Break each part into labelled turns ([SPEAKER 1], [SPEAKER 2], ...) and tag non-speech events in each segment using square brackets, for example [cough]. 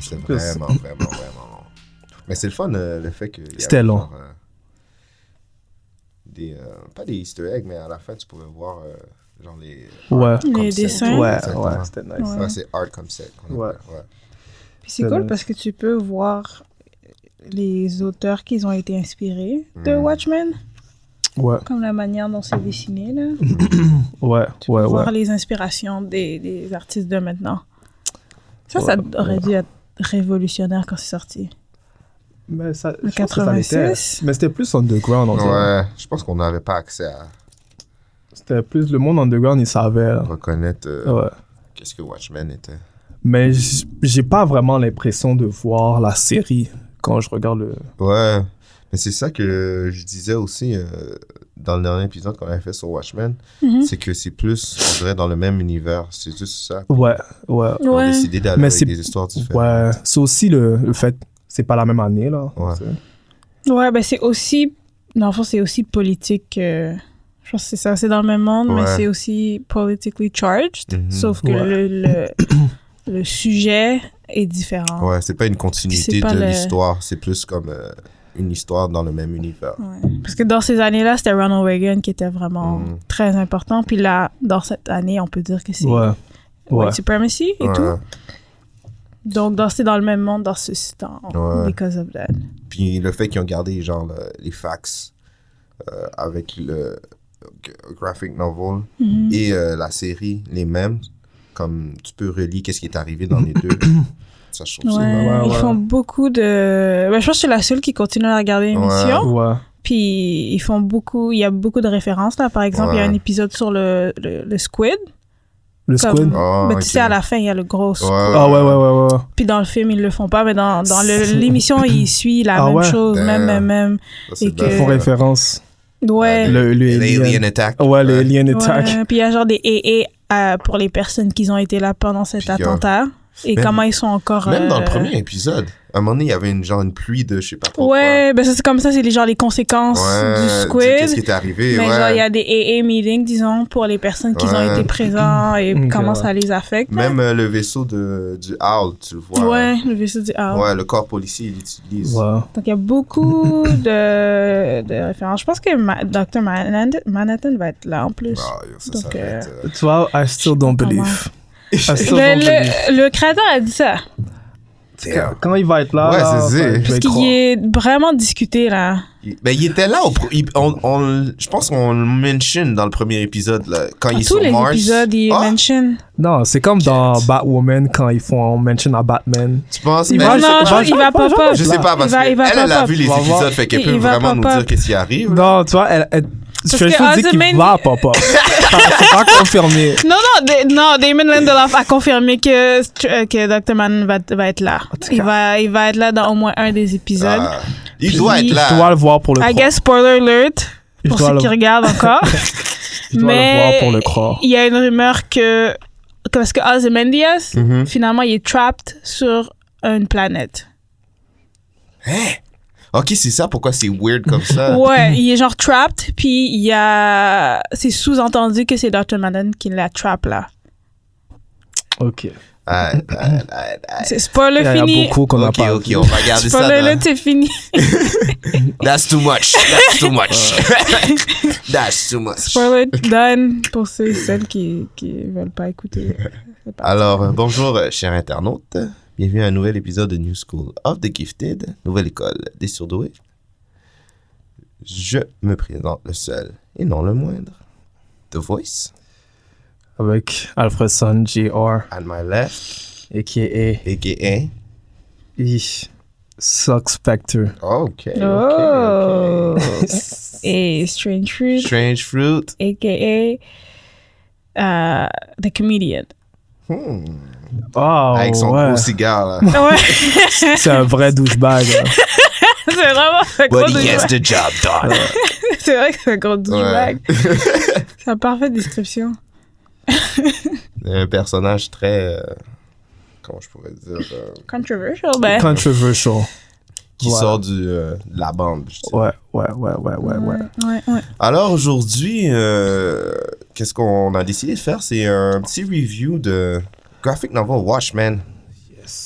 [SPEAKER 1] C'est vraiment, vraiment, vraiment long. Mais c'est le fun, euh, le fait que. il y avait
[SPEAKER 2] C'était long.
[SPEAKER 1] genre, euh, des, euh, pas des easter eggs, mais à la fin, tu pouvais voir euh, genre les.
[SPEAKER 2] Ouais.
[SPEAKER 1] art
[SPEAKER 3] Les
[SPEAKER 1] concept.
[SPEAKER 3] dessins.
[SPEAKER 2] Ouais,
[SPEAKER 1] Exactement.
[SPEAKER 2] ouais, c'était nice.
[SPEAKER 1] Ouais,
[SPEAKER 3] Ouais.
[SPEAKER 1] c'est art concept. qu'on
[SPEAKER 2] Ouais.
[SPEAKER 1] appelle, ouais.
[SPEAKER 3] Puis c'est
[SPEAKER 2] C'est
[SPEAKER 3] cool
[SPEAKER 2] nice.
[SPEAKER 3] parce que tu peux voir les auteurs qui ont été inspirés de
[SPEAKER 1] Mm.
[SPEAKER 3] Watchmen,
[SPEAKER 2] Ouais,
[SPEAKER 3] comme la manière dont c'est dessiné, là.
[SPEAKER 2] ouais, ouais, ouais.
[SPEAKER 3] voir les inspirations des, des artistes de maintenant. Ça, ça
[SPEAKER 2] Ouais,
[SPEAKER 3] aurait
[SPEAKER 2] ouais.
[SPEAKER 3] dû être révolutionnaire quand c'est sorti.
[SPEAKER 2] Mais ça,
[SPEAKER 3] Le
[SPEAKER 2] je pense que ça l'était.
[SPEAKER 3] 86.
[SPEAKER 2] Mais c'était plus underground. on dirait.
[SPEAKER 1] Ouais, je pense qu'on n'avait pas accès à
[SPEAKER 2] C'était plus le monde underground, il savait. là.
[SPEAKER 1] reconnaître euh,
[SPEAKER 2] Ouais.
[SPEAKER 1] qu'est-ce que Watchmen était.
[SPEAKER 2] Mais j- j'ai pas vraiment l'impression de voir la série quand je regarde le.
[SPEAKER 1] Ouais, mais c'est ça que je disais aussi euh, dans le dernier épisode qu'on avait fait sur Watchmen,
[SPEAKER 3] Mhm.
[SPEAKER 1] c'est que c'est plus, on dirait, dans le même univers. C'est juste ça.
[SPEAKER 2] Ouais, ouais.
[SPEAKER 1] On a décidé d'aller
[SPEAKER 2] Mais
[SPEAKER 1] avec
[SPEAKER 2] c'est-
[SPEAKER 1] des histoires différentes.
[SPEAKER 2] Ouais. C'est aussi le, le fait que c'est pas la même année, là.
[SPEAKER 1] Ouais.
[SPEAKER 2] C'est-
[SPEAKER 3] Ouais, ben c'est aussi. Dans le fond, c'est aussi politique. euh, je pense que c'est ça. C'est dans le même monde, mais
[SPEAKER 1] Ouais.
[SPEAKER 3] c'est aussi politically charged.
[SPEAKER 1] Mhm.
[SPEAKER 3] Sauf que
[SPEAKER 2] Ouais.
[SPEAKER 3] le, le, le sujet est différent.
[SPEAKER 1] Ouais, c'est pas une continuité
[SPEAKER 3] C'est pas
[SPEAKER 1] de
[SPEAKER 3] le-
[SPEAKER 1] l'histoire, c'est plus comme euh, une histoire dans le même univers.
[SPEAKER 3] Ouais. Parce que dans ces années-là, c'était Ronald Reagan qui était vraiment
[SPEAKER 1] Mhm.
[SPEAKER 3] très important. Puis là, dans cette année, on peut dire que c'est
[SPEAKER 2] Ouais. Ouais.
[SPEAKER 3] white supremacy et
[SPEAKER 1] Ouais.
[SPEAKER 3] tout. Donc, dans- c'est dans le même monde, dans ce temps,
[SPEAKER 1] Ouais.
[SPEAKER 3] because of that.
[SPEAKER 1] Puis le fait qu'ils ont gardé genre le- les fax euh, avec le g- graphic novel
[SPEAKER 3] Mhm.
[SPEAKER 1] et euh, la série les mêmes, comme tu peux relier qu'est-ce qui est arrivé dans les
[SPEAKER 3] [coughs]
[SPEAKER 1] deux. Ça, je trouve
[SPEAKER 3] Ouais,
[SPEAKER 1] ça vraiment-
[SPEAKER 2] ouais,
[SPEAKER 3] ils
[SPEAKER 2] ouais.
[SPEAKER 3] font beaucoup de... Ben, je pense que je suis la seule qui continue à regarder l'émission.
[SPEAKER 2] Ouais.
[SPEAKER 3] Puis ils font beaucoup... Il y a beaucoup de références, là. Par exemple, il y a
[SPEAKER 1] Ouais.
[SPEAKER 3] un épisode sur le, le, le squid.
[SPEAKER 2] Le squid.
[SPEAKER 3] Comme-
[SPEAKER 1] Ah,
[SPEAKER 3] ben,
[SPEAKER 1] ok.
[SPEAKER 3] Tu sais, à la fin, il y a le gros... squid.
[SPEAKER 1] Ouais,
[SPEAKER 2] Ah ouais, ouais, ouais, ouais.
[SPEAKER 3] Puis dans le film, ils le font pas, mais dans, dans le-
[SPEAKER 1] [laughs]
[SPEAKER 2] C'est-
[SPEAKER 3] l'émission, ils suivent la
[SPEAKER 2] Ah
[SPEAKER 3] même
[SPEAKER 2] ouais?
[SPEAKER 3] chose, même, même,
[SPEAKER 1] Damn.
[SPEAKER 3] même.
[SPEAKER 1] Ça, c'est
[SPEAKER 3] et euh, que-
[SPEAKER 2] Ils font
[SPEAKER 1] bien.
[SPEAKER 2] référence.
[SPEAKER 3] Ouais.
[SPEAKER 2] Le, le alien.
[SPEAKER 1] L'Alien Attack.
[SPEAKER 2] Ouais, les alien attack.
[SPEAKER 3] Ouais, Puis il y a genre des et pour les personnes qui ont été là pendant cet
[SPEAKER 1] Puis, euh,
[SPEAKER 3] attentat. Et
[SPEAKER 1] même-
[SPEAKER 3] comment ils sont encore...
[SPEAKER 1] Même dans le
[SPEAKER 3] euh,
[SPEAKER 1] premier épisode, à un moment donné, il y avait une genre une pluie de je sais pas trop quoi.
[SPEAKER 3] Ouais, ben ça c'est comme ça, c'est les- genre les conséquences du
[SPEAKER 1] Ouais, tu sais, Qu'est-ce qui
[SPEAKER 3] squid.
[SPEAKER 1] est arrivé?
[SPEAKER 3] Mais
[SPEAKER 1] ouais.
[SPEAKER 3] genre, il y a des AA meetings, disons, pour les personnes qui ont
[SPEAKER 1] Ouais.
[SPEAKER 3] été présents et
[SPEAKER 2] Ok,
[SPEAKER 3] comment
[SPEAKER 2] ouais.
[SPEAKER 3] ça les affecte.
[SPEAKER 1] Même euh, le vaisseau de, du Howl, tu le vois.
[SPEAKER 3] Ouais, le vaisseau du Havre.
[SPEAKER 1] Ouais, le corps policier, il l'utilise.
[SPEAKER 2] Ouais.
[SPEAKER 3] Donc, il y a
[SPEAKER 1] [laughs]
[SPEAKER 3] beaucoup de, de références. Je pense que Ma- Dr. Manhattan, Manhattan va être là en plus.
[SPEAKER 1] Ah, yo, ça, ça
[SPEAKER 3] Donc,
[SPEAKER 1] va
[SPEAKER 3] euh,
[SPEAKER 1] être, euh,
[SPEAKER 2] Tu vois, I still don't believe. I still
[SPEAKER 3] Le,
[SPEAKER 2] don't believe.
[SPEAKER 3] le, le créateur a dit ça.
[SPEAKER 1] damn.
[SPEAKER 2] Quand il va être là,
[SPEAKER 1] Ouais,
[SPEAKER 2] là,
[SPEAKER 1] c'est-
[SPEAKER 2] ça,
[SPEAKER 1] c'est-
[SPEAKER 2] je vais
[SPEAKER 3] Parce
[SPEAKER 2] croire.
[SPEAKER 3] qu'il est vraiment discuté là.
[SPEAKER 1] Il- Ben, il était là. Au, pro- il- on, on- je pense qu'on le mentionne dans le premier épisode, là, quand il
[SPEAKER 3] Dans
[SPEAKER 1] est
[SPEAKER 3] tous
[SPEAKER 1] sur
[SPEAKER 3] les
[SPEAKER 1] Mars.
[SPEAKER 3] épisodes, il est
[SPEAKER 1] Ah,
[SPEAKER 3] mention.
[SPEAKER 2] Non, c'est comme dans Batwoman quand ils font mention à Batman.
[SPEAKER 1] tu penses?
[SPEAKER 2] Il
[SPEAKER 1] Ben,
[SPEAKER 2] va-
[SPEAKER 1] je,
[SPEAKER 3] non,
[SPEAKER 1] sais pas,
[SPEAKER 2] va-
[SPEAKER 3] il va pas
[SPEAKER 2] je-
[SPEAKER 3] pas.
[SPEAKER 1] je sais pas,
[SPEAKER 3] il
[SPEAKER 1] parce
[SPEAKER 3] va- il va
[SPEAKER 1] qu'elle, elle a
[SPEAKER 3] pop-up.
[SPEAKER 1] vu les
[SPEAKER 2] Il va voir.
[SPEAKER 1] épisodes, fait qu'elle
[SPEAKER 3] Il-
[SPEAKER 1] peut
[SPEAKER 3] il va
[SPEAKER 1] vraiment nous
[SPEAKER 3] pop-up.
[SPEAKER 1] dire qu'est-ce qui arrive.
[SPEAKER 2] Non, tu vois, elle, elle, je
[SPEAKER 3] Parce
[SPEAKER 2] vais
[SPEAKER 3] que
[SPEAKER 2] juste dire qu'il
[SPEAKER 3] Ozymane-
[SPEAKER 2] va pop-up. Ça, c'est pas confirmé.
[SPEAKER 3] Non, non, Da- non, Damon Lindelof a confirmé que, euh, que Dr. Man va, va être là. Il va, il va être là dans au moins un des épisodes.
[SPEAKER 1] Ah, il doit
[SPEAKER 3] Puis-
[SPEAKER 1] être
[SPEAKER 2] Je dois
[SPEAKER 1] là.
[SPEAKER 2] le voir pour le
[SPEAKER 3] I
[SPEAKER 2] croire.
[SPEAKER 3] guess spoiler alert
[SPEAKER 2] Je
[SPEAKER 3] pour
[SPEAKER 2] dois
[SPEAKER 3] ceux
[SPEAKER 2] le-
[SPEAKER 3] qui regardent
[SPEAKER 2] [laughs]
[SPEAKER 3] encore.
[SPEAKER 2] Je dois le
[SPEAKER 3] mais-
[SPEAKER 2] voir pour le croire.
[SPEAKER 3] il y a une rumeur que, que parce que Ozymandias,
[SPEAKER 2] Mm-hmm.
[SPEAKER 1] Mhm.
[SPEAKER 3] finalement, il est trapped sur une planète.
[SPEAKER 1] Hein? Ok, c'est ça, pourquoi c'est weird comme
[SPEAKER 2] Ah.
[SPEAKER 1] ça?
[SPEAKER 2] [laughs]
[SPEAKER 3] Ouais, il est genre trapped, puis il y a, c'est sous-entendu que c'est Dr. Madden qui la trappe là.
[SPEAKER 2] Ok.
[SPEAKER 1] Ah, ah, ah, ah.
[SPEAKER 3] C'est spoiler
[SPEAKER 2] Il y en a
[SPEAKER 3] fini.
[SPEAKER 2] beaucoup qu'on a
[SPEAKER 1] Ok,
[SPEAKER 2] pas.
[SPEAKER 1] ok, on va garder ça.
[SPEAKER 3] Spoiler
[SPEAKER 1] dans-
[SPEAKER 3] alert, c'est
[SPEAKER 2] [laughs]
[SPEAKER 3] fini.
[SPEAKER 1] That's too much. That's too [laughs] much. That's too much.
[SPEAKER 3] Spoiler done pour ceux et celles qui, qui veulent pas écouter. C'est pas-
[SPEAKER 1] Alors, euh, bonjour, euh, chers internautes. Bienvenue à un nouvel épisode de New School of the Gifted, nouvelle école des surdoués. Je me présente le seul et non le moindre. The Voice.
[SPEAKER 2] Avec Alfredson Jr.
[SPEAKER 1] At my left,
[SPEAKER 2] a.k.a.
[SPEAKER 1] a.k.a.
[SPEAKER 2] E. Suspector.
[SPEAKER 1] Ok. ok, ok.
[SPEAKER 3] Oh. et Strange Fruit,
[SPEAKER 1] Strange Fruit.
[SPEAKER 3] a.k.a. euh, The
[SPEAKER 1] [laughs]
[SPEAKER 3] Comedian.
[SPEAKER 1] Hmm.
[SPEAKER 2] Ah,
[SPEAKER 1] Avec son
[SPEAKER 2] ouais.
[SPEAKER 1] gros cigare, là.
[SPEAKER 3] Ouais,
[SPEAKER 2] C'est un vrai douchebag. hein.
[SPEAKER 3] [laughs] c'est
[SPEAKER 2] là.
[SPEAKER 3] vraiment un gros
[SPEAKER 1] But he
[SPEAKER 3] douchebag.
[SPEAKER 1] gets the job done.
[SPEAKER 3] C'est vrai que c'est un gros douchebag.
[SPEAKER 1] Ouais.
[SPEAKER 3] C'est une parfaite description.
[SPEAKER 1] un personnage très. euh, comment je pourrais dire euh,
[SPEAKER 3] Controversial, ben.
[SPEAKER 2] Controversial.
[SPEAKER 1] Qui
[SPEAKER 2] Ouais.
[SPEAKER 1] sort du, euh, de la bande. je dirais.
[SPEAKER 2] Ouais, ouais, ouais, ouais, ouais, ouais.
[SPEAKER 3] Ouais, ouais.
[SPEAKER 1] Alors aujourd'hui, euh, qu'est-ce qu'on a décidé de faire C'est un petit review de Graphic Novel Watchmen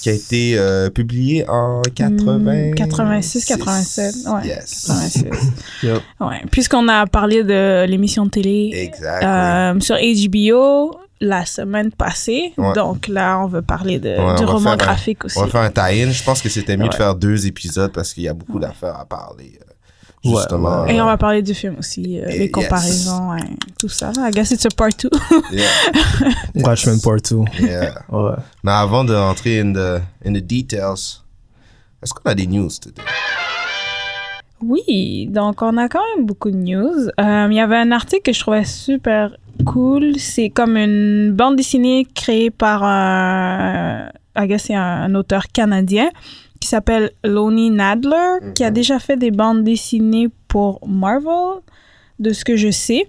[SPEAKER 1] qui a été euh, publié en 80...
[SPEAKER 3] 86, 87, Hmm, ouais.
[SPEAKER 1] Yes.
[SPEAKER 3] 86.
[SPEAKER 2] Yep.
[SPEAKER 3] Ouais. Puisqu'on a parlé de l'émission de télé
[SPEAKER 1] Exactly.
[SPEAKER 3] euh, sur HBO la semaine passée,
[SPEAKER 1] Ouais.
[SPEAKER 3] donc là, on veut parler de,
[SPEAKER 1] Ouais,
[SPEAKER 3] du
[SPEAKER 1] on va
[SPEAKER 3] roman
[SPEAKER 1] faire un-
[SPEAKER 3] graphique aussi.
[SPEAKER 1] On va faire un tie-in. Je pense que c'était mieux de
[SPEAKER 3] Ouais.
[SPEAKER 1] faire deux épisodes parce qu'il y a beaucoup d'affaires à parler. euh,
[SPEAKER 2] Ouais,
[SPEAKER 1] Justement.
[SPEAKER 2] ouais.
[SPEAKER 3] Et on va parler du film aussi, euh,
[SPEAKER 1] Et
[SPEAKER 3] les
[SPEAKER 1] yes.
[SPEAKER 3] comparaisons, hein, tout ça. I guess it's a part two.
[SPEAKER 1] Yeah.
[SPEAKER 2] Watchmen Part 2.
[SPEAKER 1] Yeah.
[SPEAKER 2] Ouais.
[SPEAKER 1] Mais avant d'entrer in the, in the details, est-ce qu'on a des news today?
[SPEAKER 3] Oui, donc on a quand même beaucoup de news. Euh, Il y avait un article que je trouvais super cool. C'est comme une bande dessinée créée par un, I guess c'est un, un auteur canadien qui s'appelle Lonnie Nadler, qui a déjà fait des bandes dessinées pour Marvel, de ce que je sais.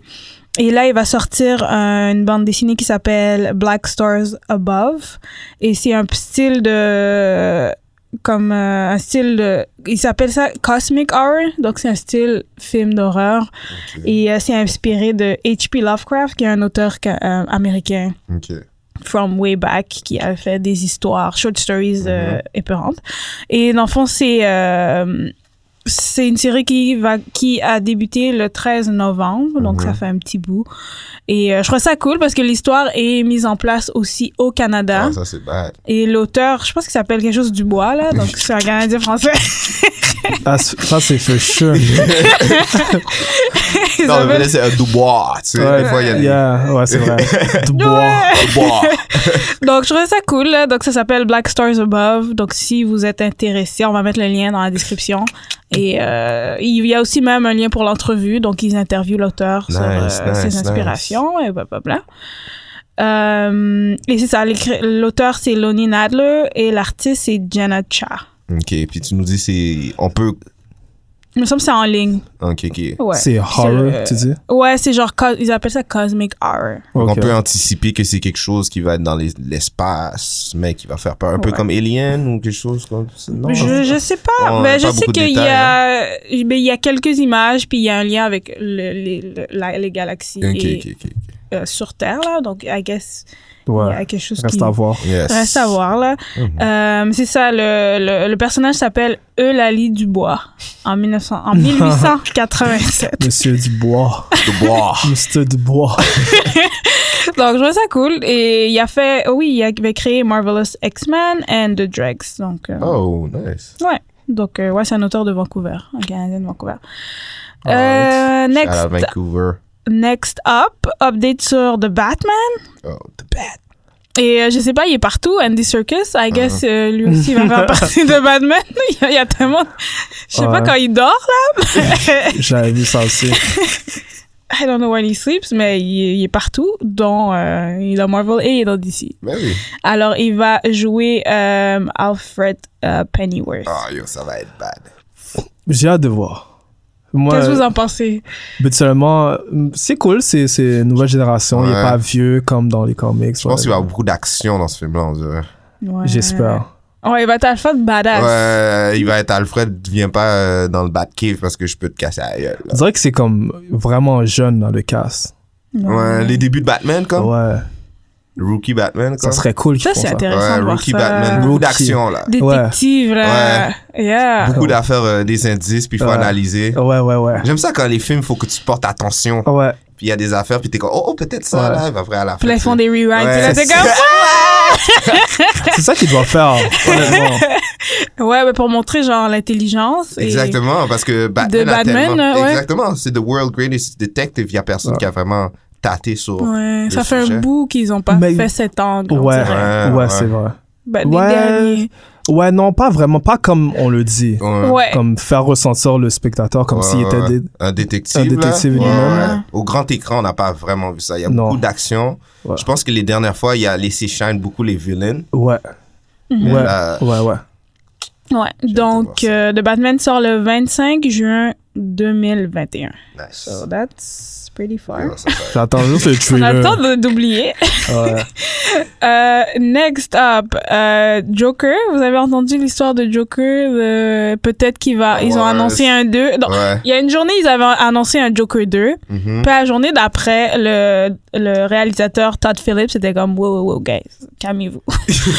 [SPEAKER 3] Et là, il va sortir euh, une bande dessinée qui s'appelle Black Stars Above. Et c'est un style de comme euh, un style de, il s'appelle ça Cosmic Horror donc c'est un style film d'horreur et euh, c'est inspiré de H.P. Lovecraft qui est un auteur ca- euh, américain
[SPEAKER 1] Ok.
[SPEAKER 3] from way back qui a fait des histoires short stories euh, épeurantes et dans le fond c'est euh, c'est une série qui va qui a débuté le 13 novembre donc ça fait un petit bout et euh, je trouve ça cool parce que l'histoire est mise en place aussi au Canada
[SPEAKER 1] Ah, ça, c'est bad.
[SPEAKER 3] et l'auteur, je pense qu'il s'appelle quelque chose Dubois, là, donc c'est un Canadien français. [laughs]
[SPEAKER 2] Ah, c- ça, c'est
[SPEAKER 1] [laughs]
[SPEAKER 2] for sure.
[SPEAKER 3] Il
[SPEAKER 1] Non, mais
[SPEAKER 3] s'appelle-
[SPEAKER 1] là, c'est un Dubois. Tu sais, des fois, il y a des
[SPEAKER 2] yeah, ouais, c'est
[SPEAKER 3] [laughs]
[SPEAKER 2] vrai. Du bois.
[SPEAKER 1] Dubois.
[SPEAKER 3] donc je trouvais ça cool, là. donc ça s'appelle Black Stars Above. Donc si vous êtes intéressé, on va mettre le lien dans la description. Et euh, il y a aussi même un lien pour l'entrevue, donc ils interviewent l'auteur sur euh,
[SPEAKER 1] Nice, nice,
[SPEAKER 3] ses
[SPEAKER 1] nice.
[SPEAKER 3] inspirations et blablabla. Euh, et c'est ça, l'écri- l'auteur c'est Lonnie Nadler et l'artiste c'est Jenna Cha.
[SPEAKER 1] Ok, puis tu nous dis, c'est. On peut.
[SPEAKER 3] Il me semble que c'est en ligne.
[SPEAKER 1] Ok, ok.
[SPEAKER 3] Ouais.
[SPEAKER 2] C'est
[SPEAKER 3] C'est, euh,
[SPEAKER 2] horror, tu dis?
[SPEAKER 3] Ouais, c'est genre, co- ils appellent ça Cosmic Horror.
[SPEAKER 1] Donc,
[SPEAKER 2] Ok.
[SPEAKER 1] On peut anticiper que c'est quelque chose qui va être dans les- l'espace, mais qui va faire peur. Un peu
[SPEAKER 3] Ouais.
[SPEAKER 1] comme Alien ou quelque chose comme ça. Non.
[SPEAKER 3] Je, je sais pas,
[SPEAKER 1] On
[SPEAKER 3] mais
[SPEAKER 1] a
[SPEAKER 3] je
[SPEAKER 1] pas
[SPEAKER 3] sais
[SPEAKER 1] beaucoup de
[SPEAKER 3] qu'il y,
[SPEAKER 1] détails, hein.
[SPEAKER 3] a mais il y a quelques images, puis il y a un lien avec le- les, le- la- les galaxies
[SPEAKER 1] Ok,
[SPEAKER 3] et,
[SPEAKER 1] ok, ok. ok.
[SPEAKER 3] euh, sur Terre, là. Donc, I guess, il y a
[SPEAKER 2] Ouais.
[SPEAKER 3] quelque chose
[SPEAKER 2] Reste
[SPEAKER 3] qui...
[SPEAKER 2] à voir.
[SPEAKER 1] Yes.
[SPEAKER 3] Reste à voir, là.
[SPEAKER 1] Mhm.
[SPEAKER 3] Euh, c'est ça, le, le, le personnage s'appelle Eulalie Dubois en, 1900, en 1887.
[SPEAKER 1] [laughs]
[SPEAKER 2] Monsieur Dubois.
[SPEAKER 1] Dubois.
[SPEAKER 2] [laughs] Monsieur Dubois.
[SPEAKER 3] Donc, je trouve ça cool. Et il a fait, oh oui, il avait créé Marvelous X-Men and The Dregs. Donc, euh,
[SPEAKER 1] Oh, nice.
[SPEAKER 3] Ouais. Donc, euh, ouais, c'est un auteur de Vancouver, un Canadien de Vancouver. Euh,
[SPEAKER 1] Alright. Shout out
[SPEAKER 3] next,
[SPEAKER 1] Vancouver.
[SPEAKER 3] next up, update sur The Batman.
[SPEAKER 1] Oh, the bad.
[SPEAKER 3] Et euh, je sais pas, il est partout, Andy Serkis. I guess
[SPEAKER 2] Ah.
[SPEAKER 3] euh, lui aussi va
[SPEAKER 2] [laughs]
[SPEAKER 3] faire partie de Batman. [laughs] il, y a, il y a tellement. Je sais pas
[SPEAKER 2] Ouais.
[SPEAKER 3] quand il dort, là.
[SPEAKER 2] J'avais vu ça aussi.
[SPEAKER 3] I don't know when he sleeps, mais il, est- il est partout, dont euh, il est dans Marvel et il est dans DC.
[SPEAKER 1] Mais Ben oui.
[SPEAKER 3] Alors, il va jouer euh, Alfred euh, Pennyworth.
[SPEAKER 2] Ah.
[SPEAKER 1] Oh, yo, ça va être bad.
[SPEAKER 2] J'ai hâte de voir. Moi,
[SPEAKER 3] Qu'est-ce que vous en pensez?
[SPEAKER 2] mais seulement, euh, c'est cool, c'est c'est une nouvelle génération. Il
[SPEAKER 1] Ouais.
[SPEAKER 2] n'est pas vieux comme dans les comics.
[SPEAKER 1] Je pense qu'il va y avoir beaucoup d'action dans ce film-là, on dirait.
[SPEAKER 3] Ouais.
[SPEAKER 2] J'espère.
[SPEAKER 3] Ouais, il va être Alfred badass.
[SPEAKER 1] Ouais, euh, il va être Alfred, viens pas euh, dans le Batcave parce que je peux te casser la gueule. là.
[SPEAKER 2] On dirait que c'est comme vraiment jeune dans le cast.
[SPEAKER 1] Ouais, les débuts de Batman, comme.
[SPEAKER 2] Ouais.
[SPEAKER 1] Rookie Batman,
[SPEAKER 2] Ça
[SPEAKER 1] comme.
[SPEAKER 2] serait cool qu'ils
[SPEAKER 3] Ça,
[SPEAKER 2] font
[SPEAKER 3] c'est
[SPEAKER 2] ça.
[SPEAKER 3] intéressant
[SPEAKER 1] Ouais,
[SPEAKER 3] de voir
[SPEAKER 1] Rookie
[SPEAKER 3] ça.
[SPEAKER 1] Batman. Beaucoup
[SPEAKER 2] Rookie.
[SPEAKER 1] d'action, là.
[SPEAKER 3] Détective, là. Yeah.
[SPEAKER 1] Beaucoup d'affaires, euh, des indices, puis il faut
[SPEAKER 2] Ouais.
[SPEAKER 1] analyser.
[SPEAKER 2] Ouais, ouais, ouais.
[SPEAKER 1] J'aime ça quand les films, faut que tu portes attention.
[SPEAKER 2] Ouais.
[SPEAKER 1] Puis il y a des affaires, puis t'es comme, oh, oh, peut-être ça,
[SPEAKER 2] Ouais.
[SPEAKER 1] là, il va après à la fin.
[SPEAKER 3] Puis là, ils font des rewrites.
[SPEAKER 1] Ouais,
[SPEAKER 3] Puis là, t'es
[SPEAKER 1] c'est ça.
[SPEAKER 3] comme...
[SPEAKER 2] C'est ça qu'ils doivent faire,
[SPEAKER 1] [laughs]
[SPEAKER 2] honnêtement.
[SPEAKER 3] Ouais, ouais, pour montrer, genre, l'intelligence. et-
[SPEAKER 1] Exactement, parce que Batman.
[SPEAKER 3] De
[SPEAKER 1] a
[SPEAKER 3] Batman,
[SPEAKER 1] tellement-
[SPEAKER 3] euh, ouais.
[SPEAKER 1] Exactement, c'est The World Greatest Detective. Il y a personne
[SPEAKER 2] Ouais.
[SPEAKER 1] qui a vraiment tâté sur.
[SPEAKER 3] Ouais,
[SPEAKER 1] Le
[SPEAKER 3] ça fait
[SPEAKER 1] sujet.
[SPEAKER 3] un bout qu'ils ont pas
[SPEAKER 2] Mais-
[SPEAKER 3] fait cet angle.
[SPEAKER 2] Ouais,
[SPEAKER 3] on dirait.
[SPEAKER 2] ouais,
[SPEAKER 1] Ouais,
[SPEAKER 2] c'est vrai.
[SPEAKER 3] Ben, les
[SPEAKER 2] Ouais.
[SPEAKER 3] derniers.
[SPEAKER 2] Ouais, non, pas vraiment. Pas comme on le dit.
[SPEAKER 1] Un,
[SPEAKER 3] Ouais.
[SPEAKER 2] Comme faire ressentir le spectateur comme
[SPEAKER 1] Ouais,
[SPEAKER 2] s'il était...
[SPEAKER 1] ouais.
[SPEAKER 2] des-
[SPEAKER 1] un détective.
[SPEAKER 2] Un détective
[SPEAKER 1] là. Ouais,
[SPEAKER 2] lui-même.
[SPEAKER 1] ouais. Au grand écran, on n'a pas vraiment vu ça. Il y a
[SPEAKER 2] Non.
[SPEAKER 1] beaucoup d'action.
[SPEAKER 2] Ouais.
[SPEAKER 1] Je pense que les dernières fois, il a laissé shine beaucoup les villains.
[SPEAKER 2] Ouais.
[SPEAKER 3] Mhm.
[SPEAKER 1] Mais
[SPEAKER 2] Ouais,
[SPEAKER 1] là,
[SPEAKER 2] ouais, ouais.
[SPEAKER 3] Ouais.
[SPEAKER 1] voir
[SPEAKER 3] Donc,
[SPEAKER 1] ça.
[SPEAKER 3] euh, The Batman sort le 25 juin 2021.
[SPEAKER 1] nice.
[SPEAKER 3] So that's pretty far.
[SPEAKER 1] Ouais, ça, ça-
[SPEAKER 2] J'attends juste le
[SPEAKER 3] On
[SPEAKER 2] trailer.
[SPEAKER 3] a le temps de- d'oublier.
[SPEAKER 2] Ouais.
[SPEAKER 3] Euh, next up, euh, Joker. Vous avez entendu l'histoire de Joker. euh, Peut-être qu'il va. Ils ont
[SPEAKER 1] Ouais,
[SPEAKER 3] annoncé
[SPEAKER 1] c'est-
[SPEAKER 3] un 2. Non,
[SPEAKER 1] ouais.
[SPEAKER 3] il y a une journée, ils avaient annoncé un Joker 2.
[SPEAKER 1] Mhm.
[SPEAKER 3] Puis la journée d'après, le, le réalisateur Todd Phillips était comme Wow, wow, wow, guys, calmez-vous. [laughs]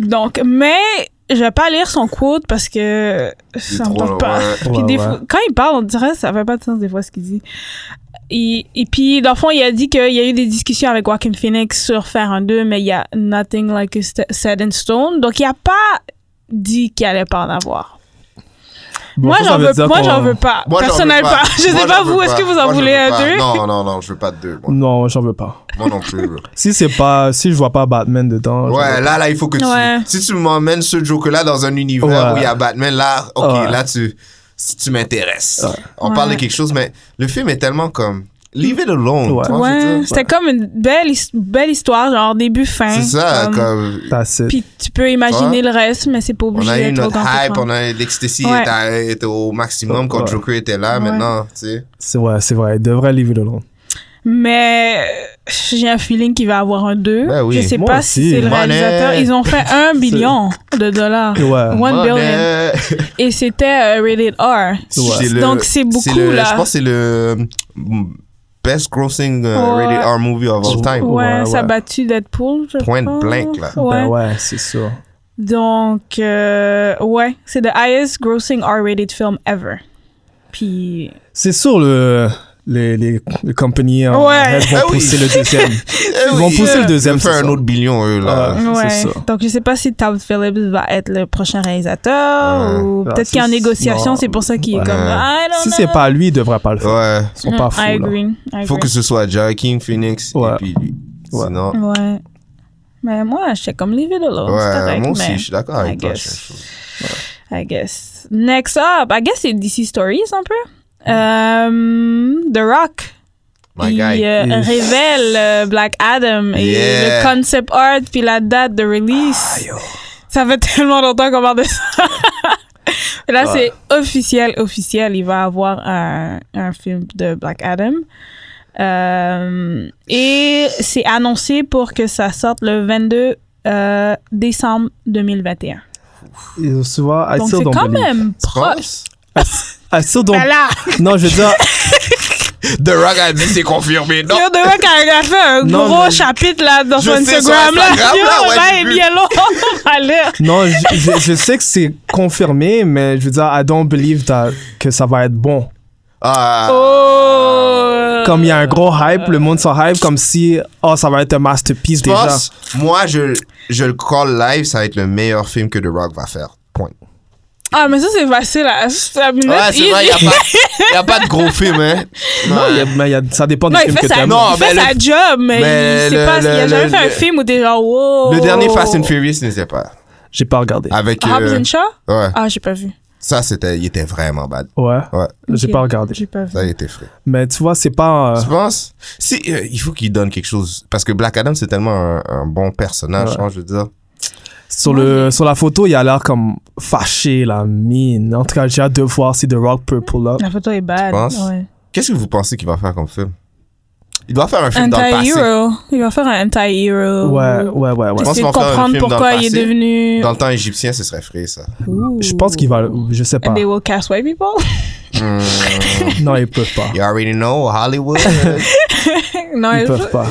[SPEAKER 3] Donc, mais je vais pas lire son quote parce que
[SPEAKER 1] Il est
[SPEAKER 3] ça me
[SPEAKER 1] trop
[SPEAKER 3] tente
[SPEAKER 1] long,
[SPEAKER 3] pas.
[SPEAKER 1] ouais.
[SPEAKER 3] Puis
[SPEAKER 2] Ouais,
[SPEAKER 3] des
[SPEAKER 2] ouais.
[SPEAKER 3] fois- quand il parle, on dirait que ça fait pas de sens des fois ce qu'il dit. Et, et puis, dans le fond, il a dit qu'il y a eu des discussions avec Joaquin Phoenix sur faire un 2, mais il y a nothing like is set in stone. Donc, il a pas dit qu'il allait pas en avoir. [laughs]
[SPEAKER 2] Bon,
[SPEAKER 3] moi,
[SPEAKER 2] ça, ça
[SPEAKER 3] j'en
[SPEAKER 2] veut
[SPEAKER 3] veux,
[SPEAKER 2] dire
[SPEAKER 3] moi,
[SPEAKER 2] qu'on-
[SPEAKER 3] j'en veux pas.
[SPEAKER 1] Moi, j'en veux
[SPEAKER 3] Personnellement, pas. [laughs] je sais
[SPEAKER 1] Moi,
[SPEAKER 3] pas
[SPEAKER 1] j'en veux
[SPEAKER 3] vous, est-ce que vous en
[SPEAKER 1] Moi, j'en
[SPEAKER 3] voulez
[SPEAKER 1] veux
[SPEAKER 3] un
[SPEAKER 1] pas.
[SPEAKER 3] 2?
[SPEAKER 1] Non, non, non, je veux pas de deux. Moi,
[SPEAKER 2] Non, j'en veux pas.
[SPEAKER 1] Moi non
[SPEAKER 2] [laughs]
[SPEAKER 1] plus. là.
[SPEAKER 2] Si c'est pas... Si je vois pas Batman dedans... j'en
[SPEAKER 1] Ouais,
[SPEAKER 2] veux-
[SPEAKER 1] là, là, il faut que tu.
[SPEAKER 3] Ouais.
[SPEAKER 1] Si tu m'emmènes ce Joker-là dans un univers
[SPEAKER 2] Ouais.
[SPEAKER 1] où il y a Batman, là, ok,
[SPEAKER 2] Ouais.
[SPEAKER 1] là, tu, si tu m'intéresses. On
[SPEAKER 3] Ouais.
[SPEAKER 1] parle de quelque chose, mais le film est tellement comme. Leave it alone.
[SPEAKER 2] Ouais.
[SPEAKER 1] tu vois, je veux
[SPEAKER 3] Ouais,
[SPEAKER 1] dire.
[SPEAKER 3] c'était comme une belle, his- belle histoire, genre début-fin.
[SPEAKER 1] C'est
[SPEAKER 3] Hein?
[SPEAKER 1] ça,
[SPEAKER 3] comme-
[SPEAKER 1] comme.
[SPEAKER 2] That's it.
[SPEAKER 3] Puis tu peux imaginer le reste, mais c'est pas
[SPEAKER 1] On
[SPEAKER 3] obligé
[SPEAKER 1] a eu
[SPEAKER 3] d'être hein.
[SPEAKER 1] notre
[SPEAKER 3] trop
[SPEAKER 1] hype,
[SPEAKER 3] conséquent.
[SPEAKER 1] on a l'ecstasy
[SPEAKER 3] Ouais.
[SPEAKER 1] était, était au maximum quand
[SPEAKER 2] Ouais.
[SPEAKER 1] Joker était là.
[SPEAKER 3] Ouais.
[SPEAKER 1] Maintenant, tu sais,
[SPEAKER 2] C'est ouais, c'est vrai. Il devrait leave it alone.
[SPEAKER 3] Mais euh, j'ai un feeling qu'il va avoir un 2.
[SPEAKER 1] Ben oui.
[SPEAKER 3] Je sais
[SPEAKER 2] Moi
[SPEAKER 3] pas
[SPEAKER 2] aussi.
[SPEAKER 3] si c'est le
[SPEAKER 1] Money.
[SPEAKER 3] réalisateur. Ils ont fait
[SPEAKER 1] [laughs]
[SPEAKER 3] 1 billion de dollars.
[SPEAKER 2] Ouais.
[SPEAKER 3] One
[SPEAKER 1] Money.
[SPEAKER 3] billion. Et c'était euh, rated R.
[SPEAKER 1] [laughs] C'est le-
[SPEAKER 3] Donc c'est beaucoup
[SPEAKER 1] le-
[SPEAKER 3] là.
[SPEAKER 1] Je pense que c'est le mm, best grossing euh,
[SPEAKER 3] Ouais.
[SPEAKER 1] rated R movie of all time.
[SPEAKER 3] ouais,
[SPEAKER 2] Ouais,
[SPEAKER 3] ça a
[SPEAKER 2] ouais.
[SPEAKER 3] battu Deadpool. Je
[SPEAKER 1] Point
[SPEAKER 3] pense.
[SPEAKER 1] blank, là.
[SPEAKER 3] Ouais.
[SPEAKER 2] Ben ouais, c'est sûr.
[SPEAKER 3] Donc, euh, ouais, c'est the highest grossing R-rated film ever. Puis,
[SPEAKER 2] C'est sûr, le, les, les, les compagnies en
[SPEAKER 3] Ouais.
[SPEAKER 2] red vont
[SPEAKER 1] Ah oui.
[SPEAKER 2] pousser le deuxième.
[SPEAKER 3] [laughs]
[SPEAKER 2] Ils vont
[SPEAKER 1] Eh oui.
[SPEAKER 2] pousser le
[SPEAKER 1] Ils ont
[SPEAKER 2] deuxième.
[SPEAKER 1] fait
[SPEAKER 2] c'est
[SPEAKER 1] un
[SPEAKER 2] sûr.
[SPEAKER 1] autre billion, eux, là.
[SPEAKER 2] Ouais.
[SPEAKER 3] Ouais.
[SPEAKER 2] C'est ça.
[SPEAKER 3] Donc, je sais pas si Todd Phillips va être le prochain réalisateur
[SPEAKER 1] Ouais.
[SPEAKER 3] ou
[SPEAKER 2] Ah,
[SPEAKER 3] peut-être
[SPEAKER 2] si
[SPEAKER 3] qu'il est en
[SPEAKER 2] c'est-
[SPEAKER 3] négociation,
[SPEAKER 2] non.
[SPEAKER 3] c'est pour ça qu'il est
[SPEAKER 1] Ouais.
[SPEAKER 3] comme I don't
[SPEAKER 2] Si
[SPEAKER 3] know.
[SPEAKER 2] c'est pas lui, il devrait pas le faire.
[SPEAKER 1] Ouais.
[SPEAKER 2] Ils sont pas
[SPEAKER 3] Mm,
[SPEAKER 2] fous.
[SPEAKER 3] I
[SPEAKER 2] là.
[SPEAKER 3] agree. I
[SPEAKER 1] Faut
[SPEAKER 3] agree.
[SPEAKER 1] que ce soit Joaquin Phoenix
[SPEAKER 2] Ouais.
[SPEAKER 1] et puis lui.
[SPEAKER 2] Ouais.
[SPEAKER 1] Sinon,
[SPEAKER 3] Ouais. Mais moi, j'étais comme leave it alone. c'est
[SPEAKER 1] ouais,
[SPEAKER 3] correct,
[SPEAKER 1] moi aussi,
[SPEAKER 3] mais
[SPEAKER 1] je suis d'accord
[SPEAKER 2] Ah,
[SPEAKER 1] avec
[SPEAKER 3] I
[SPEAKER 1] toi.
[SPEAKER 3] guess. I guess. Next up, I guess c'est DC Stories un peu.
[SPEAKER 2] Mm.
[SPEAKER 3] Euh, The Rock.
[SPEAKER 1] My
[SPEAKER 3] il
[SPEAKER 1] guy.
[SPEAKER 3] euh,
[SPEAKER 2] Il-
[SPEAKER 3] révèle euh, Black Adam et
[SPEAKER 1] Yeah. Ah,
[SPEAKER 3] le concept art puis la date de release. Ça fait [laughs] tellement longtemps qu'on parle de ça. [laughs] Là,
[SPEAKER 2] Ouais.
[SPEAKER 3] c'est officiel, officiel. Il va avoir un, un film de Black Adam. Euh, et c'est annoncé pour que ça sorte le 22 euh, décembre 2021.
[SPEAKER 2] Et souvent, I
[SPEAKER 3] Donc,
[SPEAKER 2] still
[SPEAKER 3] c'est
[SPEAKER 2] don't
[SPEAKER 3] quand
[SPEAKER 2] believe.
[SPEAKER 3] même proche.
[SPEAKER 1] Proche.
[SPEAKER 2] I still don't-
[SPEAKER 3] Ben là,
[SPEAKER 2] Non, je veux dire,
[SPEAKER 1] The Rock a dit c'est confirmé. Non,
[SPEAKER 3] Yo, The Rock a a fait un
[SPEAKER 2] Non,
[SPEAKER 3] gros
[SPEAKER 2] mais-
[SPEAKER 3] chapitre là, dans
[SPEAKER 1] Je
[SPEAKER 3] son
[SPEAKER 1] sais, sur
[SPEAKER 3] Instagram. Là.
[SPEAKER 1] Instagram,
[SPEAKER 3] Yo,
[SPEAKER 1] là, ouais,
[SPEAKER 3] là,
[SPEAKER 1] j'ai
[SPEAKER 3] est
[SPEAKER 1] vu.
[SPEAKER 3] bien long. [laughs] on va lire.
[SPEAKER 2] non, je, je- je sais que c'est confirmé, mais je veux dire, I don't believe that, que ça va être bon.
[SPEAKER 1] Ah,
[SPEAKER 3] Oh.
[SPEAKER 2] Comme il y a un gros hype, le monde s'en hype, comme si, oh, ça va être un masterpiece
[SPEAKER 1] je
[SPEAKER 2] déjà.
[SPEAKER 1] pense, moi, je, je le call live, ça va être le meilleur film que The Rock va faire. Point.
[SPEAKER 3] Ah, mais ça, c'est facile. à- c'est à minute,
[SPEAKER 1] Ouais, c'est vrai,
[SPEAKER 3] easy.
[SPEAKER 1] il n'y a, pas de gros film, hein.
[SPEAKER 2] Non, il y a-
[SPEAKER 1] Ouais.
[SPEAKER 2] mais il y a- ça dépend du
[SPEAKER 3] Non, il
[SPEAKER 2] film que
[SPEAKER 3] fait, sa,
[SPEAKER 2] t'aimes.
[SPEAKER 1] Non,
[SPEAKER 3] il fait
[SPEAKER 1] ben,
[SPEAKER 3] sa job, mais,
[SPEAKER 1] mais
[SPEAKER 3] il, sait
[SPEAKER 1] le-
[SPEAKER 3] pas, il a
[SPEAKER 1] le-
[SPEAKER 3] jamais
[SPEAKER 1] le-
[SPEAKER 3] fait un
[SPEAKER 1] le-
[SPEAKER 3] film où t'es genre, wow.
[SPEAKER 1] Le dernier Fast and Furious n'était pas.
[SPEAKER 2] J'ai pas regardé.
[SPEAKER 1] Avec.
[SPEAKER 3] Hobbs
[SPEAKER 1] euh,
[SPEAKER 3] and Shaw?
[SPEAKER 1] ouais.
[SPEAKER 3] Ah, j'ai pas vu.
[SPEAKER 1] Ça, c'était, il était vraiment bad.
[SPEAKER 2] Ouais.
[SPEAKER 1] Ouais.
[SPEAKER 2] J'ai
[SPEAKER 3] Ok.
[SPEAKER 2] pas regardé.
[SPEAKER 3] J'ai pas vu.
[SPEAKER 1] Ça, il était frais.
[SPEAKER 2] Mais tu vois, c'est pas. euh,
[SPEAKER 1] Tu penses? Si, euh, il faut qu'il donne quelque chose. Parce que Black Adam, c'est tellement un, un bon personnage,
[SPEAKER 2] Ouais.
[SPEAKER 1] hein, je veux dire.
[SPEAKER 2] sur, le, sur la photo, il a l'air comme fâché, la mine. En tout cas, j'ai hâte de voir si The Rock peut pull up.
[SPEAKER 3] La photo est bad.
[SPEAKER 1] Tu penses?
[SPEAKER 3] Ouais.
[SPEAKER 1] Qu'est-ce que vous pensez qu'il va faire comme film? Il doit faire un film dans le passé.
[SPEAKER 3] Anti-hero. Il va faire un anti-hero.
[SPEAKER 2] Ouais, ouais, ouais, ouais.
[SPEAKER 1] Je pense
[SPEAKER 3] Essayer
[SPEAKER 1] qu'ils
[SPEAKER 3] de
[SPEAKER 1] vont faire un
[SPEAKER 3] comprendre
[SPEAKER 1] film dans le
[SPEAKER 3] pourquoi il est
[SPEAKER 1] passé.
[SPEAKER 3] devenu.
[SPEAKER 1] Dans le temps égyptien, ce serait frais, ça.
[SPEAKER 2] Je pense qu'il va. Je sais
[SPEAKER 3] And
[SPEAKER 2] pas.
[SPEAKER 3] they will cast white people? [laughs]
[SPEAKER 1] Hmm.
[SPEAKER 2] Non, ils peuvent pas.
[SPEAKER 1] [laughs] you already know, [laughs] Hollywood.
[SPEAKER 3] non,
[SPEAKER 2] Ils
[SPEAKER 3] je-
[SPEAKER 2] peuvent pas.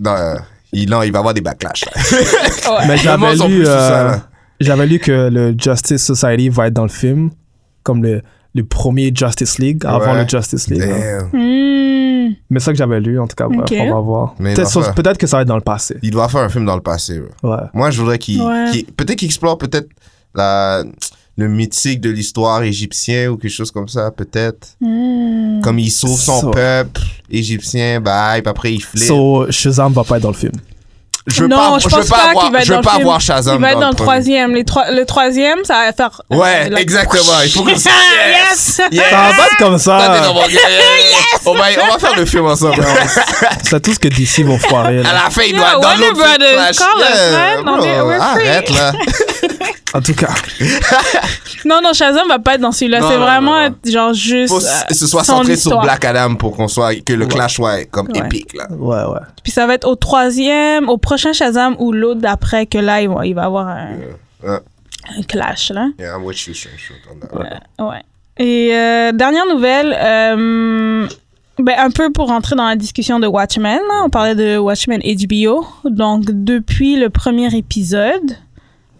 [SPEAKER 1] non, euh, il, non, il va y avoir des backlash.
[SPEAKER 3] [laughs] Ouais.
[SPEAKER 2] Mais j'avais
[SPEAKER 1] monde sont
[SPEAKER 2] lu,
[SPEAKER 1] plus sous ça,
[SPEAKER 2] euh,
[SPEAKER 1] là.
[SPEAKER 2] j'avais lu que le Justice Society va être dans le film, comme le, le premier Justice League, avant
[SPEAKER 1] Ouais.
[SPEAKER 2] le Justice League. là.
[SPEAKER 1] Damn.
[SPEAKER 3] Hmm.
[SPEAKER 2] Mais ça que j'avais lu, en tout cas, bref,
[SPEAKER 3] Ok.
[SPEAKER 2] on va voir.
[SPEAKER 1] Mais
[SPEAKER 2] Peut-être
[SPEAKER 1] il va
[SPEAKER 2] sur-
[SPEAKER 1] faire.
[SPEAKER 2] peut-être que ça va être dans le passé.
[SPEAKER 1] Il doit faire un film dans le passé. bro.
[SPEAKER 2] Ouais.
[SPEAKER 1] Moi, je voudrais qu'il
[SPEAKER 3] Ouais.
[SPEAKER 1] qu'il- peut-être qu'il explore peut-être la le mythique de l'histoire égyptienne ou quelque chose comme ça, peut-être.
[SPEAKER 3] Hmm.
[SPEAKER 1] Comme il sauve son
[SPEAKER 2] Ça.
[SPEAKER 1] peuple égyptien, bye, puis après il flippe.
[SPEAKER 2] So, Shazam va pas être dans le film.
[SPEAKER 1] je veux
[SPEAKER 3] non,
[SPEAKER 1] pas,
[SPEAKER 3] je
[SPEAKER 1] je
[SPEAKER 3] pense
[SPEAKER 1] veux
[SPEAKER 3] pas
[SPEAKER 1] pas, avoir,
[SPEAKER 3] qu'il va être
[SPEAKER 1] je veux
[SPEAKER 3] dans le
[SPEAKER 1] pas
[SPEAKER 3] film.
[SPEAKER 1] avoir Shazam.
[SPEAKER 3] Il va être dans le
[SPEAKER 1] premier.
[SPEAKER 3] troisième. Les trois- le troisième, ça va faire.
[SPEAKER 1] Ouais,
[SPEAKER 3] euh, la-
[SPEAKER 1] exactement. Il faut
[SPEAKER 3] [laughs]
[SPEAKER 1] que
[SPEAKER 3] yes!
[SPEAKER 1] Yes!
[SPEAKER 2] Ça va pas être comme
[SPEAKER 1] Toi, Ah, t'es dans
[SPEAKER 2] ça.
[SPEAKER 3] [laughs]
[SPEAKER 1] mon- on, va, on va faire le film ensemble.
[SPEAKER 2] C'est tout ce que DC vont foirer.
[SPEAKER 1] À [laughs]
[SPEAKER 2] là.
[SPEAKER 1] la fin, il
[SPEAKER 3] Yeah,
[SPEAKER 1] doit dans
[SPEAKER 3] Warner
[SPEAKER 1] l'autre film
[SPEAKER 3] Brothers,
[SPEAKER 1] Flash.
[SPEAKER 3] call us, man. On est- we're free.
[SPEAKER 1] arrête là.
[SPEAKER 2] En tout cas,
[SPEAKER 3] Non, non, Shazam va pas être dans celui-là.
[SPEAKER 1] Non,
[SPEAKER 3] C'est
[SPEAKER 1] non,
[SPEAKER 3] vraiment
[SPEAKER 1] non, non.
[SPEAKER 3] être, genre juste.
[SPEAKER 1] Faut
[SPEAKER 3] euh,
[SPEAKER 1] que ce soit
[SPEAKER 3] son
[SPEAKER 1] centré sur
[SPEAKER 3] histoire.
[SPEAKER 1] Black Adam pour qu'on soit que le clash soit comme
[SPEAKER 3] Ouais.
[SPEAKER 1] épique là.
[SPEAKER 2] ouais, ouais.
[SPEAKER 3] Puis ça va être au troisième, au prochain Shazam ou l'autre d'après que là, il va, il va avoir un,
[SPEAKER 1] Ouais.
[SPEAKER 3] un clash, là.
[SPEAKER 1] Yeah, I'm with you, Sean, Sean, on that.
[SPEAKER 3] Ouais. Et euh, dernière nouvelle, euh, ben, un peu pour rentrer dans la discussion de Watchmen. là. On parlait de Watchmen HBO. Donc, depuis le premier épisode,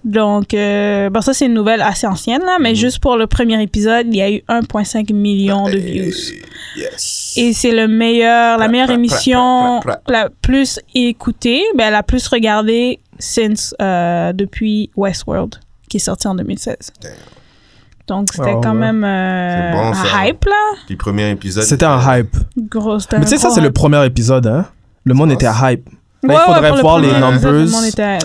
[SPEAKER 3] donc, euh, ben, ça, c'est une nouvelle assez ancienne, là, mais juste pour le premier épisode, il y a eu 1,5 million
[SPEAKER 1] Euh,
[SPEAKER 3] de views.
[SPEAKER 1] Hey, Yes.
[SPEAKER 3] Et c'est le meilleur, la meilleure
[SPEAKER 1] pra, pra,
[SPEAKER 3] émission
[SPEAKER 1] pra,
[SPEAKER 3] la plus écoutée, ben, la plus regardée since, euh, depuis Westworld, qui est sorti en 2016.
[SPEAKER 1] Damn.
[SPEAKER 3] Donc c'était
[SPEAKER 2] Oh,
[SPEAKER 3] quand
[SPEAKER 2] ouais.
[SPEAKER 3] même euh,
[SPEAKER 1] C'est bon,
[SPEAKER 3] un
[SPEAKER 1] ça.
[SPEAKER 3] hype, là.
[SPEAKER 1] Puis premier épisode.
[SPEAKER 2] C'était un hype.
[SPEAKER 3] Grosse
[SPEAKER 2] Mais tu sais, ça, c'est le premier épisode, hein. Le monde
[SPEAKER 1] Ah,
[SPEAKER 2] était hype.
[SPEAKER 3] Il
[SPEAKER 2] Ben, il faudrait voir
[SPEAKER 3] euh,
[SPEAKER 2] les numbers.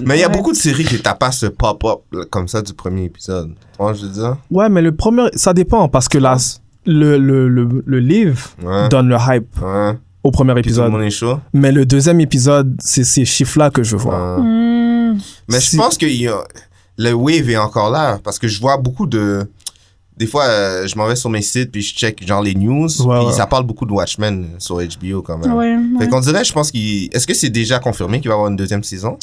[SPEAKER 1] Mais il y a beaucoup de séries qui t'as pas ce pop-up là, comme ça du premier épisode. Tu vois, je veux dire.
[SPEAKER 2] Ouais, mais le premier, ça dépend parce que là, le, le, le, le livre
[SPEAKER 1] Ouais.
[SPEAKER 2] donne le hype
[SPEAKER 1] Ouais.
[SPEAKER 2] au premier
[SPEAKER 1] Hein? Puis tout le
[SPEAKER 2] épisode.
[SPEAKER 1] monde est chaud.
[SPEAKER 2] Mais le deuxième épisode, c'est ces chiffres-là que je veux voir.
[SPEAKER 1] Ouais. Hein?
[SPEAKER 3] Mmh,
[SPEAKER 1] Mais je
[SPEAKER 2] Si-
[SPEAKER 1] pense que il y a- le wave est encore là parce que je vois beaucoup de. Des fois, euh, je m'en vais sur mes sites puis je check genre les news.
[SPEAKER 2] Ouais,
[SPEAKER 1] puis
[SPEAKER 2] ouais.
[SPEAKER 1] ça parle beaucoup de Watchmen euh, sur HBO quand même.
[SPEAKER 3] Ouais, ouais.
[SPEAKER 1] Fait qu'on dirait, je pense qu'il. Est-ce que c'est déjà confirmé qu'il va y avoir une deuxième saison?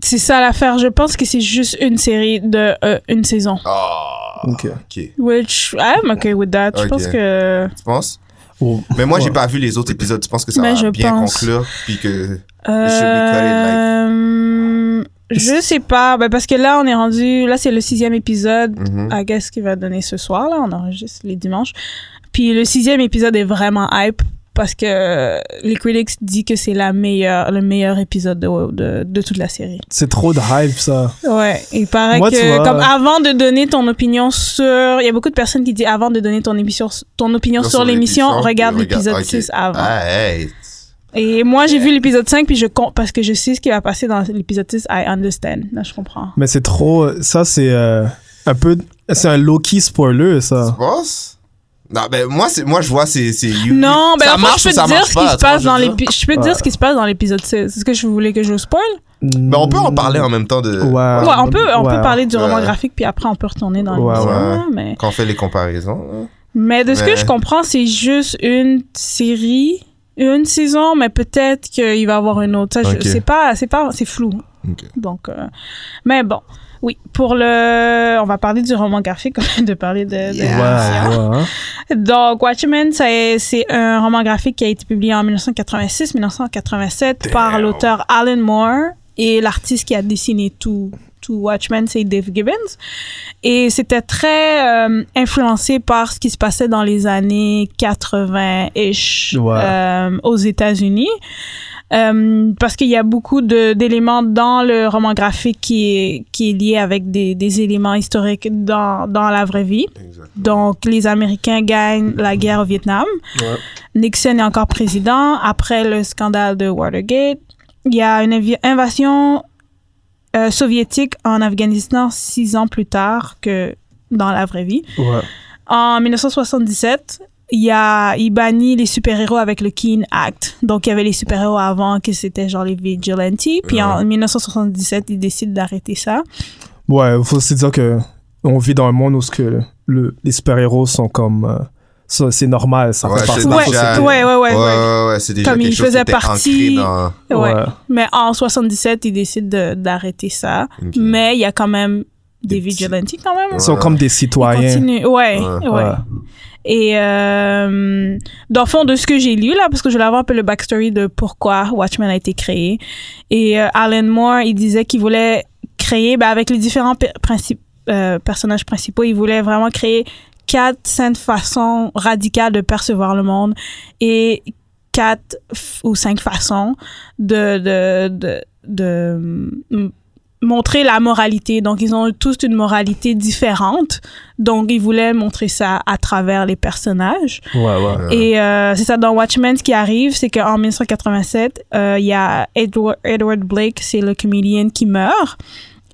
[SPEAKER 3] C'est ça l'affaire. Je pense que c'est juste une série de euh, une saison.
[SPEAKER 1] Ah!
[SPEAKER 2] Ok.
[SPEAKER 1] ok.
[SPEAKER 3] Which I'm okay with that. Je
[SPEAKER 1] Ok.
[SPEAKER 3] pense que
[SPEAKER 1] Tu penses?
[SPEAKER 2] Oh.
[SPEAKER 1] Mais moi, j'ai
[SPEAKER 2] Ouais.
[SPEAKER 1] pas vu les autres épisodes. Tu penses que ça
[SPEAKER 3] Mais je
[SPEAKER 1] va bien
[SPEAKER 3] pense.
[SPEAKER 1] conclure? Puis que.
[SPEAKER 3] euh, je sais pas. Ben, parce que là on est rendu. Là c'est le sixième épisode.
[SPEAKER 1] Mhm.
[SPEAKER 3] I guess qu'il va donner ce soir là. On enregistre les dimanches. Puis le sixième épisode est vraiment hype parce que euh, les critics disent que c'est la meilleure, le meilleur épisode de- de- de toute la série.
[SPEAKER 2] C'est trop de hype, ça.
[SPEAKER 3] Ouais, il paraît
[SPEAKER 2] Moi, tu
[SPEAKER 3] que
[SPEAKER 2] vois-
[SPEAKER 3] comme avant de donner ton opinion sur, il y a beaucoup de personnes qui disent avant de donner ton émission, ton opinion
[SPEAKER 1] Dans
[SPEAKER 3] sur
[SPEAKER 1] son
[SPEAKER 3] l'émission,
[SPEAKER 1] épisode,
[SPEAKER 3] regarde
[SPEAKER 1] regarde-
[SPEAKER 3] l'épisode
[SPEAKER 1] ok.
[SPEAKER 3] 6 avant.
[SPEAKER 1] Ah, hey!
[SPEAKER 3] Et moi j'ai vu l'épisode 5 puis je compte parce que je sais ce qui va passer dans l'épisode 6, I understand. Là je comprends.
[SPEAKER 2] Mais c'est trop. Ça, c'est euh, un peu. C'est un low-key spoiler,
[SPEAKER 1] Tu
[SPEAKER 2] ça.
[SPEAKER 1] penses? Non, ben moi, c'est- moi je vois, c'est. c'est you-
[SPEAKER 3] Non, ben
[SPEAKER 1] ça
[SPEAKER 3] en fait,
[SPEAKER 1] marche
[SPEAKER 3] je peux
[SPEAKER 1] ou ça
[SPEAKER 3] te dire
[SPEAKER 1] marche
[SPEAKER 3] ce
[SPEAKER 1] pas,
[SPEAKER 3] qui se
[SPEAKER 1] tu vois,
[SPEAKER 3] passe
[SPEAKER 1] je veux
[SPEAKER 3] dans
[SPEAKER 1] dire?
[SPEAKER 3] l'épisode je peux te dire ce qui se passe dans l'épisode 6. Est-ce que je voulais que je vous spoil
[SPEAKER 1] Mais Ben, on peut en parler en même temps de.
[SPEAKER 2] Ouais.
[SPEAKER 3] Ouais, on peut on
[SPEAKER 2] ouais.
[SPEAKER 3] peut parler du roman
[SPEAKER 1] Ouais.
[SPEAKER 3] graphique puis après on peut retourner dans
[SPEAKER 2] Ouais,
[SPEAKER 3] l'émission,
[SPEAKER 1] ouais.
[SPEAKER 3] là, mais
[SPEAKER 1] Quand on fait les comparaisons.
[SPEAKER 3] Mais de ce
[SPEAKER 1] Mais-
[SPEAKER 3] que je comprends, c'est juste une série, une saison, mais peut-être qu'il va y avoir une autre. Ça, je-
[SPEAKER 1] Ok.
[SPEAKER 3] c'est pas, c'est pas, c'est flou.
[SPEAKER 1] Ok.
[SPEAKER 3] Donc, euh, mais bon, oui. Pour le, on va parler du roman graphique, [laughs] au lieu de parler de. de-
[SPEAKER 2] Ouais, ouais. hein.
[SPEAKER 3] Donc, Watchmen, c'est c'est un roman graphique qui a été publié en 1986-1987 par l'auteur Alan Moore et l'artiste qui a dessiné tout, tout Watchmen, c'est Dave Gibbons. Et c'était très euh, influencé par ce qui se passait dans les années 80-ish
[SPEAKER 2] Ouais.
[SPEAKER 3] euh, aux États-Unis. Euh, parce qu'il y a beaucoup de- d'éléments dans le roman graphique qui est, qui est lié avec des, des éléments historiques dans, dans la vraie vie. Donc, les Américains gagnent la guerre au Vietnam. Nixon est encore président après le scandale de Watergate. Il y a une invi- invasion euh, soviétique en Afghanistan six ans plus tard que dans la vraie vie.
[SPEAKER 2] Ouais.
[SPEAKER 3] En 1977, il, y a, il bannit les super-héros avec le Keane Act. Donc, il y avait les super-héros avant que c'était genre les vigilantes. Puis en 1977, il décide d'arrêter ça.
[SPEAKER 2] Ouais, faut aussi dire que on vit dans un monde où ce que le, les super-héros sont comme. euh, ça, c'est normal, ça
[SPEAKER 1] Ouais, c'est
[SPEAKER 2] fait partie de la
[SPEAKER 3] Ouais,
[SPEAKER 1] déjà-
[SPEAKER 2] société.
[SPEAKER 3] ouais, ouais, ouais,
[SPEAKER 1] Ouais,
[SPEAKER 3] ouais.
[SPEAKER 1] ouais, ouais, c'est déjà
[SPEAKER 3] Comme
[SPEAKER 1] quelque
[SPEAKER 3] il
[SPEAKER 1] chose
[SPEAKER 3] faisait
[SPEAKER 1] qui était
[SPEAKER 3] partie-
[SPEAKER 1] ancré dans...
[SPEAKER 3] Ouais.
[SPEAKER 2] Ouais.
[SPEAKER 3] Mais en 77, ils décident de- d'arrêter ça.
[SPEAKER 1] Ok.
[SPEAKER 3] Mais il y a quand même des,
[SPEAKER 1] Des petits-
[SPEAKER 3] vigilantes quand même.
[SPEAKER 2] Ils sont comme des
[SPEAKER 3] Ils
[SPEAKER 2] citoyens.
[SPEAKER 3] continuent. Ouais, ouais.
[SPEAKER 1] Ouais.
[SPEAKER 2] Ouais.
[SPEAKER 3] Et euh, dans le fond de ce que j'ai lu là, parce que je voulais avoir un peu le backstory de pourquoi Watchmen a été créé. Et euh, Alan Moore, il disait qu'il voulait créer, ben, avec les différents pe- princi- euh, personnages principaux, il voulait vraiment créer quatre, cinq façons radicales de percevoir le monde et quatre f- ou cinq façons de, de, de, de, mm, montrer la moralité. Donc, ils ont tous une moralité différente. Donc, ils voulaient montrer ça à travers les personnages.
[SPEAKER 2] Ouais, ouais.
[SPEAKER 3] Et euh, c'est ça, dans Watchmen, ce qui arrive, c'est qu'en 1987, euh, il y a Edward, Edward Blake, c'est le comédien qui meurt.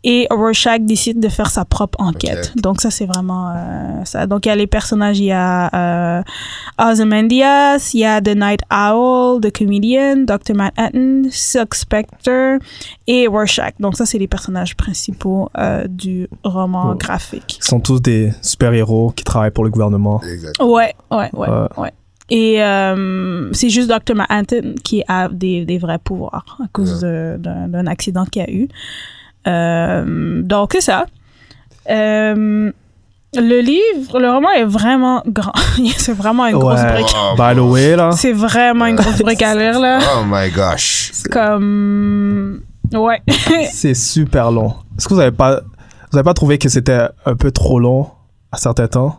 [SPEAKER 3] Et Rorschach décide de faire sa propre enquête. Donc, ça, c'est vraiment euh, ça. Donc, il y a les personnages, il y a euh, Ozymandias, il y a The Night Owl, The Comedian, Dr. Manhattan, Silk Spectre et Rorschach. Donc, ça, c'est les personnages principaux euh, du roman
[SPEAKER 2] Ouais.
[SPEAKER 3] graphique.
[SPEAKER 2] Ils sont tous des super-héros qui travaillent pour le gouvernement.
[SPEAKER 1] Exact.
[SPEAKER 3] Ouais, ouais, ouais,
[SPEAKER 2] Ouais.
[SPEAKER 3] ouais. Et euh, c'est juste Dr. Manhattan qui a des, des vrais pouvoirs à cause de- d'un d'un accident qu'il a eu. Euh, donc, c'est ça. Euh, le livre, le roman est vraiment grand. [laughs] c'est vraiment une grosse
[SPEAKER 2] Ouais.
[SPEAKER 3] brique.
[SPEAKER 1] Oh,
[SPEAKER 2] By the way, là.
[SPEAKER 3] C'est vraiment une grosse brique à lire,
[SPEAKER 2] [laughs]
[SPEAKER 3] là.
[SPEAKER 1] oh my gosh.
[SPEAKER 3] C'est comme... Ouais.
[SPEAKER 2] C'est super long. Est-ce que vous avez pas, vous avez pas trouvé que c'était un peu trop long à certains temps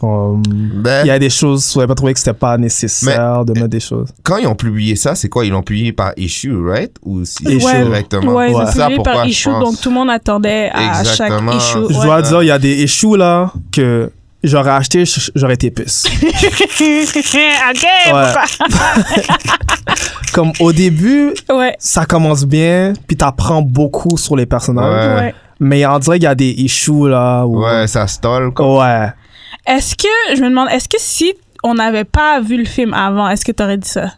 [SPEAKER 2] Comme,
[SPEAKER 1] Ben,
[SPEAKER 2] Il y a des choses, vous avez pas trouvé que c'était pas nécessaire de mettre des choses.
[SPEAKER 1] quand ils ont publié ça, c'est quoi Ils l'ont publié par issue, right Ou si
[SPEAKER 2] Issue.
[SPEAKER 1] directement
[SPEAKER 3] Ouais,
[SPEAKER 2] Ouais.
[SPEAKER 3] c'est
[SPEAKER 1] ça
[SPEAKER 3] publié par
[SPEAKER 1] je
[SPEAKER 3] issue,
[SPEAKER 1] pense.
[SPEAKER 3] donc tout le monde attendait à
[SPEAKER 1] Exactement.
[SPEAKER 3] chaque issue.
[SPEAKER 2] Je
[SPEAKER 3] Ouais.
[SPEAKER 2] dois dire, il y a des échoues là que j'aurais acheté, j- j'aurais
[SPEAKER 1] [laughs]
[SPEAKER 2] été puce.
[SPEAKER 3] ok,
[SPEAKER 2] Ouais. [laughs] Comme au début,
[SPEAKER 3] pourquoi- ouais.
[SPEAKER 2] ça commence bien, puis t'apprends beaucoup sur les personnages.
[SPEAKER 1] Ouais.
[SPEAKER 3] ouais.
[SPEAKER 2] Mais on dirait qu'il y a des échoues là. Où...
[SPEAKER 1] Ouais, ça stole. quoi.
[SPEAKER 2] Ouais.
[SPEAKER 3] Est-ce que, je me demande, est-ce que si on n'avait pas vu le film avant, est-ce que tu aurais dit ça?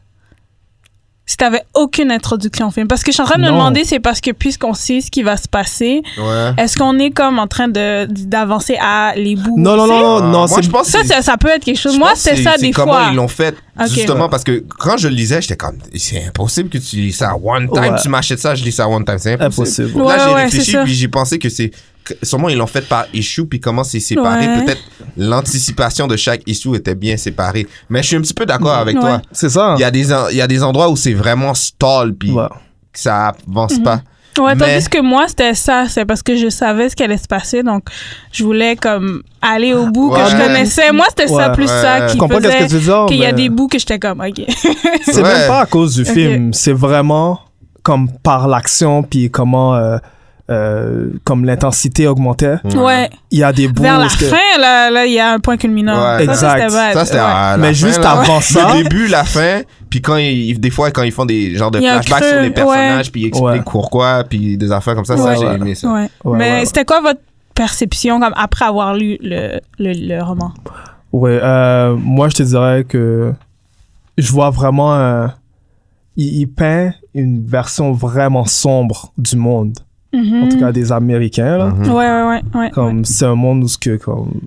[SPEAKER 3] Si tu aucune introduction au film. Parce que je suis en train de me
[SPEAKER 2] Non.
[SPEAKER 3] demander, c'est parce que puisqu'on sait ce qui va se passer,
[SPEAKER 1] Ouais.
[SPEAKER 3] est-ce qu'on est comme en train de- d'avancer à les bouts?
[SPEAKER 2] Non, non,
[SPEAKER 3] tu sais?
[SPEAKER 2] non,
[SPEAKER 1] Ah,
[SPEAKER 2] non, non,
[SPEAKER 1] moi,
[SPEAKER 2] c'est.
[SPEAKER 1] je pense que
[SPEAKER 3] Oh, Ça, ça, ça peut être quelque chose.
[SPEAKER 1] je
[SPEAKER 3] Moi,
[SPEAKER 1] pense que
[SPEAKER 3] c'est ça des
[SPEAKER 1] comment
[SPEAKER 3] fois.
[SPEAKER 1] ils l'ont fait.
[SPEAKER 3] Ok.
[SPEAKER 1] Justement, parce que quand je le lisais, j'étais comme, c'est impossible que tu lis ça one time.
[SPEAKER 2] Ouais.
[SPEAKER 1] Tu m'achètes ça, je lis ça one time. C'est impossible.
[SPEAKER 2] Impossible.
[SPEAKER 3] Ouais,
[SPEAKER 1] Là, j'ai
[SPEAKER 3] ouais, c'est
[SPEAKER 1] réfléchi,
[SPEAKER 3] ça.
[SPEAKER 1] puis j'ai pensé que c'est. que Sûrement, ils l'ont fait par issue, puis comment c'est séparé.
[SPEAKER 3] Ouais.
[SPEAKER 1] Peut-être l'anticipation de chaque issue était bien séparée. Mais je suis un petit peu d'accord avec
[SPEAKER 3] Mm. Ouais.
[SPEAKER 1] toi.
[SPEAKER 2] C'est ça.
[SPEAKER 1] Il y, a des, en- il y a des endroits où c'est vraiment stall, puis
[SPEAKER 2] Ouais.
[SPEAKER 1] que ça avance
[SPEAKER 3] Mhm.
[SPEAKER 1] pas.
[SPEAKER 3] Ouais,
[SPEAKER 1] Mais-
[SPEAKER 3] tandis que moi, c'était ça. C'est parce que je savais ce qui allait se passer. Donc, je voulais comme aller au bout
[SPEAKER 1] Ouais.
[SPEAKER 3] que je connaissais. Moi, c'était ça,
[SPEAKER 2] Ouais.
[SPEAKER 3] plus ça
[SPEAKER 1] Ouais.
[SPEAKER 3] qui
[SPEAKER 2] Je comprends
[SPEAKER 3] faisait
[SPEAKER 2] qu'est-ce que tu dis.
[SPEAKER 3] qu'il y a
[SPEAKER 2] mais-
[SPEAKER 3] des bouts que j'étais comme, OK.
[SPEAKER 2] C'est
[SPEAKER 1] Ouais.
[SPEAKER 2] même pas à cause du
[SPEAKER 3] Ok.
[SPEAKER 2] film, c'est vraiment comme par l'action puis comment euh, euh, comme l'intensité augmentait.
[SPEAKER 1] Mm.
[SPEAKER 3] ouais.
[SPEAKER 2] Il y a des bouts
[SPEAKER 3] Vers la
[SPEAKER 2] parce que-
[SPEAKER 3] fin, là, là, il y a un point culminant. Ça,
[SPEAKER 1] Ouais.
[SPEAKER 3] ça,
[SPEAKER 2] Exact.
[SPEAKER 3] c'était bad.
[SPEAKER 1] Ça, c'était
[SPEAKER 3] Ah, Ouais.
[SPEAKER 1] à la
[SPEAKER 2] Mais
[SPEAKER 1] fin,
[SPEAKER 2] juste
[SPEAKER 1] là.
[SPEAKER 2] avant ça,
[SPEAKER 1] Le début, la fin, puis quand ils, des fois, quand ils font des genres de
[SPEAKER 3] Il y a un
[SPEAKER 1] flashbacks
[SPEAKER 3] creux,
[SPEAKER 1] sur les personnages,
[SPEAKER 3] ouais.
[SPEAKER 1] puis ils expliquent
[SPEAKER 2] Ouais.
[SPEAKER 1] pourquoi, puis des affaires comme ça, ça,
[SPEAKER 3] Ouais.
[SPEAKER 1] j'ai aimé ça.
[SPEAKER 3] Ouais.
[SPEAKER 2] Ouais,
[SPEAKER 3] Mais
[SPEAKER 2] ouais, ouais.
[SPEAKER 3] c'était quoi votre perception comme après avoir lu le, le, le roman?
[SPEAKER 2] ouais, euh, moi je te dirais que je vois vraiment un- il, il peint une version vraiment sombre du monde, en tout cas des Américains là.
[SPEAKER 1] Mm-hmm.
[SPEAKER 3] Mm-hmm. Ouais, ouais, ouais. Mm. ouais.
[SPEAKER 2] Comme c'est un monde où ce que comme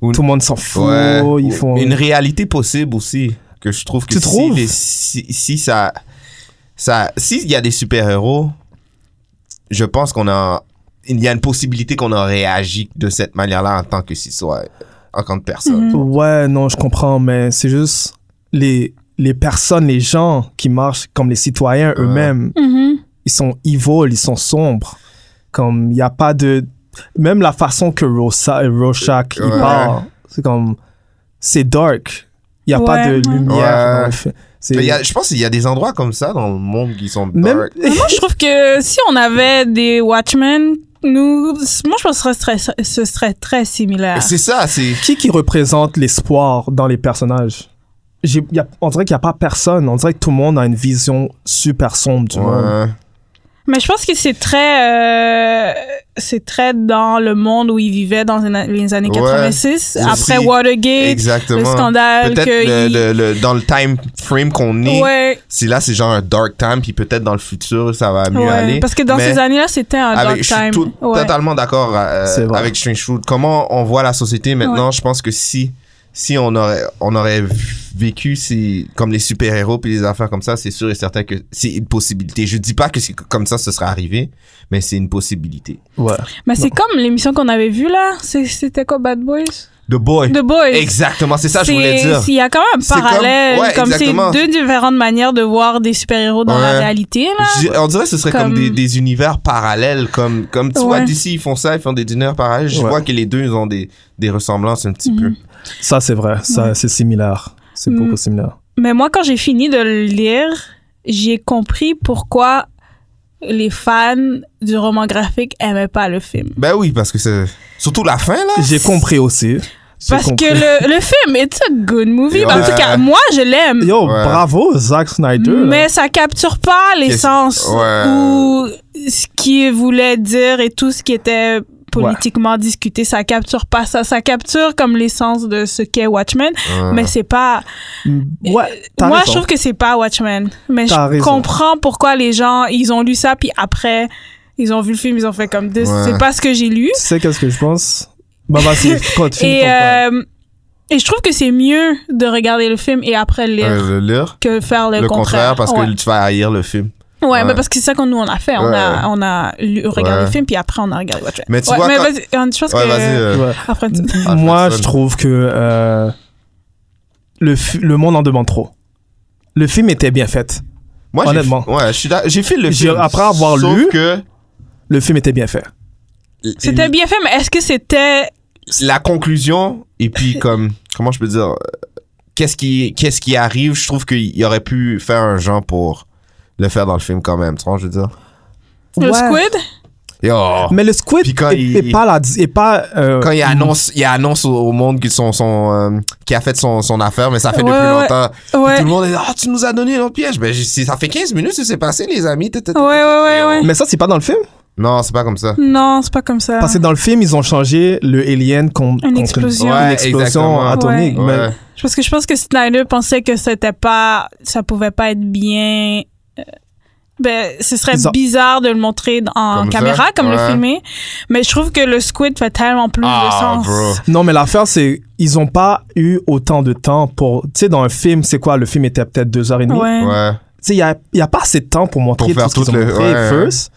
[SPEAKER 1] Où-
[SPEAKER 2] tout le monde s'en fout,
[SPEAKER 1] Ouais.
[SPEAKER 2] Oh, ils font
[SPEAKER 1] Une réalité possible aussi, que je trouve que
[SPEAKER 2] Tu
[SPEAKER 1] si,
[SPEAKER 2] trouves?
[SPEAKER 1] les- si, si ça. ça S'il y a des super-héros, je pense qu'on a. Il y a une possibilité qu'on a réagi de cette manière-là en tant que si soit. En
[SPEAKER 3] Mhm.
[SPEAKER 1] tant que
[SPEAKER 3] Mm-hmm.
[SPEAKER 1] personne.
[SPEAKER 2] Ouais, non, je comprends, mais c'est juste les, les personnes, les gens qui marchent comme les citoyens
[SPEAKER 1] Ouais.
[SPEAKER 2] eux-mêmes,
[SPEAKER 3] Mhm.
[SPEAKER 2] ils sont evil, ils sont sombres. Comme il n'y a pas de. Même la façon que Rosa, euh, Rorschach il
[SPEAKER 1] Ouais.
[SPEAKER 2] parle, c'est comme. C'est dark. Il n'y a pas de
[SPEAKER 3] Ouais, ouais.
[SPEAKER 2] lumière
[SPEAKER 1] Ouais.
[SPEAKER 2] dans le film. C'est-
[SPEAKER 1] Mais il y a- je pense qu'il y a des endroits comme ça dans le monde qui sont
[SPEAKER 2] Même-
[SPEAKER 1] dark.
[SPEAKER 3] Mais moi, je trouve que si on avait des Watchmen, nous, moi, je pense que ce serait, ce serait très similaire.
[SPEAKER 1] Et C'est ça, c'est.
[SPEAKER 2] [laughs] Qui qui représente l'espoir dans les personnages J'ai- il y a- On dirait qu'il n'y a pas personne. On dirait que tout le monde a une vision super sombre du monde.
[SPEAKER 1] Ouais.
[SPEAKER 3] Mais je pense que c'est très, euh, c'est très dans le monde où il vivait dans les les années
[SPEAKER 1] Ouais.
[SPEAKER 3] 86,
[SPEAKER 1] Aussi.
[SPEAKER 3] après Watergate,
[SPEAKER 1] Exactement.
[SPEAKER 3] le scandale
[SPEAKER 1] Peut-être
[SPEAKER 3] que
[SPEAKER 1] le-
[SPEAKER 3] il-
[SPEAKER 1] le- le- dans le time frame qu'on est,
[SPEAKER 3] Ouais,
[SPEAKER 1] si là c'est genre un dark time, puis peut-être dans le futur ça va mieux
[SPEAKER 3] ouais.
[SPEAKER 1] aller.
[SPEAKER 3] Parce que dans
[SPEAKER 1] Mais
[SPEAKER 3] ces années-là, c'était un
[SPEAKER 1] avec-
[SPEAKER 3] dark
[SPEAKER 1] je suis
[SPEAKER 3] time.
[SPEAKER 1] tout-
[SPEAKER 3] Ouais.
[SPEAKER 1] totalement d'accord euh,
[SPEAKER 2] C'est vrai.
[SPEAKER 1] avec Strange Fruit. Comment on voit la société maintenant, je pense que si, si on, aurait, on aurait vécu si, comme les super-héros puis les affaires comme ça, c'est sûr et certain que c'est une possibilité. Je dis pas que c'est comme ça ce serait arrivé, mais c'est une possibilité.
[SPEAKER 2] Ouais.
[SPEAKER 3] Mais c'est comme l'émission qu'on avait vue là. C'est- C'était quoi Bad Boys?
[SPEAKER 1] The Boy.
[SPEAKER 3] The Boys.
[SPEAKER 1] Exactement, c'est ça que je voulais
[SPEAKER 3] C'est-
[SPEAKER 1] dire.
[SPEAKER 3] Il y a quand même
[SPEAKER 1] C'est
[SPEAKER 3] un parallèle.
[SPEAKER 1] comme- ouais,
[SPEAKER 3] Comme c'est
[SPEAKER 1] exactement.
[SPEAKER 3] deux différentes manières de voir des super-héros dans la
[SPEAKER 1] Ouais.
[SPEAKER 3] réalité. Là.
[SPEAKER 1] Je dirais- on dirait que ce serait comme,
[SPEAKER 3] Comme-
[SPEAKER 1] des, des univers parallèles, comme, comme tu vois,
[SPEAKER 3] Ouais.
[SPEAKER 1] d'ici ils font ça, ils font des univers parallèles. Je
[SPEAKER 2] Ouais.
[SPEAKER 1] vois que les deux ils ont des, des ressemblances un petit
[SPEAKER 3] Mhm.
[SPEAKER 1] peu.
[SPEAKER 2] Ça, c'est vrai. Ça, c'est similaire. C'est
[SPEAKER 3] Mm.
[SPEAKER 2] beaucoup similaire.
[SPEAKER 3] Mais moi, quand j'ai fini de le lire, j'ai compris pourquoi les fans du roman graphique aimaient pas le film.
[SPEAKER 1] Ben oui, parce que c'est. Surtout la fin, là.
[SPEAKER 2] J'ai compris aussi. J'ai
[SPEAKER 3] Parce
[SPEAKER 2] compris.
[SPEAKER 3] que le, le film, it's a good movie.
[SPEAKER 1] Ouais.
[SPEAKER 3] En tout cas, moi, je l'aime.
[SPEAKER 2] Yo,
[SPEAKER 1] Ouais.
[SPEAKER 2] bravo, Zack Snyder. là.
[SPEAKER 3] Mais ça capture pas l'essence
[SPEAKER 1] Ouais.
[SPEAKER 3] ou ce qu'il voulait dire et tout ce qui était politiquement discuté. Ça capture pas ça. Ça capture comme l'essence de ce qu'est Watchmen,
[SPEAKER 1] Ouais.
[SPEAKER 3] mais c'est pas.
[SPEAKER 2] Mm, Ouais, t'as
[SPEAKER 3] Moi,
[SPEAKER 2] raison.
[SPEAKER 3] je trouve que c'est pas Watchmen. Mais je
[SPEAKER 2] T'as raison.
[SPEAKER 3] comprends pourquoi les gens, ils ont lu ça, puis après, ils ont vu le film, ils ont fait comme deux.
[SPEAKER 1] Ouais.
[SPEAKER 3] C'est pas ce que j'ai lu.
[SPEAKER 2] Tu sais qu'est-ce que je pense? Bah,
[SPEAKER 3] [laughs]
[SPEAKER 2] vas-y, continue.
[SPEAKER 3] Et,
[SPEAKER 2] ton point.
[SPEAKER 3] euh, et je trouve que c'est mieux de regarder le film et après le lire
[SPEAKER 1] Euh, le lire.
[SPEAKER 3] que faire le,
[SPEAKER 1] Le contraire, parce
[SPEAKER 3] ouais.
[SPEAKER 1] que tu vas haïr le film.
[SPEAKER 3] Ouais,
[SPEAKER 1] Ouais.
[SPEAKER 3] mais parce que c'est ça qu'on nous on a fait. On a, on a lu- regardé
[SPEAKER 1] Ouais.
[SPEAKER 3] le film, puis après on a regardé Watchmen.
[SPEAKER 1] Mais tu
[SPEAKER 3] Ouais,
[SPEAKER 1] vois,
[SPEAKER 3] mais
[SPEAKER 1] quand-
[SPEAKER 3] vas-y, Anne, je pense
[SPEAKER 1] Ouais,
[SPEAKER 3] que.
[SPEAKER 1] vas-y. euh,
[SPEAKER 2] Ouais.
[SPEAKER 3] Après, tu-
[SPEAKER 2] M-
[SPEAKER 1] Ah,
[SPEAKER 2] Moi,
[SPEAKER 1] personne.
[SPEAKER 2] je trouve que euh, le, fi- le monde en demande trop. Le film était bien fait.
[SPEAKER 1] Moi, j'ai-
[SPEAKER 2] Honnêtement.
[SPEAKER 1] Ouais, je suis d'a- j'ai fait le
[SPEAKER 2] J'ai-
[SPEAKER 1] film.
[SPEAKER 2] après avoir
[SPEAKER 1] sauf
[SPEAKER 2] lu-
[SPEAKER 1] que
[SPEAKER 2] Le film était bien fait.
[SPEAKER 3] C'était bien fait, mais est-ce que c'était.
[SPEAKER 1] la conclusion
[SPEAKER 3] [laughs]
[SPEAKER 1] et puis comme comment je peux dire euh, qu'est-ce qui qu'est-ce qui arrive, je trouve qu'il aurait pu faire un genre pour le faire dans le film quand même, tu vois, je veux dire.
[SPEAKER 3] Le
[SPEAKER 2] Ouais.
[SPEAKER 3] squid?
[SPEAKER 1] Yo.
[SPEAKER 2] Mais le Squid
[SPEAKER 1] Puis quand
[SPEAKER 2] est,
[SPEAKER 1] il-
[SPEAKER 2] est pas la, est pas. euh,
[SPEAKER 1] quand il annonce, il annonce au au monde qu'il son, son, euh, qu'il a fait son, son affaire, mais ça fait
[SPEAKER 3] Ouais,
[SPEAKER 1] depuis
[SPEAKER 3] ouais.
[SPEAKER 1] longtemps.
[SPEAKER 3] Ouais.
[SPEAKER 1] Tout le monde est Ah, tu nous as donné un autre piège. Ben, j'ai- c'est- ça fait 15 minutes que c'est passé, les amis. Tut, tut, tut.
[SPEAKER 3] Ouais, ouais, ouais, ouais.
[SPEAKER 2] Mais ça, c'est pas dans le film.
[SPEAKER 1] Non, c'est pas comme ça.
[SPEAKER 3] Non, c'est pas comme ça.
[SPEAKER 2] Parce que dans le film, ils ont changé le alien contre
[SPEAKER 3] Ah. Une
[SPEAKER 2] contre
[SPEAKER 3] explosion.
[SPEAKER 1] Ouais,
[SPEAKER 2] une explosion
[SPEAKER 1] exactement.
[SPEAKER 2] atomique.
[SPEAKER 1] Ouais.
[SPEAKER 2] Mais
[SPEAKER 3] Parce que je pense que Snyder pensait que c'était pas. Ça pouvait pas être bien. euh, Ben, ce serait
[SPEAKER 2] Ils ont-
[SPEAKER 3] bizarre de le montrer en
[SPEAKER 1] Comme ça,
[SPEAKER 3] caméra, comme le
[SPEAKER 1] ouais.
[SPEAKER 3] filmer. Mais je trouve que le squid fait tellement plus
[SPEAKER 1] Ah,
[SPEAKER 3] de sens.
[SPEAKER 1] bro.
[SPEAKER 2] Non, mais l'affaire, c'est ils ont pas eu autant de temps pour. Tu sais, dans un film, c'est quoi Le film était peut-être deux heures et demie.
[SPEAKER 3] Ouais.
[SPEAKER 1] Ouais.
[SPEAKER 2] Tu sais, il y a, il y a pas assez de temps pour montrer
[SPEAKER 1] Pour faire
[SPEAKER 2] tout ce qu'ils
[SPEAKER 1] tout
[SPEAKER 2] ont
[SPEAKER 1] le-
[SPEAKER 2] montré
[SPEAKER 1] ouais.
[SPEAKER 2] first.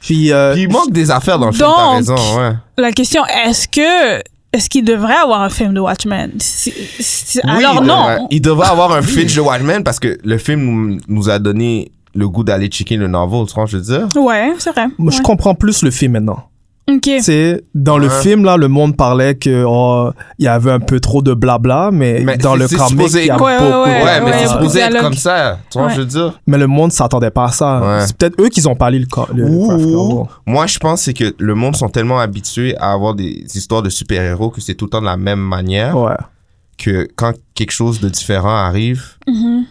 [SPEAKER 2] Puis, euh,
[SPEAKER 1] Puis il manque des affaires dans le film, t'as
[SPEAKER 3] Donc,
[SPEAKER 1] raison, ouais.
[SPEAKER 3] La question, est-ce que. Est-ce qu'il devrait avoir un film de Watchmen? Si- si-
[SPEAKER 1] Oui,
[SPEAKER 3] alors
[SPEAKER 1] il
[SPEAKER 3] non.
[SPEAKER 1] devrait- il devrait avoir un Finch de Wildman parce que le film nous, nous a donné le goût d'aller checker le novel, tu vois, je veux dire.
[SPEAKER 3] Ouais, c'est vrai.
[SPEAKER 2] moi, je comprends plus le film maintenant.
[SPEAKER 3] Ouais. Ok.
[SPEAKER 2] Tu sais, dans le
[SPEAKER 1] Ouais.
[SPEAKER 2] film, là, le monde parlait que oh, il y avait un peu trop de blabla, mais,
[SPEAKER 1] Mais
[SPEAKER 2] dans
[SPEAKER 1] c'est-
[SPEAKER 2] le
[SPEAKER 1] c'est
[SPEAKER 2] comic,
[SPEAKER 1] supposé-
[SPEAKER 2] il y a
[SPEAKER 3] Ouais, ouais,
[SPEAKER 2] beaucoup de
[SPEAKER 1] Ouais, mais
[SPEAKER 2] blabla.
[SPEAKER 1] c'est
[SPEAKER 3] ouais, beaucoup
[SPEAKER 1] supposé
[SPEAKER 3] de
[SPEAKER 1] être
[SPEAKER 3] dialogue.
[SPEAKER 1] comme ça, tu vois,
[SPEAKER 3] Ouais.
[SPEAKER 1] je veux dire.
[SPEAKER 2] Mais le monde s'attendait pas à ça.
[SPEAKER 1] Ouais.
[SPEAKER 2] C'est peut-être eux qui ont parlé le, co- le, le
[SPEAKER 1] Ou-
[SPEAKER 2] graphic novel.
[SPEAKER 1] Moi, je pense c'est que le monde sont tellement habitués à avoir des histoires de super-héros que c'est tout le temps de la même manière
[SPEAKER 2] Ouais.
[SPEAKER 1] que quand quelque chose de différent arrive,
[SPEAKER 3] Mhm.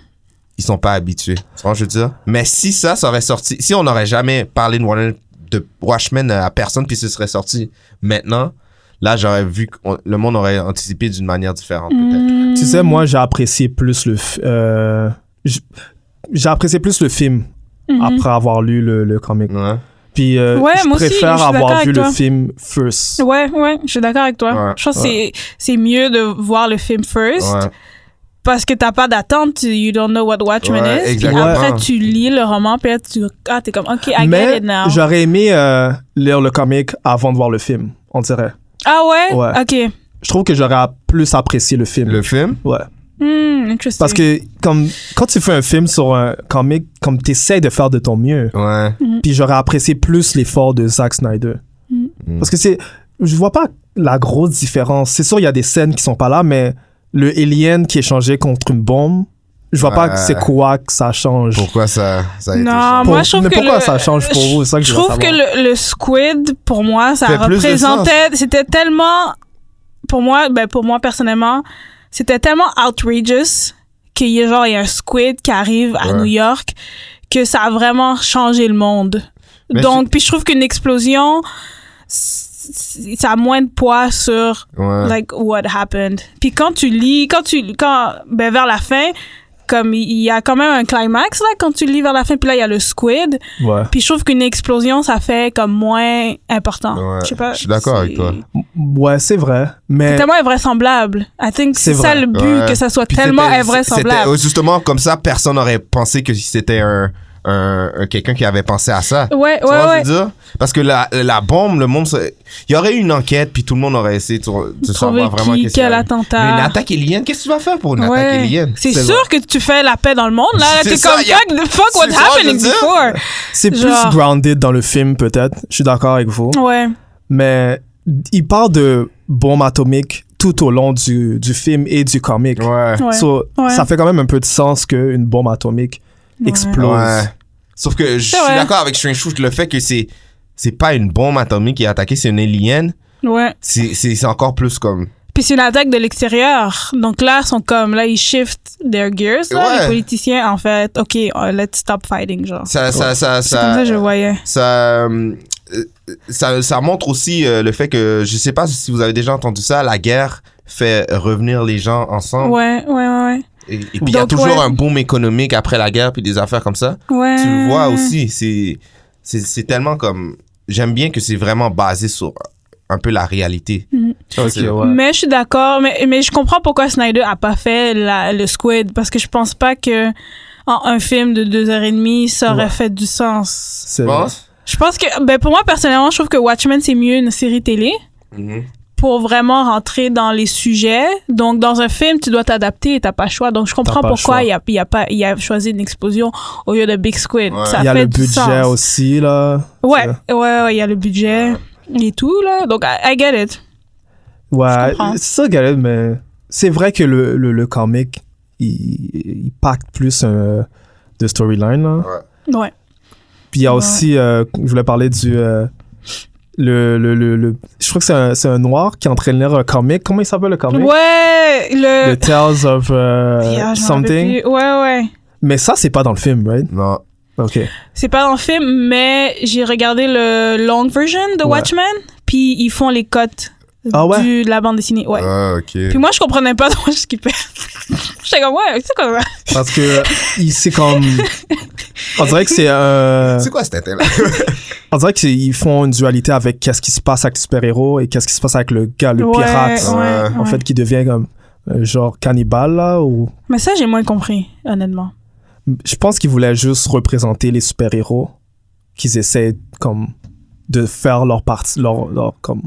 [SPEAKER 1] ils sont pas habitués. Tu vois, je veux dire. Mais si ça, ça aurait sorti, si on n'aurait jamais parlé de, Warner- de Watchmen à personne puis ce serait sorti maintenant, là, j'aurais vu que on- le monde aurait anticipé d'une manière différente,
[SPEAKER 3] Mm.
[SPEAKER 1] peut-être.
[SPEAKER 2] Tu sais, moi, j'ai apprécié plus le. f- euh, j- j'ai apprécié plus le film
[SPEAKER 3] Mhm.
[SPEAKER 2] après avoir lu le, le comic.
[SPEAKER 1] Ouais.
[SPEAKER 2] Puis euh,
[SPEAKER 3] Mm-hmm. Ouais,
[SPEAKER 2] je
[SPEAKER 3] moi aussi,
[SPEAKER 2] préfère
[SPEAKER 3] je suis d'accord
[SPEAKER 2] avoir vu
[SPEAKER 3] avec
[SPEAKER 2] le
[SPEAKER 3] toi.
[SPEAKER 2] film first.
[SPEAKER 3] Ouais, ouais, je suis d'accord avec toi.
[SPEAKER 1] Ouais.
[SPEAKER 3] Je pense que c'est- c'est mieux de voir le film first
[SPEAKER 1] Ouais.
[SPEAKER 3] parce que t'as pas d'attente, tu- you don't know what Watchmen
[SPEAKER 1] Ouais,
[SPEAKER 3] is. Puis
[SPEAKER 1] exactement.
[SPEAKER 3] après, tu lis le roman, puis là, tu ah, t'es comme, ok, I get
[SPEAKER 2] Mais
[SPEAKER 3] it now.
[SPEAKER 2] j'aurais aimé euh, lire le comic avant de voir le film, on dirait.
[SPEAKER 3] Ah ouais?
[SPEAKER 2] Ouais.
[SPEAKER 3] Ok.
[SPEAKER 2] Je trouve que j'aurais plus apprécié le film.
[SPEAKER 1] Le film?
[SPEAKER 2] Ouais.
[SPEAKER 3] Hmm, interesting.
[SPEAKER 2] Parce que comme, quand tu fais un film sur un comic, comme t'essayes de faire de ton mieux.
[SPEAKER 1] Ouais.
[SPEAKER 2] Puis j'aurais apprécié plus l'effort de Zack Snyder.
[SPEAKER 3] Mm.
[SPEAKER 2] Parce que c'est. Je vois pas la grosse différence. C'est sûr, il y a des scènes qui sont pas là, mais le alien qui est changé contre une bombe, je vois pas
[SPEAKER 1] Ouais.
[SPEAKER 2] c'est quoi que ça change.
[SPEAKER 1] Pourquoi ça, ça a été
[SPEAKER 3] Non,
[SPEAKER 1] changé?
[SPEAKER 3] moi
[SPEAKER 2] Pour-
[SPEAKER 3] je trouve
[SPEAKER 2] mais
[SPEAKER 3] que
[SPEAKER 2] pourquoi
[SPEAKER 3] le-
[SPEAKER 2] ça change pour vous? C'est ça que je veux
[SPEAKER 3] trouve que
[SPEAKER 2] savoir.
[SPEAKER 3] le, le squid, pour moi, ça
[SPEAKER 1] Fait plus de
[SPEAKER 3] représentait. C'était tellement. Pour moi, ben pour moi personnellement, c'était tellement outrageous qu'il y a genre il y a un squid qui arrive à
[SPEAKER 1] Ouais.
[SPEAKER 3] New York que ça a vraiment changé le monde.
[SPEAKER 1] Mais
[SPEAKER 3] Donc, puis je trouve qu'une explosion, c- ça a moins de poids sur
[SPEAKER 1] Ouais.
[SPEAKER 3] like what happened. Puis quand tu lis, quand tu quand ben vers la fin, comme il y a quand même un climax là quand tu lis vers la fin, puis là il y a le squid.
[SPEAKER 2] Ouais.
[SPEAKER 3] Puis je trouve qu'une explosion ça fait comme moins important.
[SPEAKER 1] Ouais,
[SPEAKER 3] je sais pas.
[SPEAKER 1] je suis d'accord avec
[SPEAKER 3] c'est-
[SPEAKER 1] toi.
[SPEAKER 2] M- Ouais, c'est vrai.
[SPEAKER 3] C'est
[SPEAKER 2] Mais
[SPEAKER 3] tellement invraisemblable. I think
[SPEAKER 2] C'est
[SPEAKER 3] c'est ça
[SPEAKER 2] vrai.
[SPEAKER 3] le but
[SPEAKER 1] Ouais.
[SPEAKER 3] que ça soit
[SPEAKER 1] Euh, Puis
[SPEAKER 3] tellement
[SPEAKER 1] c'était- c'était-
[SPEAKER 3] invraisemblable.
[SPEAKER 1] euh, Justement, comme ça, personne n'aurait pensé que c'était un, un- un- quelqu'un qui avait pensé à ça.
[SPEAKER 3] Ouais,
[SPEAKER 1] Tu
[SPEAKER 3] ouais,
[SPEAKER 1] vois ce
[SPEAKER 3] ouais.
[SPEAKER 1] que je veux dire? Parce que la, la bombe, le monde, se- il y aurait eu une enquête, puis tout le monde aurait essayé de, de
[SPEAKER 3] Trouver
[SPEAKER 1] savoir vraiment
[SPEAKER 3] qui,
[SPEAKER 1] qu'est-ce qu'il y
[SPEAKER 3] quel
[SPEAKER 1] avait. Mais une
[SPEAKER 3] attentat.
[SPEAKER 1] attaque alien, qu'est-ce que tu vas faire pour une attaque
[SPEAKER 3] Ouais.
[SPEAKER 1] alien?
[SPEAKER 3] C'est
[SPEAKER 1] vrai.
[SPEAKER 3] sûr que tu fais la paix dans le monde
[SPEAKER 1] [laughs]
[SPEAKER 3] là.
[SPEAKER 1] C'est
[SPEAKER 3] T'es
[SPEAKER 1] ça,
[SPEAKER 3] comme
[SPEAKER 1] y a-
[SPEAKER 3] fuck, the fuck what
[SPEAKER 1] c'est ça, je
[SPEAKER 3] happened
[SPEAKER 1] veux dire.
[SPEAKER 3] before.
[SPEAKER 2] c'est plus
[SPEAKER 3] genre-
[SPEAKER 2] grounded dans le film, peut-être. Je suis d'accord avec vous.
[SPEAKER 3] Ouais.
[SPEAKER 2] Mais il parle de bombe atomique tout au long du, du film et du comic.
[SPEAKER 1] Ouais.
[SPEAKER 3] Ouais.
[SPEAKER 2] So,
[SPEAKER 3] Ouais.
[SPEAKER 2] Ça fait quand même un peu de sens qu'une bombe atomique
[SPEAKER 3] Ouais.
[SPEAKER 2] explose.
[SPEAKER 1] Ouais. Sauf que je suis
[SPEAKER 3] vrai.
[SPEAKER 1] d'accord avec Strange Fruit, le fait que c'est c'est pas une bombe atomique qui est attaquée, c'est une alien,
[SPEAKER 3] Ouais.
[SPEAKER 1] c'est c'est- c'est encore plus comme.
[SPEAKER 3] Puis c'est une attaque de l'extérieur. Donc là, ils sont comme, là, ils shift their gears. là,
[SPEAKER 1] Ouais.
[SPEAKER 3] Les politiciens, en fait, OK, uh, let's stop fighting, genre.
[SPEAKER 1] Ça, ça, ça, euh,
[SPEAKER 3] C'est comme ça que je le voyais.
[SPEAKER 1] ça, euh, ça, ça montre aussi euh, le fait que, je sais pas si vous avez déjà entendu ça, la guerre fait revenir les gens ensemble.
[SPEAKER 3] Ouais, ouais, ouais.
[SPEAKER 1] Et, et puis il y a
[SPEAKER 3] Donc,
[SPEAKER 1] toujours
[SPEAKER 3] ouais.
[SPEAKER 1] un boom économique après la guerre, puis des affaires comme ça.
[SPEAKER 3] ouais.
[SPEAKER 1] Tu le
[SPEAKER 3] Euh.
[SPEAKER 1] vois aussi, c'est- c'est c'est tellement comme... J'aime bien que c'est vraiment basé sur un peu la réalité.
[SPEAKER 2] Ok,
[SPEAKER 1] C'est-
[SPEAKER 2] ouais.
[SPEAKER 3] Mais je suis d'accord, mais, mais je comprends pourquoi Snyder a pas fait la- le Squid, parce que je pense pas que en un film de deux heures et demie, ça aurait
[SPEAKER 2] Ouais.
[SPEAKER 3] fait du sens.
[SPEAKER 2] C'est
[SPEAKER 1] Tu
[SPEAKER 2] vrai.
[SPEAKER 1] penses?
[SPEAKER 3] Je pense que, ben pour moi personnellement, je trouve que Watchmen c'est mieux une série télé
[SPEAKER 1] Mhm.
[SPEAKER 3] pour vraiment rentrer dans les sujets. Donc dans un film, tu dois t'adapter, et t'as pas le choix. Donc je comprends
[SPEAKER 2] pas le
[SPEAKER 3] pourquoi
[SPEAKER 2] choix.
[SPEAKER 3] il a, il a pas, il a choisi une explosion au lieu de Big Squid.
[SPEAKER 1] Ouais.
[SPEAKER 3] Ça
[SPEAKER 2] Il y a
[SPEAKER 3] fait
[SPEAKER 2] le
[SPEAKER 3] du
[SPEAKER 2] budget
[SPEAKER 3] sens.
[SPEAKER 2] aussi, là.
[SPEAKER 3] Ouais, ouais, ouais, il y a le budget et tout là. Donc I, I get it. Je
[SPEAKER 2] Ouais,
[SPEAKER 3] comprends.
[SPEAKER 2] c'est ça, Galette, mais c'est vrai que le, le, le comic, il, il pacte plus euh, de storyline, là.
[SPEAKER 3] Ouais.
[SPEAKER 2] Puis il y a
[SPEAKER 3] Ouais.
[SPEAKER 2] aussi, euh, je voulais parler du. euh, le, le, le, le- je crois que c'est un, c'est un noir qui entraînait un comic. Comment il s'appelle le comic
[SPEAKER 3] Ouais, le.
[SPEAKER 2] The Tales of euh,
[SPEAKER 3] Yeah, je m'en rappelle
[SPEAKER 2] Something.
[SPEAKER 3] plus. Ouais, ouais.
[SPEAKER 2] Mais ça, c'est pas dans le film, right
[SPEAKER 1] Non.
[SPEAKER 2] Ok.
[SPEAKER 3] C'est pas dans le film, mais j'ai regardé le long version de
[SPEAKER 2] Ouais.
[SPEAKER 3] Watchmen, puis ils font les cotes
[SPEAKER 2] Ah ouais?
[SPEAKER 3] du- de la bande dessinée. Ouais.
[SPEAKER 1] Ah, ok.
[SPEAKER 3] Puis moi, je comprenais pas, [laughs] donc je skippais. [laughs] J'étais comme, ouais, c'est quoi ça?
[SPEAKER 2] Parce que euh, il- c'est comme. On dirait que c'est
[SPEAKER 3] [laughs]
[SPEAKER 2] un.
[SPEAKER 1] C'est quoi cet intérêt?
[SPEAKER 2] On dirait qu'ils font une dualité avec qu'est-ce qui se passe avec le super-héros et qu'est-ce qui se passe avec le gars, le
[SPEAKER 3] Ouais,
[SPEAKER 2] pirate.
[SPEAKER 3] ouais,
[SPEAKER 1] Ouais.
[SPEAKER 2] En
[SPEAKER 3] ouais.
[SPEAKER 2] fait, qui devient comme. euh, genre cannibale, là. Ou...
[SPEAKER 3] Mais ça, j'ai moins compris, honnêtement.
[SPEAKER 2] Je pense qu'ils voulaient juste représenter les super-héros qu'ils essaient comme de faire leur partie, leur, leur, comme,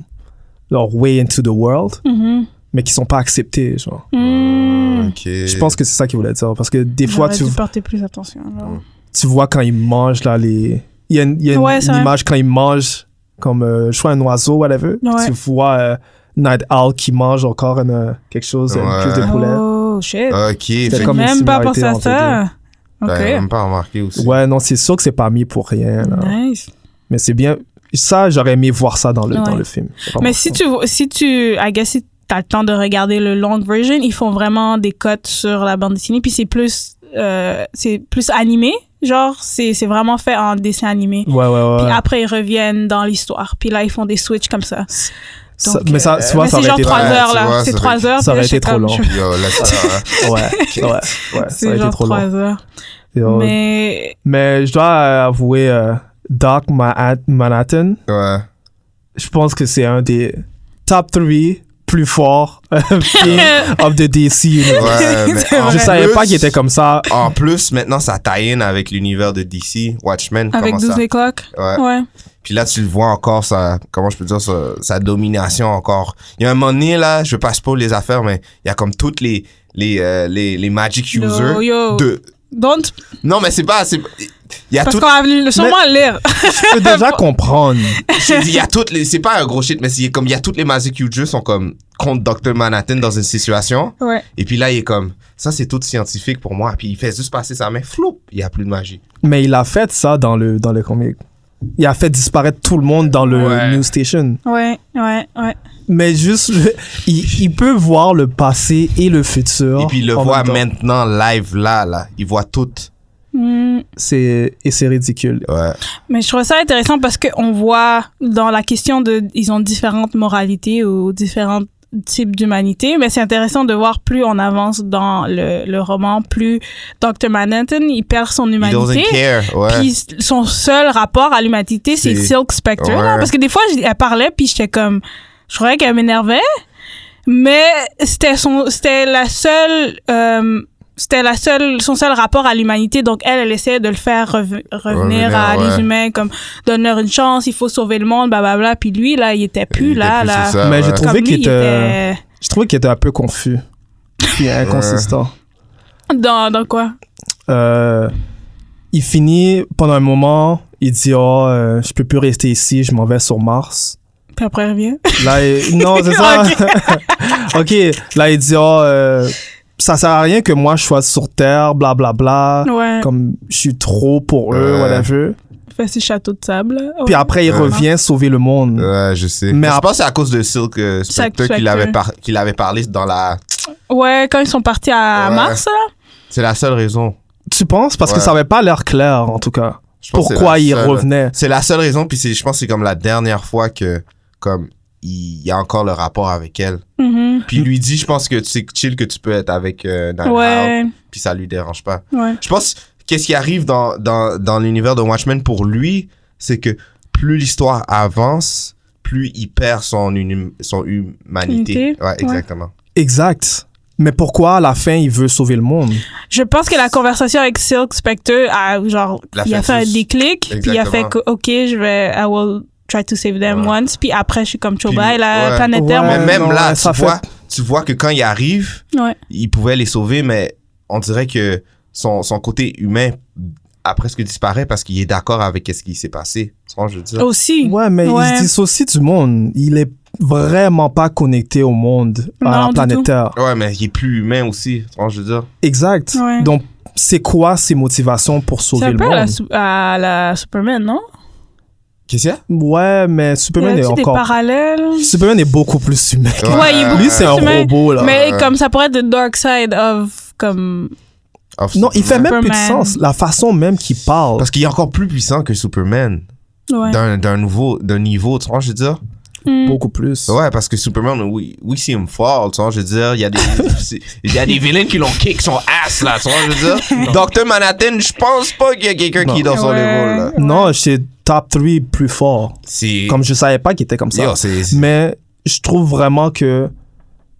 [SPEAKER 2] leur way into the world,
[SPEAKER 3] Mhm.
[SPEAKER 2] mais qui sont pas acceptés, genre.
[SPEAKER 3] Mm.
[SPEAKER 1] Ok.
[SPEAKER 2] Je pense que c'est ça qu'ils voulaient dire, parce que des fois,
[SPEAKER 3] J'aurais
[SPEAKER 2] tu,
[SPEAKER 3] dû porter plus attention. alors.
[SPEAKER 1] Mm.
[SPEAKER 2] tu vois quand ils mangent, là, les... Il y a une, il y a une-
[SPEAKER 3] Ouais, c'est
[SPEAKER 2] une
[SPEAKER 3] vrai.
[SPEAKER 2] image quand ils mangent, comme, euh, je crois, un oiseau, whatever. puis
[SPEAKER 3] Ouais.
[SPEAKER 2] Tu vois euh, Night Owl qui mange encore une, euh, quelque chose, une
[SPEAKER 1] Ouais.
[SPEAKER 2] cuisse de poulet.
[SPEAKER 3] Oh, shit.
[SPEAKER 1] Ok, fait
[SPEAKER 2] comme Ah, une
[SPEAKER 3] Même pas
[SPEAKER 2] similarité
[SPEAKER 3] pensé à
[SPEAKER 2] entre Ben,
[SPEAKER 3] ça.
[SPEAKER 1] que
[SPEAKER 3] Ok.
[SPEAKER 1] t'as même pas remarqué
[SPEAKER 3] Oh.
[SPEAKER 1] aussi.
[SPEAKER 2] Ouais, non, c'est sûr que c'est pas mis pour rien, là.
[SPEAKER 3] Nice.
[SPEAKER 2] Mais c'est bien... Ça, j'aurais aimé voir ça dans le, dans
[SPEAKER 3] Ouais.
[SPEAKER 2] le film.
[SPEAKER 3] Mais si tu, vois- si tu, I guess, si t'as le temps de regarder le long version, ils font vraiment des cotes sur la bande dessinée, puis c'est plus, euh, c'est plus animé, genre, c'est, c'est vraiment fait en dessin animé.
[SPEAKER 2] Ouais, ouais, ouais.
[SPEAKER 3] Puis ah, après, ils reviennent dans l'histoire. Puis là, ils font des switches comme ça.
[SPEAKER 2] Ça-
[SPEAKER 3] Donc,
[SPEAKER 2] mais ça,
[SPEAKER 3] euh,
[SPEAKER 2] tu vois,
[SPEAKER 3] mais c'est
[SPEAKER 2] ça aurait
[SPEAKER 3] genre
[SPEAKER 2] été
[SPEAKER 3] trois
[SPEAKER 1] Ouais,
[SPEAKER 3] heures,
[SPEAKER 1] tu
[SPEAKER 3] là.
[SPEAKER 1] vois,
[SPEAKER 3] c'est
[SPEAKER 1] ça
[SPEAKER 3] trois
[SPEAKER 1] aurait-
[SPEAKER 3] heures.
[SPEAKER 2] ça
[SPEAKER 3] puis
[SPEAKER 2] aurait
[SPEAKER 3] là,
[SPEAKER 2] été
[SPEAKER 3] je suis
[SPEAKER 2] trop
[SPEAKER 3] comme,
[SPEAKER 2] long.
[SPEAKER 3] je-
[SPEAKER 1] Yo, laisse
[SPEAKER 3] [laughs]
[SPEAKER 1] ça.
[SPEAKER 2] Ouais, ouais, ouais, ça a
[SPEAKER 3] C'est
[SPEAKER 2] été
[SPEAKER 3] genre
[SPEAKER 2] trop
[SPEAKER 3] trois
[SPEAKER 2] long.
[SPEAKER 3] heures.
[SPEAKER 2] Et, euh, Mais...
[SPEAKER 3] Mais
[SPEAKER 2] je dois euh, avouer, euh, Doc Ma- Manhattan,
[SPEAKER 1] Ouais.
[SPEAKER 2] je pense que c'est un des top 3 plus forts euh, films of the DC [laughs] universe.
[SPEAKER 1] Ouais, mais
[SPEAKER 3] C'est
[SPEAKER 1] en
[SPEAKER 2] Je
[SPEAKER 3] vrai.
[SPEAKER 2] savais
[SPEAKER 1] plus-
[SPEAKER 2] pas qu'il était comme ça.
[SPEAKER 1] En plus, maintenant, ça tie-in avec l'univers de DC, Watchmen.
[SPEAKER 3] avec
[SPEAKER 1] comment ça?
[SPEAKER 3] 12 o'clock,
[SPEAKER 1] Ouais.
[SPEAKER 3] ouais.
[SPEAKER 1] Puis là, tu le vois encore, sa, comment je peux dire, sa, sa domination encore. Il y a un moment donné, là, je passe pas les affaires, mais il y a comme toutes les, les, euh, les, les Magic
[SPEAKER 3] Yo,
[SPEAKER 1] Users.
[SPEAKER 3] yo.
[SPEAKER 1] De...
[SPEAKER 3] Don't,
[SPEAKER 1] Non, mais c'est pas. c'est- Il y a
[SPEAKER 3] parce
[SPEAKER 1] tout.
[SPEAKER 3] qu'on va sûrement lire.
[SPEAKER 2] Je peux déjà comprendre.
[SPEAKER 1] je dis, il y a toutes les. C'est pas un gros shit, mais c'est comme il y a toutes les Magic Users sont comme contre Dr. Manhattan dans une situation.
[SPEAKER 3] Ouais.
[SPEAKER 1] Et puis là, il est comme. Ça, c'est tout scientifique pour moi. Puis il fait juste passer sa main. Floup, il y a plus de magie.
[SPEAKER 2] Mais il a fait ça dans le, dans le comic. Il a fait disparaître tout le monde dans le
[SPEAKER 1] Ouais.
[SPEAKER 2] news station.
[SPEAKER 3] Ouais, ouais, ouais.
[SPEAKER 2] Mais juste, le- il, il peut voir le passé et le futur.
[SPEAKER 1] Et puis il le
[SPEAKER 2] en
[SPEAKER 1] voit
[SPEAKER 2] même temps.
[SPEAKER 1] maintenant live là, là. Il voit tout.
[SPEAKER 3] Mm.
[SPEAKER 2] C'est- Et c'est ridicule.
[SPEAKER 1] Ouais.
[SPEAKER 3] Mais je trouve ça intéressant parce qu'on voit dans la question de, ils ont différentes moralités ou différents types d'humanité, mais c'est intéressant de voir plus on avance dans le, le roman, plus Dr. Manhattan, il perd son
[SPEAKER 1] He doesn't
[SPEAKER 3] humanité.
[SPEAKER 1] care. Ouais.
[SPEAKER 3] Puis son seul rapport à l'humanité, c'est
[SPEAKER 1] C'est-
[SPEAKER 3] Silk Spectre. là.
[SPEAKER 1] Ouais.
[SPEAKER 3] parce que des fois, je- elle parlait, puis j'étais comme, je croyais qu'elle m'énervait, mais c'était son, c'était la seule, euh, c'était la seule, son seul rapport à l'humanité. Donc elle, elle essayait de le faire rev- revenir
[SPEAKER 1] Revenir,
[SPEAKER 3] à
[SPEAKER 1] ouais.
[SPEAKER 3] les humains, comme donne-leur une chance, il faut sauver le monde, blablabla. Puis lui, là, il était plus
[SPEAKER 1] Il
[SPEAKER 3] là,
[SPEAKER 1] était
[SPEAKER 3] là.
[SPEAKER 1] sur ça,
[SPEAKER 2] Mais
[SPEAKER 1] ouais.
[SPEAKER 2] j'ai trouvé-
[SPEAKER 3] Comme lui,
[SPEAKER 2] qu'il
[SPEAKER 3] il
[SPEAKER 2] était-
[SPEAKER 3] était
[SPEAKER 2] Je trouvais qu'il était un peu confus. Puis inconsistant.
[SPEAKER 3] dans, dans quoi
[SPEAKER 2] Euh, il finit pendant un moment, il dit Oh, euh, je peux plus rester ici, je m'en vais sur Mars.
[SPEAKER 3] Puis après, il revient.
[SPEAKER 2] [laughs] Là, il- non, c'est ça. ok, là, il dit Oh, euh, ça sert à rien que moi je sois sur terre, blablabla. Bla, bla,
[SPEAKER 3] Ouais.
[SPEAKER 2] Ah, Comme je suis trop pour eux,
[SPEAKER 1] Ouais.
[SPEAKER 2] whatever.
[SPEAKER 3] Fait ces châteaux de sable. là.
[SPEAKER 2] Puis après, il
[SPEAKER 1] Ouais.
[SPEAKER 2] revient sauver le monde.
[SPEAKER 1] Ouais, je sais.
[SPEAKER 2] Mais
[SPEAKER 1] Mais je
[SPEAKER 2] après-
[SPEAKER 1] pense que c'est à cause de Silk euh, Spectre
[SPEAKER 3] Spectre.
[SPEAKER 1] qu'il avait, par- qu'il avait parlé dans la.
[SPEAKER 3] Ouais, quand ils sont partis à
[SPEAKER 1] Ouais.
[SPEAKER 3] Mars, là.
[SPEAKER 1] C'est la seule raison.
[SPEAKER 2] Tu penses? Parce que
[SPEAKER 1] Ouais.
[SPEAKER 2] ça avait pas l'air clair, en tout cas.
[SPEAKER 1] Je pense que c'est
[SPEAKER 2] Pourquoi
[SPEAKER 1] la
[SPEAKER 2] il
[SPEAKER 1] seule-
[SPEAKER 2] revenait?
[SPEAKER 1] C'est la seule raison, puis c'est- je pense que c'est comme la dernière fois que, comme, il y a encore le rapport avec elle.
[SPEAKER 3] Mhm.
[SPEAKER 1] Puis il lui dit, je pense que c'est chill que tu peux être avec euh, Night Owl,
[SPEAKER 3] Ouais,
[SPEAKER 1] puis ça lui dérange pas.
[SPEAKER 3] ouais.
[SPEAKER 1] Je pense, qu'est-ce qui arrive dans, dans, dans l'univers de Watchmen pour lui, c'est que plus l'histoire avance, plus il perd son, uni- son humanité.
[SPEAKER 3] Unité,
[SPEAKER 1] Ouais, exactement.
[SPEAKER 2] Exact. Mais pourquoi à la fin il veut sauver le monde?
[SPEAKER 3] Je pense que la conversation avec Silk Spectre a genre
[SPEAKER 1] La
[SPEAKER 3] il a
[SPEAKER 1] fait
[SPEAKER 3] fait
[SPEAKER 1] juste-
[SPEAKER 3] un déclic puis il a fait
[SPEAKER 1] Exactement.
[SPEAKER 3] que ok je vais I will try to save them
[SPEAKER 1] Ouais.
[SPEAKER 3] once puis après je suis comme Choba
[SPEAKER 1] Puis-
[SPEAKER 3] et la
[SPEAKER 1] ouais.
[SPEAKER 3] planète Terre
[SPEAKER 2] Ouais.
[SPEAKER 1] Mais
[SPEAKER 2] Euh,
[SPEAKER 3] mon-
[SPEAKER 1] même
[SPEAKER 2] non,
[SPEAKER 1] là,
[SPEAKER 2] ouais,
[SPEAKER 1] tu
[SPEAKER 2] ça fait-
[SPEAKER 1] vois, tu vois que quand il arrive,
[SPEAKER 3] ouais
[SPEAKER 1] il pouvait les sauver, mais on dirait que son, son côté humain a presque disparu parce qu'il est d'accord avec ce qui s'est passé. Tu vois, je veux dire.
[SPEAKER 3] aussi
[SPEAKER 2] Ouais, mais il
[SPEAKER 3] Ouais.
[SPEAKER 2] se dissocie du monde. Il est vraiment pas connecté au monde, à
[SPEAKER 3] Non,
[SPEAKER 2] la
[SPEAKER 3] du
[SPEAKER 2] planète
[SPEAKER 3] tout.
[SPEAKER 2] Terre.
[SPEAKER 1] Ouais, mais il est plus humain aussi. Tu vois, je veux dire.
[SPEAKER 2] Exact.
[SPEAKER 3] Ouais.
[SPEAKER 2] Donc, c'est quoi ses motivations pour
[SPEAKER 3] c'est
[SPEAKER 2] sauver
[SPEAKER 3] un
[SPEAKER 2] le
[SPEAKER 3] peu à la,
[SPEAKER 2] monde?
[SPEAKER 3] Sup- à la Superman non
[SPEAKER 1] Qu'est-ce qu'il y a?
[SPEAKER 2] Ouais, mais
[SPEAKER 3] y
[SPEAKER 2] Superman est
[SPEAKER 3] a-tu des
[SPEAKER 2] encore.
[SPEAKER 3] parallèles
[SPEAKER 2] Superman est beaucoup plus humain.
[SPEAKER 3] Ouais, il est beaucoup
[SPEAKER 2] Lui, c'est un
[SPEAKER 3] Superman,
[SPEAKER 2] robot, là.
[SPEAKER 3] mais
[SPEAKER 1] Ouais.
[SPEAKER 3] comme ça pourrait être the dark side of comme
[SPEAKER 1] Of
[SPEAKER 2] Non, il fait
[SPEAKER 1] Superman.
[SPEAKER 2] même plus de
[SPEAKER 3] Superman.
[SPEAKER 2] sens. La façon même qu'il parle.
[SPEAKER 1] Parce qu'il est encore plus puissant que Superman
[SPEAKER 3] ouais
[SPEAKER 1] d'un d'un nouveau d'un niveau, tu vois, je veux dire.
[SPEAKER 3] Hmm.
[SPEAKER 2] Beaucoup plus.
[SPEAKER 1] Mm. Bah Ouais, parce que Superman, oui, oui c'est une folle, tu vois, je veux dire. Il y
[SPEAKER 3] [laughs]
[SPEAKER 1] a des, c'est- il y a des vilains qui l'ont kick son ass, là, tu vois,
[SPEAKER 3] [laughs]
[SPEAKER 1] je veux dire. Docteur Manhattan, je pense pas qu'il y a quelqu'un qui est dans son
[SPEAKER 3] Ouais.
[SPEAKER 1] niveau, là.
[SPEAKER 2] Non, c'est top 3 plus fort.
[SPEAKER 1] C'est.
[SPEAKER 2] Comme je savais pas qu'il était comme ça.
[SPEAKER 1] Yo, c'est- c'est-
[SPEAKER 2] Mais je trouve vraiment que.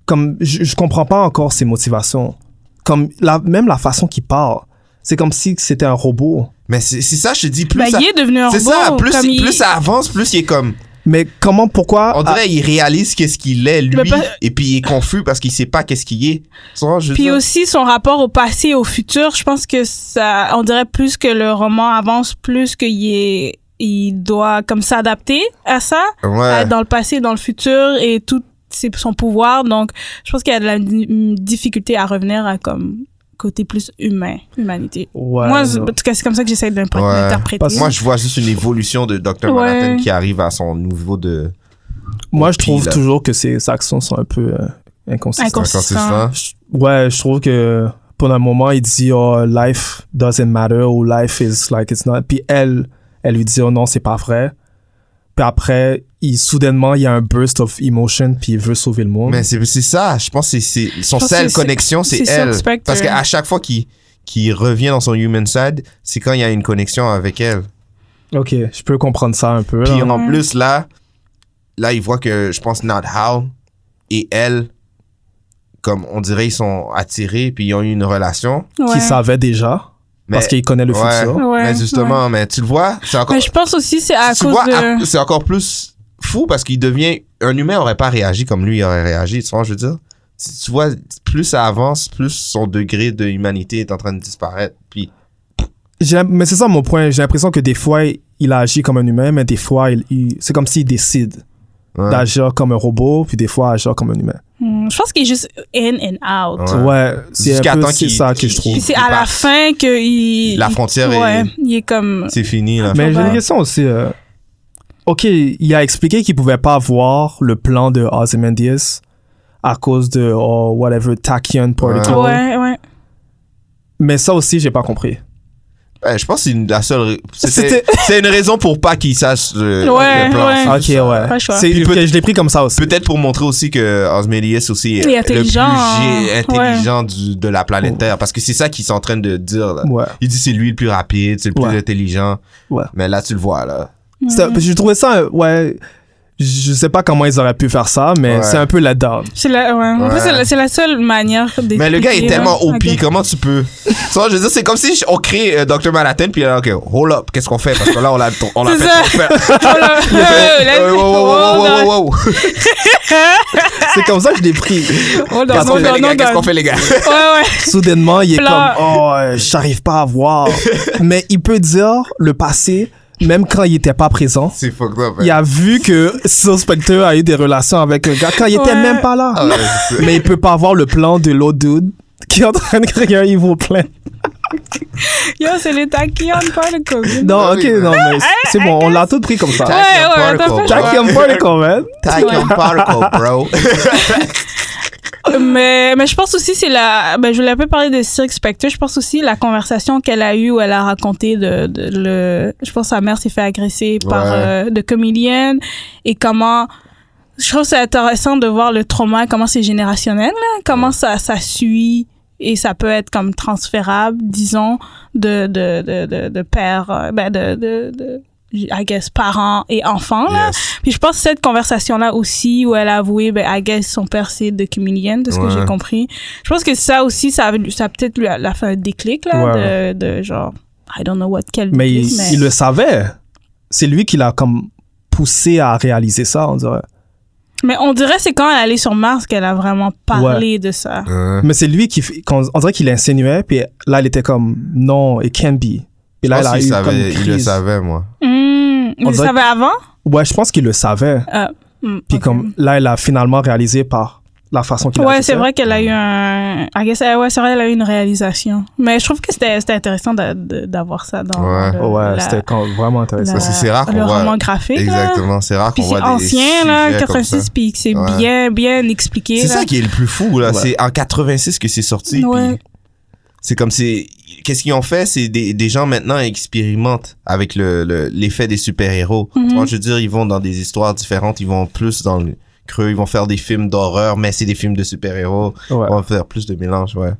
[SPEAKER 2] Comme. Je, je comprends pas encore ses motivations. Comme. La, même la façon qu'il parle. C'est comme si c'était un robot.
[SPEAKER 1] Mais c'est c'est ça, je te dis, plus.
[SPEAKER 3] bah
[SPEAKER 1] ça-
[SPEAKER 3] il est devenu un
[SPEAKER 1] C'est ça,
[SPEAKER 3] robot
[SPEAKER 1] plus,
[SPEAKER 3] comme il- Ah,
[SPEAKER 1] plus ça avance, plus il est comme.
[SPEAKER 2] Mais comment, pourquoi.
[SPEAKER 1] On dirait il réalise qu'est-ce qu'il est, lui,
[SPEAKER 3] Mais pas-
[SPEAKER 1] et puis il est confus parce qu'il sait pas qu'est-ce qu'il est. Tu vois, je veux
[SPEAKER 3] Puis
[SPEAKER 1] dire.
[SPEAKER 3] aussi son rapport au passé et au futur, je pense que ça, on dirait plus que le roman avance, plus qu'il est, il doit comme s'adapter à ça, à
[SPEAKER 1] Ouais.
[SPEAKER 3] être dans le passé, dans le futur et tout c'est son pouvoir. Donc, je pense qu'il y a de la di- une difficulté à revenir à comme côté plus humain, humanité.
[SPEAKER 2] Ah, Ouais,
[SPEAKER 3] Moi,
[SPEAKER 2] non.
[SPEAKER 3] je- en tout cas, c'est comme ça que j'essaie d'impré-
[SPEAKER 1] Ouais.
[SPEAKER 3] d'interpréter.
[SPEAKER 2] Parce-
[SPEAKER 1] Moi, je vois juste une évolution de Dr.
[SPEAKER 3] Ouais.
[SPEAKER 1] Manhattan qui arrive à son niveau de.
[SPEAKER 2] Moi, je
[SPEAKER 1] Puis,
[SPEAKER 2] trouve
[SPEAKER 1] là.
[SPEAKER 2] toujours que ses actions sont un peu euh, inconsistantes.
[SPEAKER 3] Incons- Consistant.
[SPEAKER 2] Je- ouais, je trouve que pour un moment, il dit oh, life doesn't matter ou life is like it's not. Puis elle, elle lui dit oh non, c'est pas vrai. Puis après, il, soudainement, il y a un burst of emotion, puis il veut sauver le monde.
[SPEAKER 1] Mais c'est c'est ça, je pense que c'est c'est- son
[SPEAKER 3] Oh. Je pense
[SPEAKER 1] seule
[SPEAKER 3] que c'est-
[SPEAKER 1] connexion, c'est
[SPEAKER 3] c'est
[SPEAKER 1] elle.
[SPEAKER 3] Silk Spectre. hein.
[SPEAKER 1] Parce qu'à chaque fois qu'il qu'il revient dans son human side, c'est quand il y a une connexion avec elle.
[SPEAKER 2] ok, je peux comprendre ça un peu. hein,
[SPEAKER 1] Puis
[SPEAKER 2] là.
[SPEAKER 3] Mm-hmm.
[SPEAKER 1] en plus, là, là, il voit que, je pense, Not How et elle, comme on dirait, ils sont attirés, puis ils ont eu une relation.
[SPEAKER 2] Qui
[SPEAKER 3] Ouais.
[SPEAKER 2] savait déjà,
[SPEAKER 1] Mais,
[SPEAKER 2] parce qu'il connaît le
[SPEAKER 1] Ouais.
[SPEAKER 2] futur.
[SPEAKER 3] Ouais,
[SPEAKER 1] mais justement, mais tu le vois, c'est encore,
[SPEAKER 3] Mais je pense aussi c'est à
[SPEAKER 1] tu
[SPEAKER 3] cause
[SPEAKER 1] vois,
[SPEAKER 3] de.
[SPEAKER 1] à- c'est encore plus fou parce qu'il devient, un humain aurait pas réagi comme lui aurait réagi, tu vois, je veux dire. Tu, tu vois, plus ça avance, plus son degré de humanité est en train de disparaître. Puis,
[SPEAKER 2] J'ai- Mais c'est ça mon point. J'ai l'impression que des fois, il a agi comme un humain, mais des fois, il, il- c'est comme s'il décide
[SPEAKER 1] ouais.
[SPEAKER 2] d'agir comme un robot, puis des fois, agir comme un humain.
[SPEAKER 3] Hmm, Je pense qu'il est juste in and out.
[SPEAKER 1] Ouais.
[SPEAKER 2] Ouais, c'est
[SPEAKER 1] Jusqu'à
[SPEAKER 2] un peu
[SPEAKER 1] temps
[SPEAKER 2] c'est
[SPEAKER 1] qu'il-
[SPEAKER 2] ça que je trouve.
[SPEAKER 3] Puis c'est
[SPEAKER 1] Il
[SPEAKER 3] à la
[SPEAKER 1] passe.
[SPEAKER 3] fin que il.
[SPEAKER 1] la
[SPEAKER 3] il-
[SPEAKER 1] frontière est-
[SPEAKER 3] Ouais, il est comme.
[SPEAKER 1] c'est fini, là.
[SPEAKER 2] Mais j'ai
[SPEAKER 3] Ouais.
[SPEAKER 2] une question aussi. euh, Ok, il a expliqué qu'il pouvait pas voir le plan de Ozymandias à cause de oh, whatever Tachyon particle.
[SPEAKER 3] Ouais, ouais.
[SPEAKER 2] Mais ça aussi, j'ai pas compris.
[SPEAKER 1] Ouais, je pense que c'est une- la seule.
[SPEAKER 2] C'était-
[SPEAKER 1] c'était- [laughs] C'est une raison pour pas qu'ils sachent le,
[SPEAKER 3] Ouais,
[SPEAKER 1] le plan.
[SPEAKER 3] ouais.
[SPEAKER 2] Ok,
[SPEAKER 1] C'est-
[SPEAKER 2] ouais.
[SPEAKER 3] Pas le choix.
[SPEAKER 2] C'est-
[SPEAKER 1] Puis peut-
[SPEAKER 2] je l'ai pris comme ça aussi.
[SPEAKER 1] Peut-être pour montrer aussi que Osmelius
[SPEAKER 3] Il
[SPEAKER 1] aussi est
[SPEAKER 3] est
[SPEAKER 1] le plus
[SPEAKER 3] intelligent, hein.
[SPEAKER 1] gé- intelligent du- de la planète
[SPEAKER 2] Oh.
[SPEAKER 1] Terre. Parce que c'est ça qu'ils sont en train de dire. Là.
[SPEAKER 2] Ouais.
[SPEAKER 1] Il dit c'est lui le plus rapide, c'est le plus
[SPEAKER 2] Ouais.
[SPEAKER 1] intelligent.
[SPEAKER 2] Ouais.
[SPEAKER 1] Mais là, tu le vois, là.
[SPEAKER 2] C'est- J'ai trouvé ça, euh, ouais. Je sais pas comment ils auraient pu faire ça, mais
[SPEAKER 1] Ouais.
[SPEAKER 2] c'est un peu la down.
[SPEAKER 3] C'est la, ouais. En
[SPEAKER 1] Ouais.
[SPEAKER 3] fait, c'est la, c'est la seule manière d'expliquer.
[SPEAKER 1] Mais le gars est
[SPEAKER 3] là.
[SPEAKER 1] tellement OP,
[SPEAKER 3] Ok.
[SPEAKER 1] comment tu peux? Tu vois, je veux dire, c'est comme si je- on crée euh, Dr. Manhattan, puis là, OK, hold up, qu'est-ce qu'on fait? Parce que là, on l'a on l'a
[SPEAKER 3] C'est
[SPEAKER 1] fait
[SPEAKER 3] ça.
[SPEAKER 1] trop
[SPEAKER 3] [laughs] [laughs]
[SPEAKER 1] faire. [laughs]
[SPEAKER 3] Oh là, euh, là,
[SPEAKER 1] Euh, wow, wow, wow, wow,
[SPEAKER 3] hold on,
[SPEAKER 1] wow, wow.
[SPEAKER 2] C'est comme ça que je l'ai pris. [laughs]
[SPEAKER 3] hold on,
[SPEAKER 1] Qu'est-ce qu'on
[SPEAKER 3] hold
[SPEAKER 1] fait,
[SPEAKER 3] on,
[SPEAKER 1] les gars?
[SPEAKER 3] hold
[SPEAKER 1] Qu'est-ce
[SPEAKER 3] on.
[SPEAKER 1] qu'on
[SPEAKER 3] [laughs]
[SPEAKER 1] fait, les gars?
[SPEAKER 3] Ouais, ouais.
[SPEAKER 2] Soudainement, il est
[SPEAKER 3] Plan.
[SPEAKER 2] comme oh, euh, j'arrive pas à [laughs] voir. mais il peut dire le passé, même quand il était pas présent.
[SPEAKER 1] C'est fucked up. hein.
[SPEAKER 2] il a vu que Sil Spectre a eu des relations avec le gars quand il était
[SPEAKER 3] Ouais. [laughs]
[SPEAKER 2] même pas là.
[SPEAKER 1] Ah ouais, c'est ça.
[SPEAKER 2] Mais il peut pas voir le plan de l'autre dude qui est en train de créer un Evil Plan.
[SPEAKER 3] Yo, c'est le Takion Particle.
[SPEAKER 1] [laughs]
[SPEAKER 2] Non, ok,
[SPEAKER 1] Ah oui, mais-
[SPEAKER 2] non, mais c'est bon, on l'a tout pris comme ça.
[SPEAKER 3] Ouais, ouais, attends,
[SPEAKER 1] particle.
[SPEAKER 2] Tac and Particle, man.
[SPEAKER 1] Tack and particle,
[SPEAKER 3] [laughs]
[SPEAKER 1] bro.
[SPEAKER 3] Mais, mais je pense aussi, c'est la. Ben, je voulais un peu parler de Cirque Spectre. Je pense aussi la conversation qu'elle a eue où elle a raconté de, de le. Je pense que sa mère s'est fait agresser par
[SPEAKER 1] Ouais.
[SPEAKER 3] euh, de comédiennes et comment. Je trouve que c'est intéressant de voir le trauma, comment c'est générationnel, là, comment ça, ça suit et ça peut être comme transférable, disons, de, de, de, de, de père, euh, ben de, de, de, I guess, parents et enfants, là.
[SPEAKER 1] Yes.
[SPEAKER 3] Puis je pense que cette conversation-là aussi, où elle a avoué, ben, I guess, son père, c'est de Comedian, de ce que
[SPEAKER 1] Ouais.
[SPEAKER 3] j'ai compris. Je pense que ça aussi, ça, a- ça a peut-être lui a, l'a fait un déclic, là,
[SPEAKER 2] Ouais.
[SPEAKER 3] de, de genre, I don't know what, quel
[SPEAKER 2] Mais il,
[SPEAKER 3] déclic, mais...
[SPEAKER 2] il le savait. C'est lui qui l'a comme poussé à réaliser ça, on dirait.
[SPEAKER 3] mais on dirait que c'est quand elle est allée sur Mars qu'elle a vraiment parlé de ça.
[SPEAKER 1] Hein?
[SPEAKER 2] Mais c'est lui qui, fait- qu'on- on dirait qu'il insinuait, puis là, elle était comme, non, it can be. Puis là,
[SPEAKER 1] Je
[SPEAKER 2] elle
[SPEAKER 1] pense
[SPEAKER 2] a eu
[SPEAKER 1] qu'il
[SPEAKER 2] comme
[SPEAKER 1] savait,
[SPEAKER 2] une
[SPEAKER 1] il le
[SPEAKER 2] crise.
[SPEAKER 1] savait, moi.
[SPEAKER 3] Mmh,
[SPEAKER 2] On
[SPEAKER 3] il le
[SPEAKER 2] dirait-
[SPEAKER 3] savait avant?
[SPEAKER 2] Ouais, je pense qu'il le savait.
[SPEAKER 3] Ah, hmm,
[SPEAKER 2] Puis
[SPEAKER 3] ok.
[SPEAKER 2] comme, là, elle a finalement réalisé par la façon qu'il a
[SPEAKER 3] Ouais,
[SPEAKER 2] fait
[SPEAKER 3] c'est
[SPEAKER 2] ça.
[SPEAKER 3] vrai qu'elle a eu un. I guess, euh, ouais, c'est vrai, elle a eu une réalisation. Mais je trouve que c'était c'était intéressant d'a- de- d'avoir ça dans.
[SPEAKER 1] Ouais.
[SPEAKER 3] le-
[SPEAKER 2] Ouais,
[SPEAKER 3] la-
[SPEAKER 2] c'était quand- vraiment intéressant.
[SPEAKER 3] la-
[SPEAKER 1] Parce que c'est rare
[SPEAKER 3] Le
[SPEAKER 1] qu'on voit-
[SPEAKER 3] roman graphique. là.
[SPEAKER 1] Exactement, c'est rare qu'on
[SPEAKER 3] Puis
[SPEAKER 1] voit
[SPEAKER 3] c'est
[SPEAKER 1] des
[SPEAKER 3] ancien, là,
[SPEAKER 1] sujets comme ça.
[SPEAKER 3] 86, puis que c'est
[SPEAKER 1] Ouais.
[SPEAKER 3] bien, bien expliqué.
[SPEAKER 1] C'est
[SPEAKER 3] là.
[SPEAKER 1] ça qui est le plus fou, là.
[SPEAKER 2] Ouais.
[SPEAKER 1] C'est en 86 que c'est sorti.
[SPEAKER 3] Ouais.
[SPEAKER 1] puis C'est comme c'est. Qu'est-ce qu'ils ont fait? C'est des, des gens maintenant expérimentent avec l'effet le, l'effet des super-héros.
[SPEAKER 3] Mhm.
[SPEAKER 1] Tu vois, je veux dire, ils vont dans des histoires différentes, ils vont plus dans le creux, ils vont faire des films d'horreur, mais c'est des films de super-héros.
[SPEAKER 2] Ouais.
[SPEAKER 1] On va faire plus de mélange, ouais.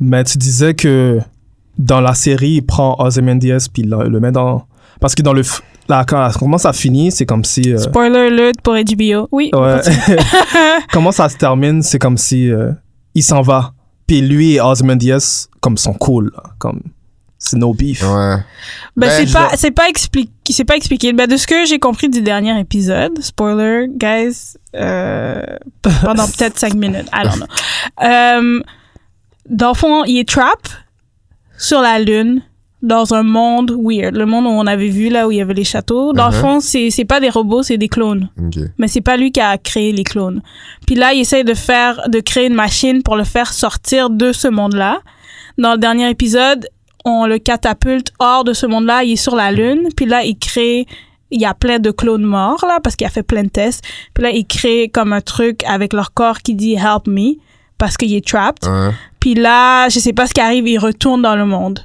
[SPEAKER 2] Mais tu disais que dans la série, il prend Ozymandias puis il le, le met dans. Parce que dans le. f- Là, quand, comment ça finit, c'est comme si. euh,
[SPEAKER 3] Spoiler alert pour HBO. Oui.
[SPEAKER 2] ouais. [laughs] comment ça se termine, c'est comme si euh, il s'en va. Puis lui et Ozymandias, comme sont cool. là, Comme. C'est no beef.
[SPEAKER 1] Ouais.
[SPEAKER 3] Ben,
[SPEAKER 1] Ben,
[SPEAKER 3] c'est
[SPEAKER 1] je
[SPEAKER 3] pas,
[SPEAKER 1] vois-
[SPEAKER 3] c'est pas expliqué, c'est pas expliqué. Ben, de ce que j'ai compris du dernier épisode, spoiler, guys, euh, pendant peut-être cinq minutes, I don't know. Euh, dans le fond, il est trap sur la lune dans un monde weird, le monde où on avait vu là où il y avait les châteaux. Dans
[SPEAKER 1] Mhm.
[SPEAKER 3] le fond, c'est c'est pas des robots, c'est des clones.
[SPEAKER 1] Ok.
[SPEAKER 3] mais c'est pas lui qui a créé les clones. Puis là, il essaie de faire, de créer une machine pour le faire sortir de ce monde-là. Dans le dernier épisode, on le catapulte hors de ce monde-là, il est sur la lune, puis là, il crée, il y a plein de clones morts, là, parce qu'il a fait plein de tests. Puis là, il crée comme un truc avec leur corps qui dit « help me », parce qu'il est trapped.
[SPEAKER 1] Hein?
[SPEAKER 3] Puis là, je sais pas ce qui arrive, il retourne dans le monde.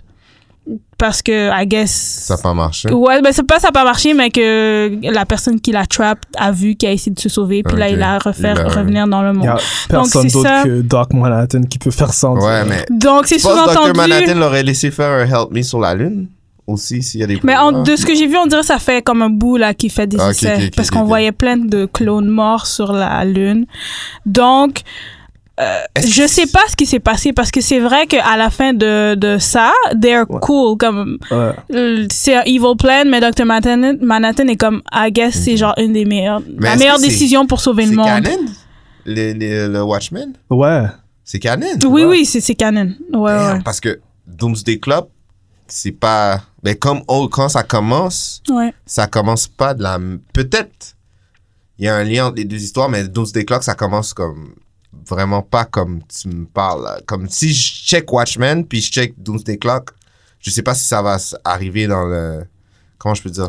[SPEAKER 3] Parce que, I guess...
[SPEAKER 1] Ça n'a pas marché.
[SPEAKER 3] Ouais, ben c'est pas ça a pas marché, mais que la personne qui l'a trap a vu qu'elle a essayé de se sauver, puis là
[SPEAKER 1] Ok.
[SPEAKER 3] il la refait
[SPEAKER 1] Il l'a-
[SPEAKER 3] revenir dans le
[SPEAKER 2] Il y
[SPEAKER 3] monde.
[SPEAKER 2] a personne
[SPEAKER 3] c'est
[SPEAKER 2] d'autre
[SPEAKER 3] ça.
[SPEAKER 2] que Doc Manhattan qui peut faire ça. on dirait.
[SPEAKER 1] Ouais, mais.
[SPEAKER 3] Donc c'est
[SPEAKER 1] Je pense que Dr.
[SPEAKER 3] sous-entendu.
[SPEAKER 1] Manhattan l'aurait laissé faire un Help Me sur la Lune aussi, s'il y a des
[SPEAKER 3] Mais en,
[SPEAKER 1] pouvoirs.
[SPEAKER 3] de ce que j'ai vu, on dirait que ça fait comme un bout là qui fait des
[SPEAKER 1] Ah, ok,
[SPEAKER 3] essais,
[SPEAKER 1] ok, ok,
[SPEAKER 3] parce
[SPEAKER 1] ok,
[SPEAKER 3] qu'on
[SPEAKER 1] ok.
[SPEAKER 3] voyait plein de clones morts sur la lune. Donc
[SPEAKER 1] Est-ce
[SPEAKER 3] je
[SPEAKER 1] que-
[SPEAKER 3] sais pas ce qui s'est passé parce que c'est vrai qu'à la fin de, de ça, they're
[SPEAKER 2] Ouais.
[SPEAKER 3] cool comme
[SPEAKER 2] Ouais.
[SPEAKER 3] euh, c'est un evil plan, mais Dr Manhattan, Manhattan est comme I guess c'est genre une des meilleures
[SPEAKER 1] Mm-hmm. Mais
[SPEAKER 3] la
[SPEAKER 1] est-ce
[SPEAKER 3] meilleure
[SPEAKER 1] que c'est-
[SPEAKER 3] décision pour sauver le
[SPEAKER 1] C'est
[SPEAKER 3] monde.
[SPEAKER 1] Canon? Le, le, le Watchmen?
[SPEAKER 2] Ouais.
[SPEAKER 1] C'est Canon?
[SPEAKER 3] Oui, oui, c'est c'est canon. Ouais,
[SPEAKER 1] Damn,
[SPEAKER 3] ouais.
[SPEAKER 1] Parce que Doomsday Club, c'est pas. Mais comme oh, quand ça commence,
[SPEAKER 3] Ouais.
[SPEAKER 1] ça commence pas de la. m- Peut-être. Il y a un lien entre les deux histoires, mais Doomsday Club, ça commence comme. Vraiment pas comme tu me parles. là. Comme si je check Watchmen, puis je check Doomsday Clock, je sais pas si ça va s- arriver dans le. Comment je peux dire?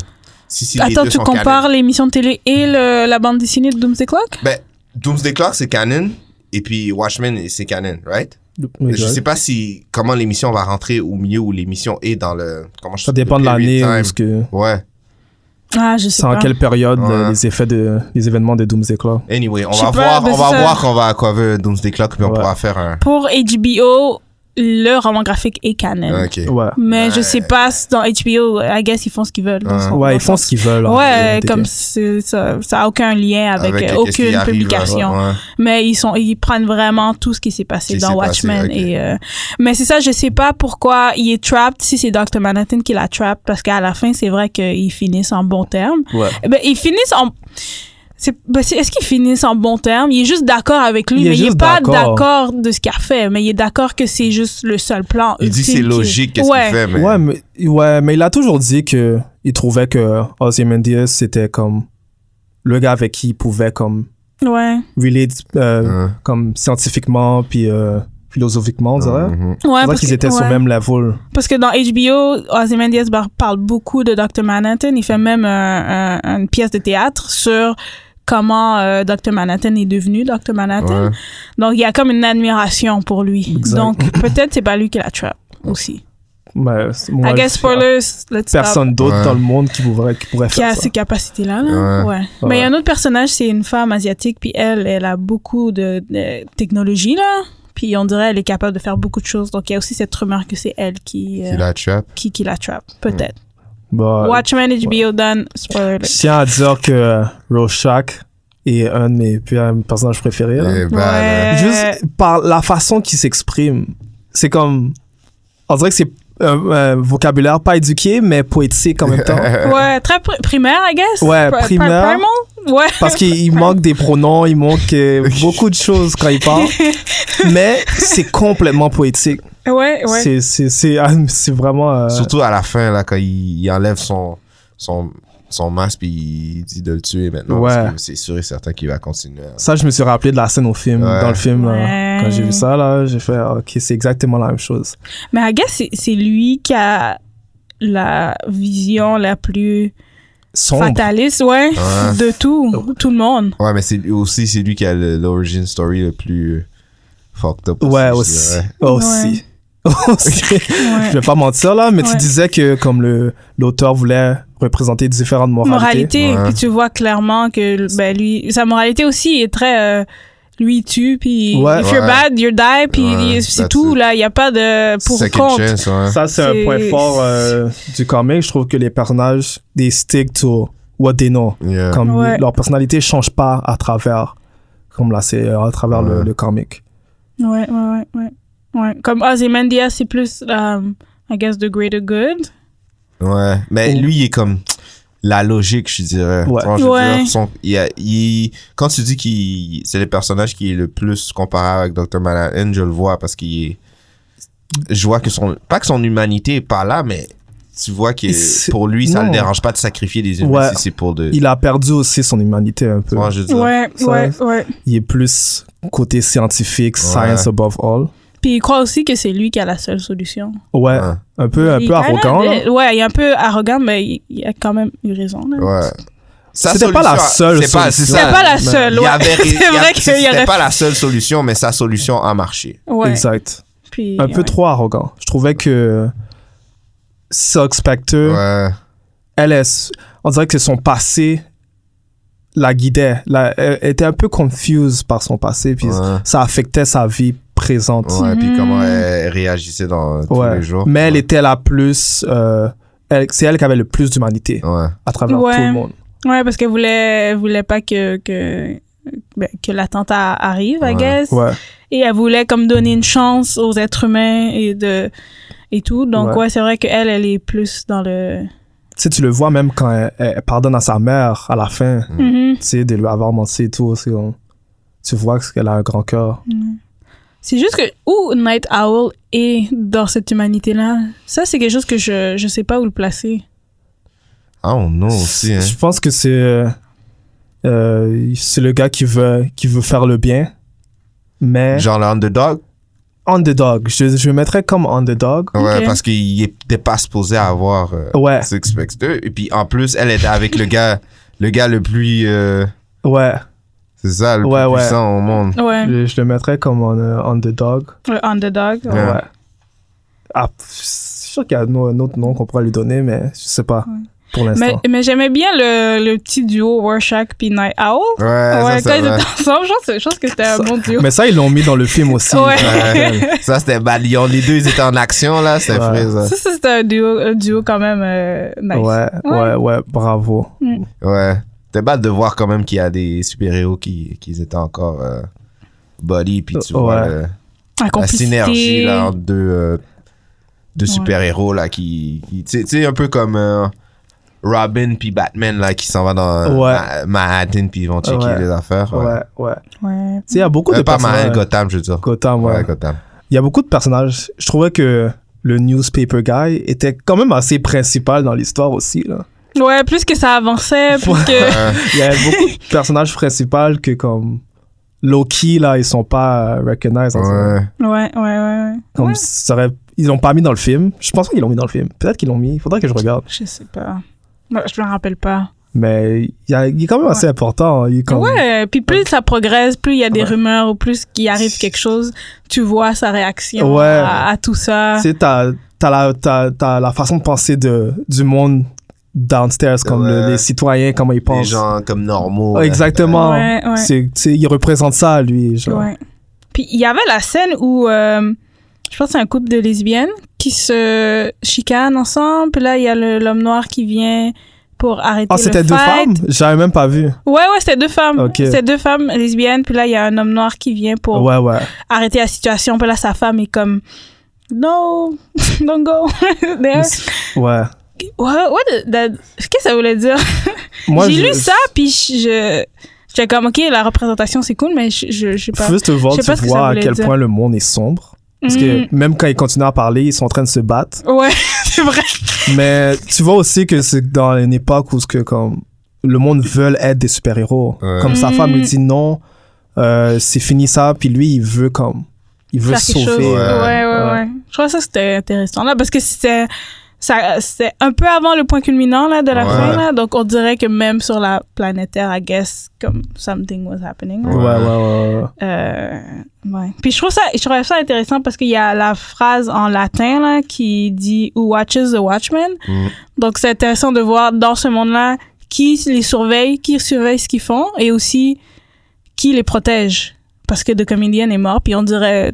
[SPEAKER 1] Si, si les
[SPEAKER 3] Attends,
[SPEAKER 1] deux
[SPEAKER 3] tu
[SPEAKER 1] sont canon.
[SPEAKER 3] compares l'émission de télé et le- la bande dessinée de Doomsday Clock
[SPEAKER 1] Ben, Doomsday Clock, c'est canon, et puis Watchmen, c'est canon, right? Je sais pas si comment l'émission va rentrer au milieu où l'émission est dans le. Comment je
[SPEAKER 2] Ça dépend de
[SPEAKER 1] le
[SPEAKER 2] l'année
[SPEAKER 1] period
[SPEAKER 2] ou
[SPEAKER 1] time.
[SPEAKER 2] ce que.
[SPEAKER 1] Ouais.
[SPEAKER 3] Ah, je sais
[SPEAKER 2] C'est en
[SPEAKER 3] pas.
[SPEAKER 2] quelle période
[SPEAKER 1] Ouais.
[SPEAKER 2] euh, les effets de les événements de Doomsday Clock.
[SPEAKER 1] Anyway, on
[SPEAKER 3] Je sais
[SPEAKER 1] va
[SPEAKER 3] pas,
[SPEAKER 1] voir,
[SPEAKER 3] ben
[SPEAKER 1] on
[SPEAKER 3] c'est
[SPEAKER 1] va
[SPEAKER 3] ça.
[SPEAKER 1] voir qu'on va à quoi veut Doomsday Clock, puis on
[SPEAKER 2] Ouais.
[SPEAKER 1] pourra faire un.
[SPEAKER 3] Pour HBO, le roman graphique est canon.
[SPEAKER 1] Ok.
[SPEAKER 2] Ouais.
[SPEAKER 3] Mais je
[SPEAKER 1] Ouais. Ah.
[SPEAKER 3] sais pas, si dans HBO, I guess ils font ce qu'ils veulent. dans
[SPEAKER 1] Ouais.
[SPEAKER 3] ce-
[SPEAKER 2] Ouais,
[SPEAKER 3] dans
[SPEAKER 2] ils font ce qu'ils veulent. hein, euh, en
[SPEAKER 3] Ouais,
[SPEAKER 2] réalité.
[SPEAKER 3] comme c'est- ça, ça a aucun lien avec, euh,
[SPEAKER 1] euh, qu'est-ce qui
[SPEAKER 3] aucune
[SPEAKER 1] arrive,
[SPEAKER 3] publication.
[SPEAKER 1] ouais.
[SPEAKER 3] mais ils sont ils prennent vraiment tout ce qui s'est passé
[SPEAKER 1] Qui
[SPEAKER 3] dans
[SPEAKER 1] s'est
[SPEAKER 3] Watchmen
[SPEAKER 1] passé, ok.
[SPEAKER 3] et euh, mais c'est ça je sais pas pourquoi il est trapped si c'est Dr Manhattan qui l'a trapped parce qu'à la fin c'est vrai qu'ils finissent en bon terme
[SPEAKER 2] Ouais.
[SPEAKER 3] ben ils finissent en c'est- ben, c'est- est-ce qu'ils finissent en bon terme il est juste d'accord avec lui
[SPEAKER 2] Il est
[SPEAKER 3] mais il
[SPEAKER 2] juste
[SPEAKER 3] est pas
[SPEAKER 2] d'accord.
[SPEAKER 3] d'accord de ce qu'il a fait mais il est d'accord que c'est juste le seul plan
[SPEAKER 1] Il dit que
[SPEAKER 3] ultime
[SPEAKER 1] c'est
[SPEAKER 3] qui-
[SPEAKER 1] logique qu'est-ce
[SPEAKER 3] ouais.
[SPEAKER 1] qu'il fait, mais.
[SPEAKER 2] Ouais, mais, ouais, mais il a toujours dit que il trouvait que Ozymandias c'était comme le gars avec qui il pouvait comme
[SPEAKER 3] ouais
[SPEAKER 2] relate euh,
[SPEAKER 1] Hein.
[SPEAKER 2] comme scientifiquement puis euh, philosophiquement, on dirait.
[SPEAKER 1] Mhm.
[SPEAKER 3] Ouais,
[SPEAKER 2] On dirait
[SPEAKER 3] parce
[SPEAKER 2] qu'ils
[SPEAKER 3] que-
[SPEAKER 2] étaient sur
[SPEAKER 3] ouais.
[SPEAKER 2] le même level.
[SPEAKER 3] Parce que dans HBO, Ozymandias bar- parle beaucoup de Dr. Manhattan. Il fait même un- un- une pièce de théâtre sur comment euh, Dr. Manhattan est devenu Dr. Manhattan.
[SPEAKER 1] Ouais.
[SPEAKER 3] Donc, il y a comme une admiration pour lui.
[SPEAKER 2] Exact.
[SPEAKER 3] Donc, peut-être c'est pas lui qui la trappe aussi.
[SPEAKER 2] Mais c'est- moi,
[SPEAKER 3] I guess
[SPEAKER 2] je-
[SPEAKER 3] spoilers, let's stop.
[SPEAKER 2] Personne d'autre
[SPEAKER 1] Ouais.
[SPEAKER 2] dans le monde qui pourrait, qui pourrait
[SPEAKER 3] Qui a
[SPEAKER 2] faire ça.
[SPEAKER 3] ces capacités-là, là.
[SPEAKER 1] Ouais.
[SPEAKER 3] Ouais. Mais il y a un autre personnage, c'est une femme asiatique, puis elle, elle a beaucoup de, de technologie, là. Puis on dirait elle est capable de faire beaucoup de choses. Donc, il y a aussi cette rumeur que c'est elle qui, euh,
[SPEAKER 1] Qui la trappe.
[SPEAKER 3] qui, qui la trappe, peut-être.
[SPEAKER 2] Bah,
[SPEAKER 3] Watchmen HBO done. Spoiler.
[SPEAKER 2] Je tiens à dire que euh, Rorschach est un de mes puis, un personnage préféré. là.
[SPEAKER 1] Eh ben, là.
[SPEAKER 3] Ouais.
[SPEAKER 2] Juste par la façon qu'il s'exprime, c'est comme. On dirait que c'est un, un vocabulaire pas éduqué, mais poétique en même
[SPEAKER 1] [laughs]
[SPEAKER 2] temps.
[SPEAKER 3] Ouais, très pri- primaire, I guess.
[SPEAKER 2] Ouais,
[SPEAKER 3] Pri- pri-
[SPEAKER 2] primaire.
[SPEAKER 3] primal? Ouais.
[SPEAKER 2] Parce qu'il il manque des pronoms, il manque euh, beaucoup de choses quand
[SPEAKER 3] [laughs]
[SPEAKER 2] il parle. mais c'est complètement poétique.
[SPEAKER 3] [laughs] Ouais, ouais.
[SPEAKER 2] C'est- C'est c'est- ah, c'est vraiment. euh,
[SPEAKER 1] Surtout à la fin, là, quand il, il enlève son, son, son masque puis il dit de le tuer maintenant.
[SPEAKER 2] Ouais.
[SPEAKER 1] parce que C'est sûr et certain qu'il va continuer. à-
[SPEAKER 2] Ça, je me suis rappelé de la scène au film.
[SPEAKER 1] Ouais.
[SPEAKER 2] Dans le film, euh,
[SPEAKER 3] Ouais.
[SPEAKER 2] quand j'ai vu ça, là, j'ai fait ah, OK, c'est exactement la même chose.
[SPEAKER 3] Mais I guess c'est- c'est lui qui a la vision la plus
[SPEAKER 2] Sombre.
[SPEAKER 3] fataliste, ouais,
[SPEAKER 1] Ouais.
[SPEAKER 3] de tout, tout le monde.
[SPEAKER 1] Ouais, mais c'est aussi c'est lui qui a le- l'origin story le plus euh, fucked up.
[SPEAKER 2] Ouais,
[SPEAKER 1] je
[SPEAKER 2] aussi.
[SPEAKER 1] dirais.
[SPEAKER 2] Aussi. [laughs] Aussi.
[SPEAKER 3] Ouais.
[SPEAKER 2] Je vais pas mentir là, mais
[SPEAKER 3] Ouais.
[SPEAKER 2] tu disais que comme le l'auteur voulait représenter différentes moralités.
[SPEAKER 3] Moralité,
[SPEAKER 1] Ouais.
[SPEAKER 3] puis tu vois clairement que ben, lui, sa moralité aussi est très. euh, lui, il tue, puis
[SPEAKER 2] Ouais.
[SPEAKER 3] if you're
[SPEAKER 1] Ouais.
[SPEAKER 3] bad, you're die, puis
[SPEAKER 1] Ouais,
[SPEAKER 3] c'est
[SPEAKER 1] that's
[SPEAKER 3] tout,
[SPEAKER 1] it.
[SPEAKER 3] là. Il n'y a pas de pour ou
[SPEAKER 1] Second
[SPEAKER 3] contre.
[SPEAKER 1] chance, ouais.
[SPEAKER 2] Ça c'est un
[SPEAKER 3] C'est-
[SPEAKER 2] point fort euh, du comic. Je trouve que les personnages des stick to what they know,
[SPEAKER 1] Yeah.
[SPEAKER 2] comme
[SPEAKER 3] Ouais.
[SPEAKER 2] leur personnalité change pas à travers comme là c'est euh, à travers le,
[SPEAKER 1] Ouais.
[SPEAKER 2] le comic.
[SPEAKER 3] Ouais, ouais, ouais, ouais. ouais. Comme Ozymandias, c'est plus, um, I guess, the greater good.
[SPEAKER 1] Ouais. Mais
[SPEAKER 2] Oh.
[SPEAKER 1] lui, il est comme la logique, je dirais.
[SPEAKER 2] Ouais.
[SPEAKER 1] Tu vois, je veux
[SPEAKER 3] Ouais.
[SPEAKER 1] dire, son- il a- il- quand tu dis qu'il c'est le personnage qui est le plus comparable avec Dr. Manhattan, je le vois parce qu'il est. Je vois que son. Pas que son humanité est pas là, mais tu vois que
[SPEAKER 2] Et c'est-
[SPEAKER 1] pour lui, ça
[SPEAKER 2] non.
[SPEAKER 1] le dérange pas de sacrifier des humains
[SPEAKER 2] Ouais.
[SPEAKER 1] si c'est pour de.
[SPEAKER 2] Il a perdu aussi son humanité un
[SPEAKER 1] Tu
[SPEAKER 2] peu.
[SPEAKER 1] vois, je veux dire.
[SPEAKER 3] Ouais,
[SPEAKER 2] Ça-
[SPEAKER 3] ouais, ouais.
[SPEAKER 2] Il est plus côté scientifique, science above all.
[SPEAKER 3] Puis il croit aussi que c'est lui qui a la seule solution.
[SPEAKER 2] Ouais,
[SPEAKER 1] Ouais.
[SPEAKER 2] un peu un
[SPEAKER 3] Il
[SPEAKER 2] peu
[SPEAKER 3] est kinda
[SPEAKER 2] arrogant. là.
[SPEAKER 3] de- Ouais, il est un peu arrogant, mais il, il a quand même eu raison. Là.
[SPEAKER 1] Ouais. Sa
[SPEAKER 2] C'était pas la
[SPEAKER 1] solution-
[SPEAKER 2] seule
[SPEAKER 1] c'est pas- c'est
[SPEAKER 2] solution.
[SPEAKER 1] ça.
[SPEAKER 3] C'était pas la seule,
[SPEAKER 1] Il y
[SPEAKER 3] ouais. [laughs]
[SPEAKER 1] avait- il y
[SPEAKER 3] C'est
[SPEAKER 1] avait-
[SPEAKER 3] vrai qu'il y
[SPEAKER 1] c'était
[SPEAKER 3] aurait-
[SPEAKER 1] pas la seule solution, mais sa solution a marché.
[SPEAKER 3] Ouais.
[SPEAKER 2] Exact.
[SPEAKER 3] Puis,
[SPEAKER 2] un peu
[SPEAKER 3] ouais.
[SPEAKER 2] trop arrogant. Je trouvais que Silk Spectre,
[SPEAKER 1] Ouais.
[SPEAKER 2] elle est, on dirait que son passé la guidait. La- elle était un peu confuse par son passé, puis
[SPEAKER 1] Ouais.
[SPEAKER 2] ça affectait sa vie présente.
[SPEAKER 1] Ouais, puis
[SPEAKER 3] Mhm.
[SPEAKER 1] comment elle réagissait dans tous
[SPEAKER 2] Ouais.
[SPEAKER 1] les jours.
[SPEAKER 2] Mais elle était la plus, euh, elle- c'est elle qui avait le plus d'humanité
[SPEAKER 1] Ouais.
[SPEAKER 2] à travers
[SPEAKER 3] Ouais.
[SPEAKER 2] tout le monde.
[SPEAKER 3] Ouais, parce qu'elle voulait, elle voulait pas que, que, ben, que l'attentat arrive, I
[SPEAKER 1] Ouais.
[SPEAKER 3] guess.
[SPEAKER 2] Ouais.
[SPEAKER 3] Et elle voulait comme donner une chance aux êtres humains et de et tout. Donc,
[SPEAKER 2] Ouais.
[SPEAKER 3] ouais, c'est vrai qu'elle, elle est plus dans le...
[SPEAKER 2] Tu sais, tu le vois même quand elle, elle pardonne à sa mère à la fin,
[SPEAKER 1] Mm.
[SPEAKER 2] tu
[SPEAKER 3] Mhm.
[SPEAKER 2] sais, de lui avoir menti et tout. c'est comme- tu vois qu'elle a un grand cœur.
[SPEAKER 3] C'est juste que où Night Owl est dans cette humanité-là, ça c'est quelque chose que je je sais pas où le placer.
[SPEAKER 1] Ah, on non aussi, hein.
[SPEAKER 2] Je pense que c'est euh, euh, c'est le gars qui veut qui veut faire le bien, mais
[SPEAKER 1] Genre le underdog.
[SPEAKER 2] underdog. Je je le mettrais comme underdog.
[SPEAKER 1] Ouais,
[SPEAKER 3] Ok.
[SPEAKER 1] parce qu'il était pas supposé avoir euh,
[SPEAKER 2] Ouais,
[SPEAKER 1] Six Flags 2. Et puis en plus, elle était avec le gars, [laughs] le gars le plus. euh,
[SPEAKER 2] ouais.
[SPEAKER 1] c'est ça, le
[SPEAKER 2] Ouais,
[SPEAKER 1] plus
[SPEAKER 2] ouais.
[SPEAKER 1] puissant au monde.
[SPEAKER 3] Ouais,
[SPEAKER 2] Je, je le mettrais comme un, euh, underdog.
[SPEAKER 3] le underdog. ouais.
[SPEAKER 2] Ouais.
[SPEAKER 1] Ouais.
[SPEAKER 2] Ah, pff, je suis sûr qu'il y a no- un autre nom qu'on pourrait lui donner, mais je sais pas pour
[SPEAKER 3] Mais,
[SPEAKER 2] l'instant.
[SPEAKER 3] mais j'aimais bien le, le petit duo Rorschach puis Night Owl.
[SPEAKER 1] Ouais,
[SPEAKER 3] Ouais,
[SPEAKER 1] ça,
[SPEAKER 3] quand ils
[SPEAKER 1] c'est
[SPEAKER 3] étaient
[SPEAKER 1] vrai.
[SPEAKER 3] ensemble, je pense, que- je pense que c'était un
[SPEAKER 2] Ça-
[SPEAKER 3] bon duo.
[SPEAKER 2] Mais ça, ils l'ont mis dans le film aussi.
[SPEAKER 3] [laughs] Ouais. [laughs]
[SPEAKER 1] Ouais. ça, c'était balion. Les deux, ils étaient en action, là. C'était
[SPEAKER 2] Ouais.
[SPEAKER 1] frais, ça.
[SPEAKER 3] Ça, ça, c'était un duo, un duo quand même euh, nice.
[SPEAKER 2] Ouais, ouais, ouais, bravo.
[SPEAKER 1] Ouais. C'était bad de voir quand même qu'il y a des super-héros qui, qui étaient encore euh, body. Puis tu
[SPEAKER 2] Ouais.
[SPEAKER 1] vois le-
[SPEAKER 3] La
[SPEAKER 1] la
[SPEAKER 3] complicité.
[SPEAKER 1] synergie là, entre deux, euh, deux super-héros là, qui. qui tu sais- tu sais, un peu comme euh, Robin puis Batman là, qui s'en va dans euh,
[SPEAKER 2] Ouais.
[SPEAKER 1] Ma- Manhattan puis ils vont checker
[SPEAKER 2] Ouais.
[SPEAKER 1] les affaires.
[SPEAKER 2] Ouais,
[SPEAKER 1] Ouais.
[SPEAKER 2] ouais.
[SPEAKER 3] Ouais.
[SPEAKER 2] Tu sais, il y a beaucoup
[SPEAKER 1] Euh,
[SPEAKER 2] de
[SPEAKER 1] pas Manhattan,
[SPEAKER 2] personnages.
[SPEAKER 1] Gotham, je veux dire.
[SPEAKER 2] Gotham,
[SPEAKER 1] Ouais,
[SPEAKER 2] ouais.
[SPEAKER 1] Gotham.
[SPEAKER 2] il y a beaucoup de personnages. Je trouvais que le newspaper guy était quand même assez principal dans l'histoire aussi. Là.
[SPEAKER 3] Ouais, plus que ça avançait, plus que...
[SPEAKER 1] Euh,
[SPEAKER 3] [laughs]
[SPEAKER 2] Il y avait beaucoup de personnages principaux que comme low-key, là, ils sont pas euh, recognized. en ce moment.
[SPEAKER 1] Ouais.
[SPEAKER 3] Ouais, ouais, ouais.
[SPEAKER 2] Comme
[SPEAKER 3] ouais.
[SPEAKER 2] ça aurait- Ils l'ont pas mis dans le film. Je pense pas qu'ils l'ont mis dans le film. Peut-être qu'ils l'ont mis. Il faudrait que je regarde.
[SPEAKER 3] Je sais pas. Moi, je me rappelle pas. Mais
[SPEAKER 2] Mais il, y a- il est quand même assez important. hein. Il est quand-
[SPEAKER 3] Ouais, puis plus ça progresse, plus il y a des
[SPEAKER 2] Ouais.
[SPEAKER 3] rumeurs ou plus qu'il arrive quelque chose, tu vois sa réaction
[SPEAKER 2] Ouais.
[SPEAKER 3] à, à tout ça.
[SPEAKER 2] Tu sais, t'as, t'as la, t'as- t'as la façon de penser de, du monde downstairs, comme le-
[SPEAKER 1] Ouais.
[SPEAKER 2] les citoyens, comment ils
[SPEAKER 1] Des
[SPEAKER 2] pensent.
[SPEAKER 1] gens comme normaux.
[SPEAKER 2] Ouais,
[SPEAKER 1] là.
[SPEAKER 2] Exactement.
[SPEAKER 3] Ouais, ouais.
[SPEAKER 2] C'est, tu sais, il représente ça, lui. genre.
[SPEAKER 3] Ouais. Puis il y avait la scène où euh, je pense que c'est un couple de lesbiennes qui se chicanent ensemble. Puis là, il y a le- l'homme noir qui vient pour arrêter
[SPEAKER 2] Ah,
[SPEAKER 3] le
[SPEAKER 2] c'était deux
[SPEAKER 3] fight.
[SPEAKER 2] femmes? J'avais même pas vu.
[SPEAKER 3] Ouais, ouais, c'était deux femmes.
[SPEAKER 2] Ok.
[SPEAKER 3] C'était deux femmes lesbiennes. Puis là, il y a un homme noir qui vient pour
[SPEAKER 2] Ouais, ouais.
[SPEAKER 3] arrêter la situation. Puis là, sa femme est comme No, [laughs] don't go there.
[SPEAKER 2] Ouais.
[SPEAKER 3] What, what the- the- Qu'est-ce que ça voulait dire?
[SPEAKER 2] Moi,
[SPEAKER 3] J'ai
[SPEAKER 2] je-
[SPEAKER 3] lu ça, puis je- je. J'étais comme, OK, la représentation, c'est cool, mais je, je, je sais pas.
[SPEAKER 2] First of all,
[SPEAKER 3] Je sais
[SPEAKER 2] tu
[SPEAKER 3] pas ce que ça
[SPEAKER 2] vois à
[SPEAKER 3] voulait
[SPEAKER 2] quel
[SPEAKER 3] dire.
[SPEAKER 2] point le monde est sombre. Parce que même quand ils continuent à parler, ils sont en train de se battre.
[SPEAKER 3] Mm. Ouais, [laughs] c'est vrai.
[SPEAKER 2] Mais tu vois aussi que c'est dans une époque où ce que, comme, le monde veut être des super-héros.
[SPEAKER 1] Ouais.
[SPEAKER 2] Comme sa
[SPEAKER 3] Mm.
[SPEAKER 2] femme lui dit non, euh, c'est fini ça. Puis lui, il veut comme. Il veut
[SPEAKER 3] faire quelque chose.
[SPEAKER 2] sauver.
[SPEAKER 3] Ouais,
[SPEAKER 2] euh,
[SPEAKER 3] ouais, ouais. Je crois que ça, c'était intéressant, là, parce que c'était. Ça, c'était un peu avant le point culminant là, de la
[SPEAKER 1] Ouais.
[SPEAKER 3] fin, là, donc on dirait que même sur la planète Terre, I guess, comme something was happening. là.
[SPEAKER 2] Ouais, ouais, ouais. ouais.
[SPEAKER 3] Euh, ouais. Puis je trouve ça, je trouve ça intéressant parce qu'il y a la phrase en latin là, qui dit Who watches the watchman.
[SPEAKER 1] Mm.
[SPEAKER 3] Donc c'est intéressant de voir dans ce monde-là qui les surveille, qui surveille ce qu'ils font et aussi qui les protège. Parce que The Comedian est mort, puis on dirait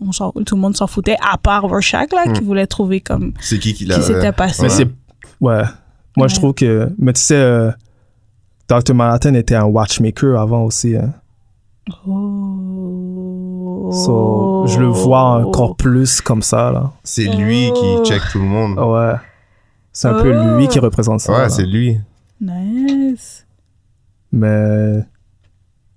[SPEAKER 3] on s'en- tout le monde s'en foutait, à part Rorschach là, qui voulait trouver comme
[SPEAKER 1] C'est qui qui l'a. euh,
[SPEAKER 3] qui s'était passé.
[SPEAKER 2] Mais
[SPEAKER 1] Ouais.
[SPEAKER 2] c'est. Ouais. Moi, je
[SPEAKER 3] Ouais.
[SPEAKER 2] trouve que. Mais tu sais, euh, Dr. Manhattan était un watchmaker avant aussi. hein.
[SPEAKER 3] Oh.
[SPEAKER 2] So, je le vois encore plus comme ça, là.
[SPEAKER 1] C'est lui
[SPEAKER 3] Oh.
[SPEAKER 1] qui check tout le monde.
[SPEAKER 2] Ouais. C'est un peu
[SPEAKER 3] Oh.
[SPEAKER 2] lui qui représente ça. là.
[SPEAKER 1] Ouais, c'est lui.
[SPEAKER 3] Nice.
[SPEAKER 2] Mais.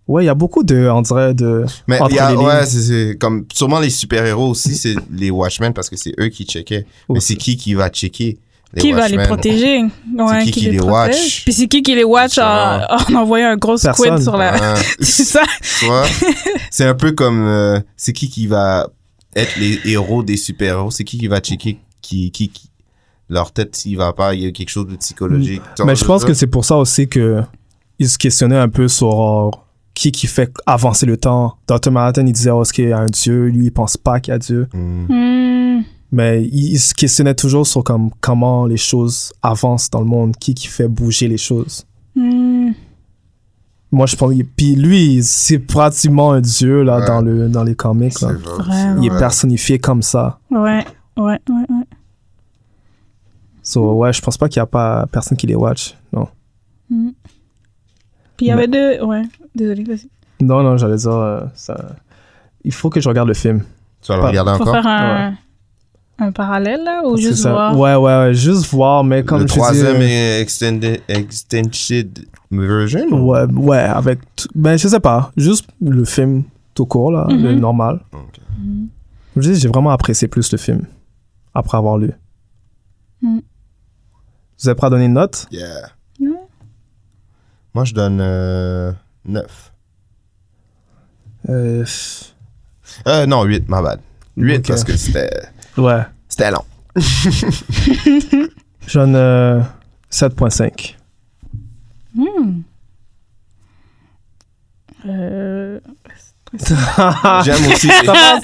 [SPEAKER 2] Ouais, il y a beaucoup de. On dirait de.
[SPEAKER 1] Mais
[SPEAKER 2] Entre
[SPEAKER 1] il y a,
[SPEAKER 2] les lignes.
[SPEAKER 1] ouais, c'est- c'est comme sûrement les super-héros aussi, c'est les Watchmen parce que c'est eux qui checkaient. Mais
[SPEAKER 2] Ouais.
[SPEAKER 1] c'est qui qui va checker les
[SPEAKER 3] qui va les
[SPEAKER 1] Watchmen?
[SPEAKER 3] protéger ouais,
[SPEAKER 1] qui qui les
[SPEAKER 3] protège.
[SPEAKER 1] watch?
[SPEAKER 3] Puis c'est qui qui les watch en, en envoyant un gros squid
[SPEAKER 2] Personne.
[SPEAKER 3] sur la.
[SPEAKER 1] Hein,
[SPEAKER 3] [laughs] C'est ça.
[SPEAKER 1] [laughs] tu
[SPEAKER 3] [laughs]
[SPEAKER 1] vois? c'est un peu comme euh, c'est qui qui va être les héros des super-héros, c'est qui qui va checker qui, qui, qui- leur tête s'il va pas, il y a quelque chose de psychologique. Tu vois
[SPEAKER 2] Mais
[SPEAKER 1] ce
[SPEAKER 2] je pense
[SPEAKER 1] veux
[SPEAKER 2] que
[SPEAKER 1] dire?
[SPEAKER 2] c'est pour ça aussi que ils se questionnaient un peu sur euh, qui qui fait avancer le temps. Dr. Manhattan, il disait, oh, est-ce qu'il y a un Dieu? Lui, il pense pas qu'il y a Dieu.
[SPEAKER 1] Hmm.
[SPEAKER 3] Hmm.
[SPEAKER 2] Mais il, il se questionnait toujours sur comme, comment les choses avancent dans le monde, qui qui fait bouger les choses.
[SPEAKER 3] Hmm.
[SPEAKER 2] Moi, je pense... Puis lui, c'est pratiquement un dieu là,
[SPEAKER 1] Ouais.
[SPEAKER 2] dans, le, dans les comics.
[SPEAKER 1] C'est
[SPEAKER 2] là.
[SPEAKER 1] vrai,
[SPEAKER 3] Vraiment.
[SPEAKER 2] Il
[SPEAKER 1] c'est
[SPEAKER 2] est
[SPEAKER 1] vrai.
[SPEAKER 2] personnifié comme ça.
[SPEAKER 3] Ouais, ouais, ouais. ouais.
[SPEAKER 2] So, ouais, je pense pas qu'il y a pas personne qui les watch. Non.
[SPEAKER 3] Puis il y avait deux. Ouais, désolé, vas-y.
[SPEAKER 2] Non, non, j'allais dire... euh, ça... Il faut que je regarde le film.
[SPEAKER 1] Tu vas le regarder
[SPEAKER 3] Faut
[SPEAKER 1] encore?
[SPEAKER 3] faire un, un parallèle là ou
[SPEAKER 2] Parce que
[SPEAKER 3] juste
[SPEAKER 2] ça-
[SPEAKER 3] voir.
[SPEAKER 2] Ouais, ouais, ouais, juste voir, mais comme
[SPEAKER 1] le
[SPEAKER 2] je dis,
[SPEAKER 1] troisième est extended, extended version? ou-
[SPEAKER 2] euh, Ouais, ouais, avec. t- Ben, je sais pas. Juste le film tout court, là, le
[SPEAKER 3] Mhm.
[SPEAKER 2] normal.
[SPEAKER 1] Ok.
[SPEAKER 2] Je dis, j'ai vraiment apprécié plus le film après avoir lu.
[SPEAKER 3] Mhm.
[SPEAKER 2] Vous avez pas donné une note
[SPEAKER 1] Yeah.
[SPEAKER 3] Ouais.
[SPEAKER 1] Moi, je donne euh, 9.
[SPEAKER 2] Euh,
[SPEAKER 1] Euh, non, 8, my bad. 8
[SPEAKER 2] Ok.
[SPEAKER 1] parce que c'était
[SPEAKER 2] Ouais.
[SPEAKER 1] c'était long.
[SPEAKER 2] Je donne euh, 7,5.
[SPEAKER 3] Hmm.
[SPEAKER 2] [laughs]
[SPEAKER 3] Euh...
[SPEAKER 1] [laughs] J'aime aussi les,
[SPEAKER 3] Ah,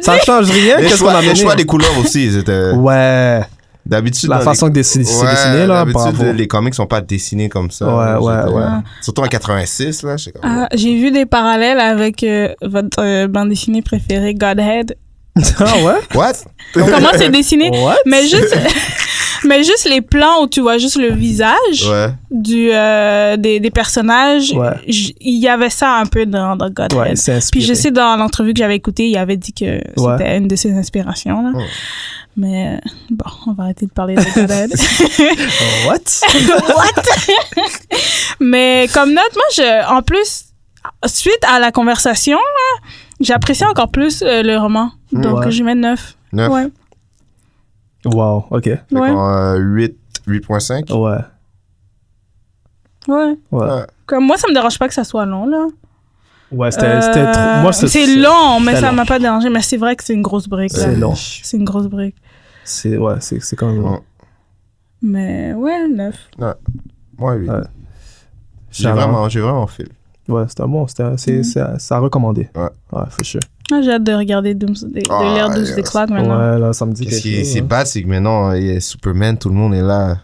[SPEAKER 2] Ça change rien,
[SPEAKER 1] les
[SPEAKER 2] qu'est-ce qu'on
[SPEAKER 1] choix,
[SPEAKER 2] a
[SPEAKER 1] les
[SPEAKER 2] donné
[SPEAKER 1] choix des couleurs aussi. ils étaient-
[SPEAKER 2] Ouais.
[SPEAKER 1] D'habitude,
[SPEAKER 2] La
[SPEAKER 1] dans
[SPEAKER 2] façon que c'est
[SPEAKER 1] les...
[SPEAKER 2] c'est
[SPEAKER 1] Ouais,
[SPEAKER 2] dessiné, là,
[SPEAKER 1] d'habitude,
[SPEAKER 2] bravo.
[SPEAKER 1] les comics sont pas dessinés comme ça.
[SPEAKER 2] Ouais,
[SPEAKER 1] là,
[SPEAKER 2] ouais,
[SPEAKER 1] j'étais-
[SPEAKER 2] ouais.
[SPEAKER 1] Surtout en 86, là. j'étais comme,
[SPEAKER 3] Ah, j'ai vu des parallèles avec euh, votre euh, bande dessinée préférée, Godhead.
[SPEAKER 2] [laughs] ah ouais
[SPEAKER 1] What?
[SPEAKER 3] Comment c'est
[SPEAKER 2] [laughs]
[SPEAKER 3] dessiné
[SPEAKER 2] What
[SPEAKER 3] Mais juste, [laughs] mais juste les plans où tu vois juste le visage
[SPEAKER 1] Ouais.
[SPEAKER 3] du, euh, des, des personnages,
[SPEAKER 2] Ouais.
[SPEAKER 3] j- il y avait ça un peu dans, dans Godhead.
[SPEAKER 2] Ouais, c'est
[SPEAKER 3] Puis
[SPEAKER 2] inspiré.
[SPEAKER 3] je sais, dans l'entrevue que j'avais écoutée, il avait dit que c'était une de ses inspirations. Là.
[SPEAKER 1] Oh.
[SPEAKER 3] Mais euh, bon, on va arrêter de parler de
[SPEAKER 2] [laughs]
[SPEAKER 3] Godhead.
[SPEAKER 2] What
[SPEAKER 3] What? Mais comme note, moi, je, en plus, suite à la conversation, là, j'apprécie encore plus euh, le roman. Donc,
[SPEAKER 2] Ouais.
[SPEAKER 3] je mets 9.
[SPEAKER 1] 9.
[SPEAKER 3] Ouais.
[SPEAKER 2] Wow, ok.
[SPEAKER 3] Ouais.
[SPEAKER 1] 8, 8.5.
[SPEAKER 2] Ouais.
[SPEAKER 3] Ouais.
[SPEAKER 2] Ouais.
[SPEAKER 1] Ouais.
[SPEAKER 3] Comme moi, ça me dérange pas que ça soit long, là.
[SPEAKER 2] Ouais, c'était c'était trop.
[SPEAKER 3] Euh,
[SPEAKER 2] Moi,
[SPEAKER 3] c'est long, mais
[SPEAKER 2] c'était
[SPEAKER 3] ça
[SPEAKER 2] long.
[SPEAKER 3] m'a pas dérangé. Mais c'est vrai que c'est une grosse brique. là.
[SPEAKER 2] C'est long.
[SPEAKER 3] C'est une grosse brique.
[SPEAKER 2] C'est ouais, c'est c'est quand même long.
[SPEAKER 1] Ouais.
[SPEAKER 3] Mais ouais, neuf.
[SPEAKER 1] Moi, oui.
[SPEAKER 2] Ouais.
[SPEAKER 1] J'ai vraiment, j'ai vraiment fait.
[SPEAKER 2] Ouais, c'était bon, c'était
[SPEAKER 3] Mm.
[SPEAKER 2] c'est c'est ça a recommandé.
[SPEAKER 1] Ouais.
[SPEAKER 2] Ouais, for sure.
[SPEAKER 3] Ah, J'ai hâte de regarder Doomsday, de
[SPEAKER 1] Ah,
[SPEAKER 3] lire
[SPEAKER 1] yeah.
[SPEAKER 3] Doomsday Clock maintenant.
[SPEAKER 2] Ouais, là ça me dit
[SPEAKER 1] Qu'est-ce
[SPEAKER 2] quelque
[SPEAKER 1] qui est,
[SPEAKER 2] chose.
[SPEAKER 1] c'est
[SPEAKER 2] hein.
[SPEAKER 1] bad, c'est que maintenant, il y a Superman, tout le monde est là.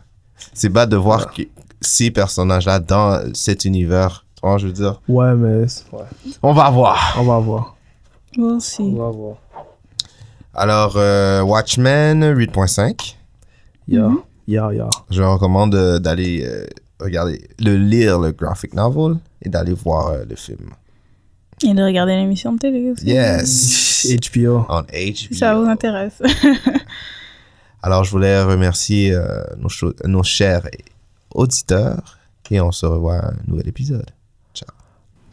[SPEAKER 1] C'est bad de voir que ces personnages-là dans cet univers. Tu vois, je veux dire,
[SPEAKER 2] Ouais, mais c'est- ouais,
[SPEAKER 1] on va voir.
[SPEAKER 2] on va voir.
[SPEAKER 3] We'll see.
[SPEAKER 2] va voir.
[SPEAKER 1] Alors, euh, Watchmen 8.5,
[SPEAKER 2] Yeah.
[SPEAKER 3] Mm-hmm.
[SPEAKER 2] Yeah, yeah.
[SPEAKER 1] je recommande euh, d'aller euh, regarder, de lire le graphic novel et d'aller voir euh, le film.
[SPEAKER 3] Et de regarder l'émission de télé aussi.
[SPEAKER 1] Yes! [laughs]
[SPEAKER 2] HBO.
[SPEAKER 1] On HBO.
[SPEAKER 3] Si ça vous intéresse.
[SPEAKER 1] Alors, je voulais remercier euh, nos, cho- nos chers auditeurs et on se revoit à un nouvel épisode.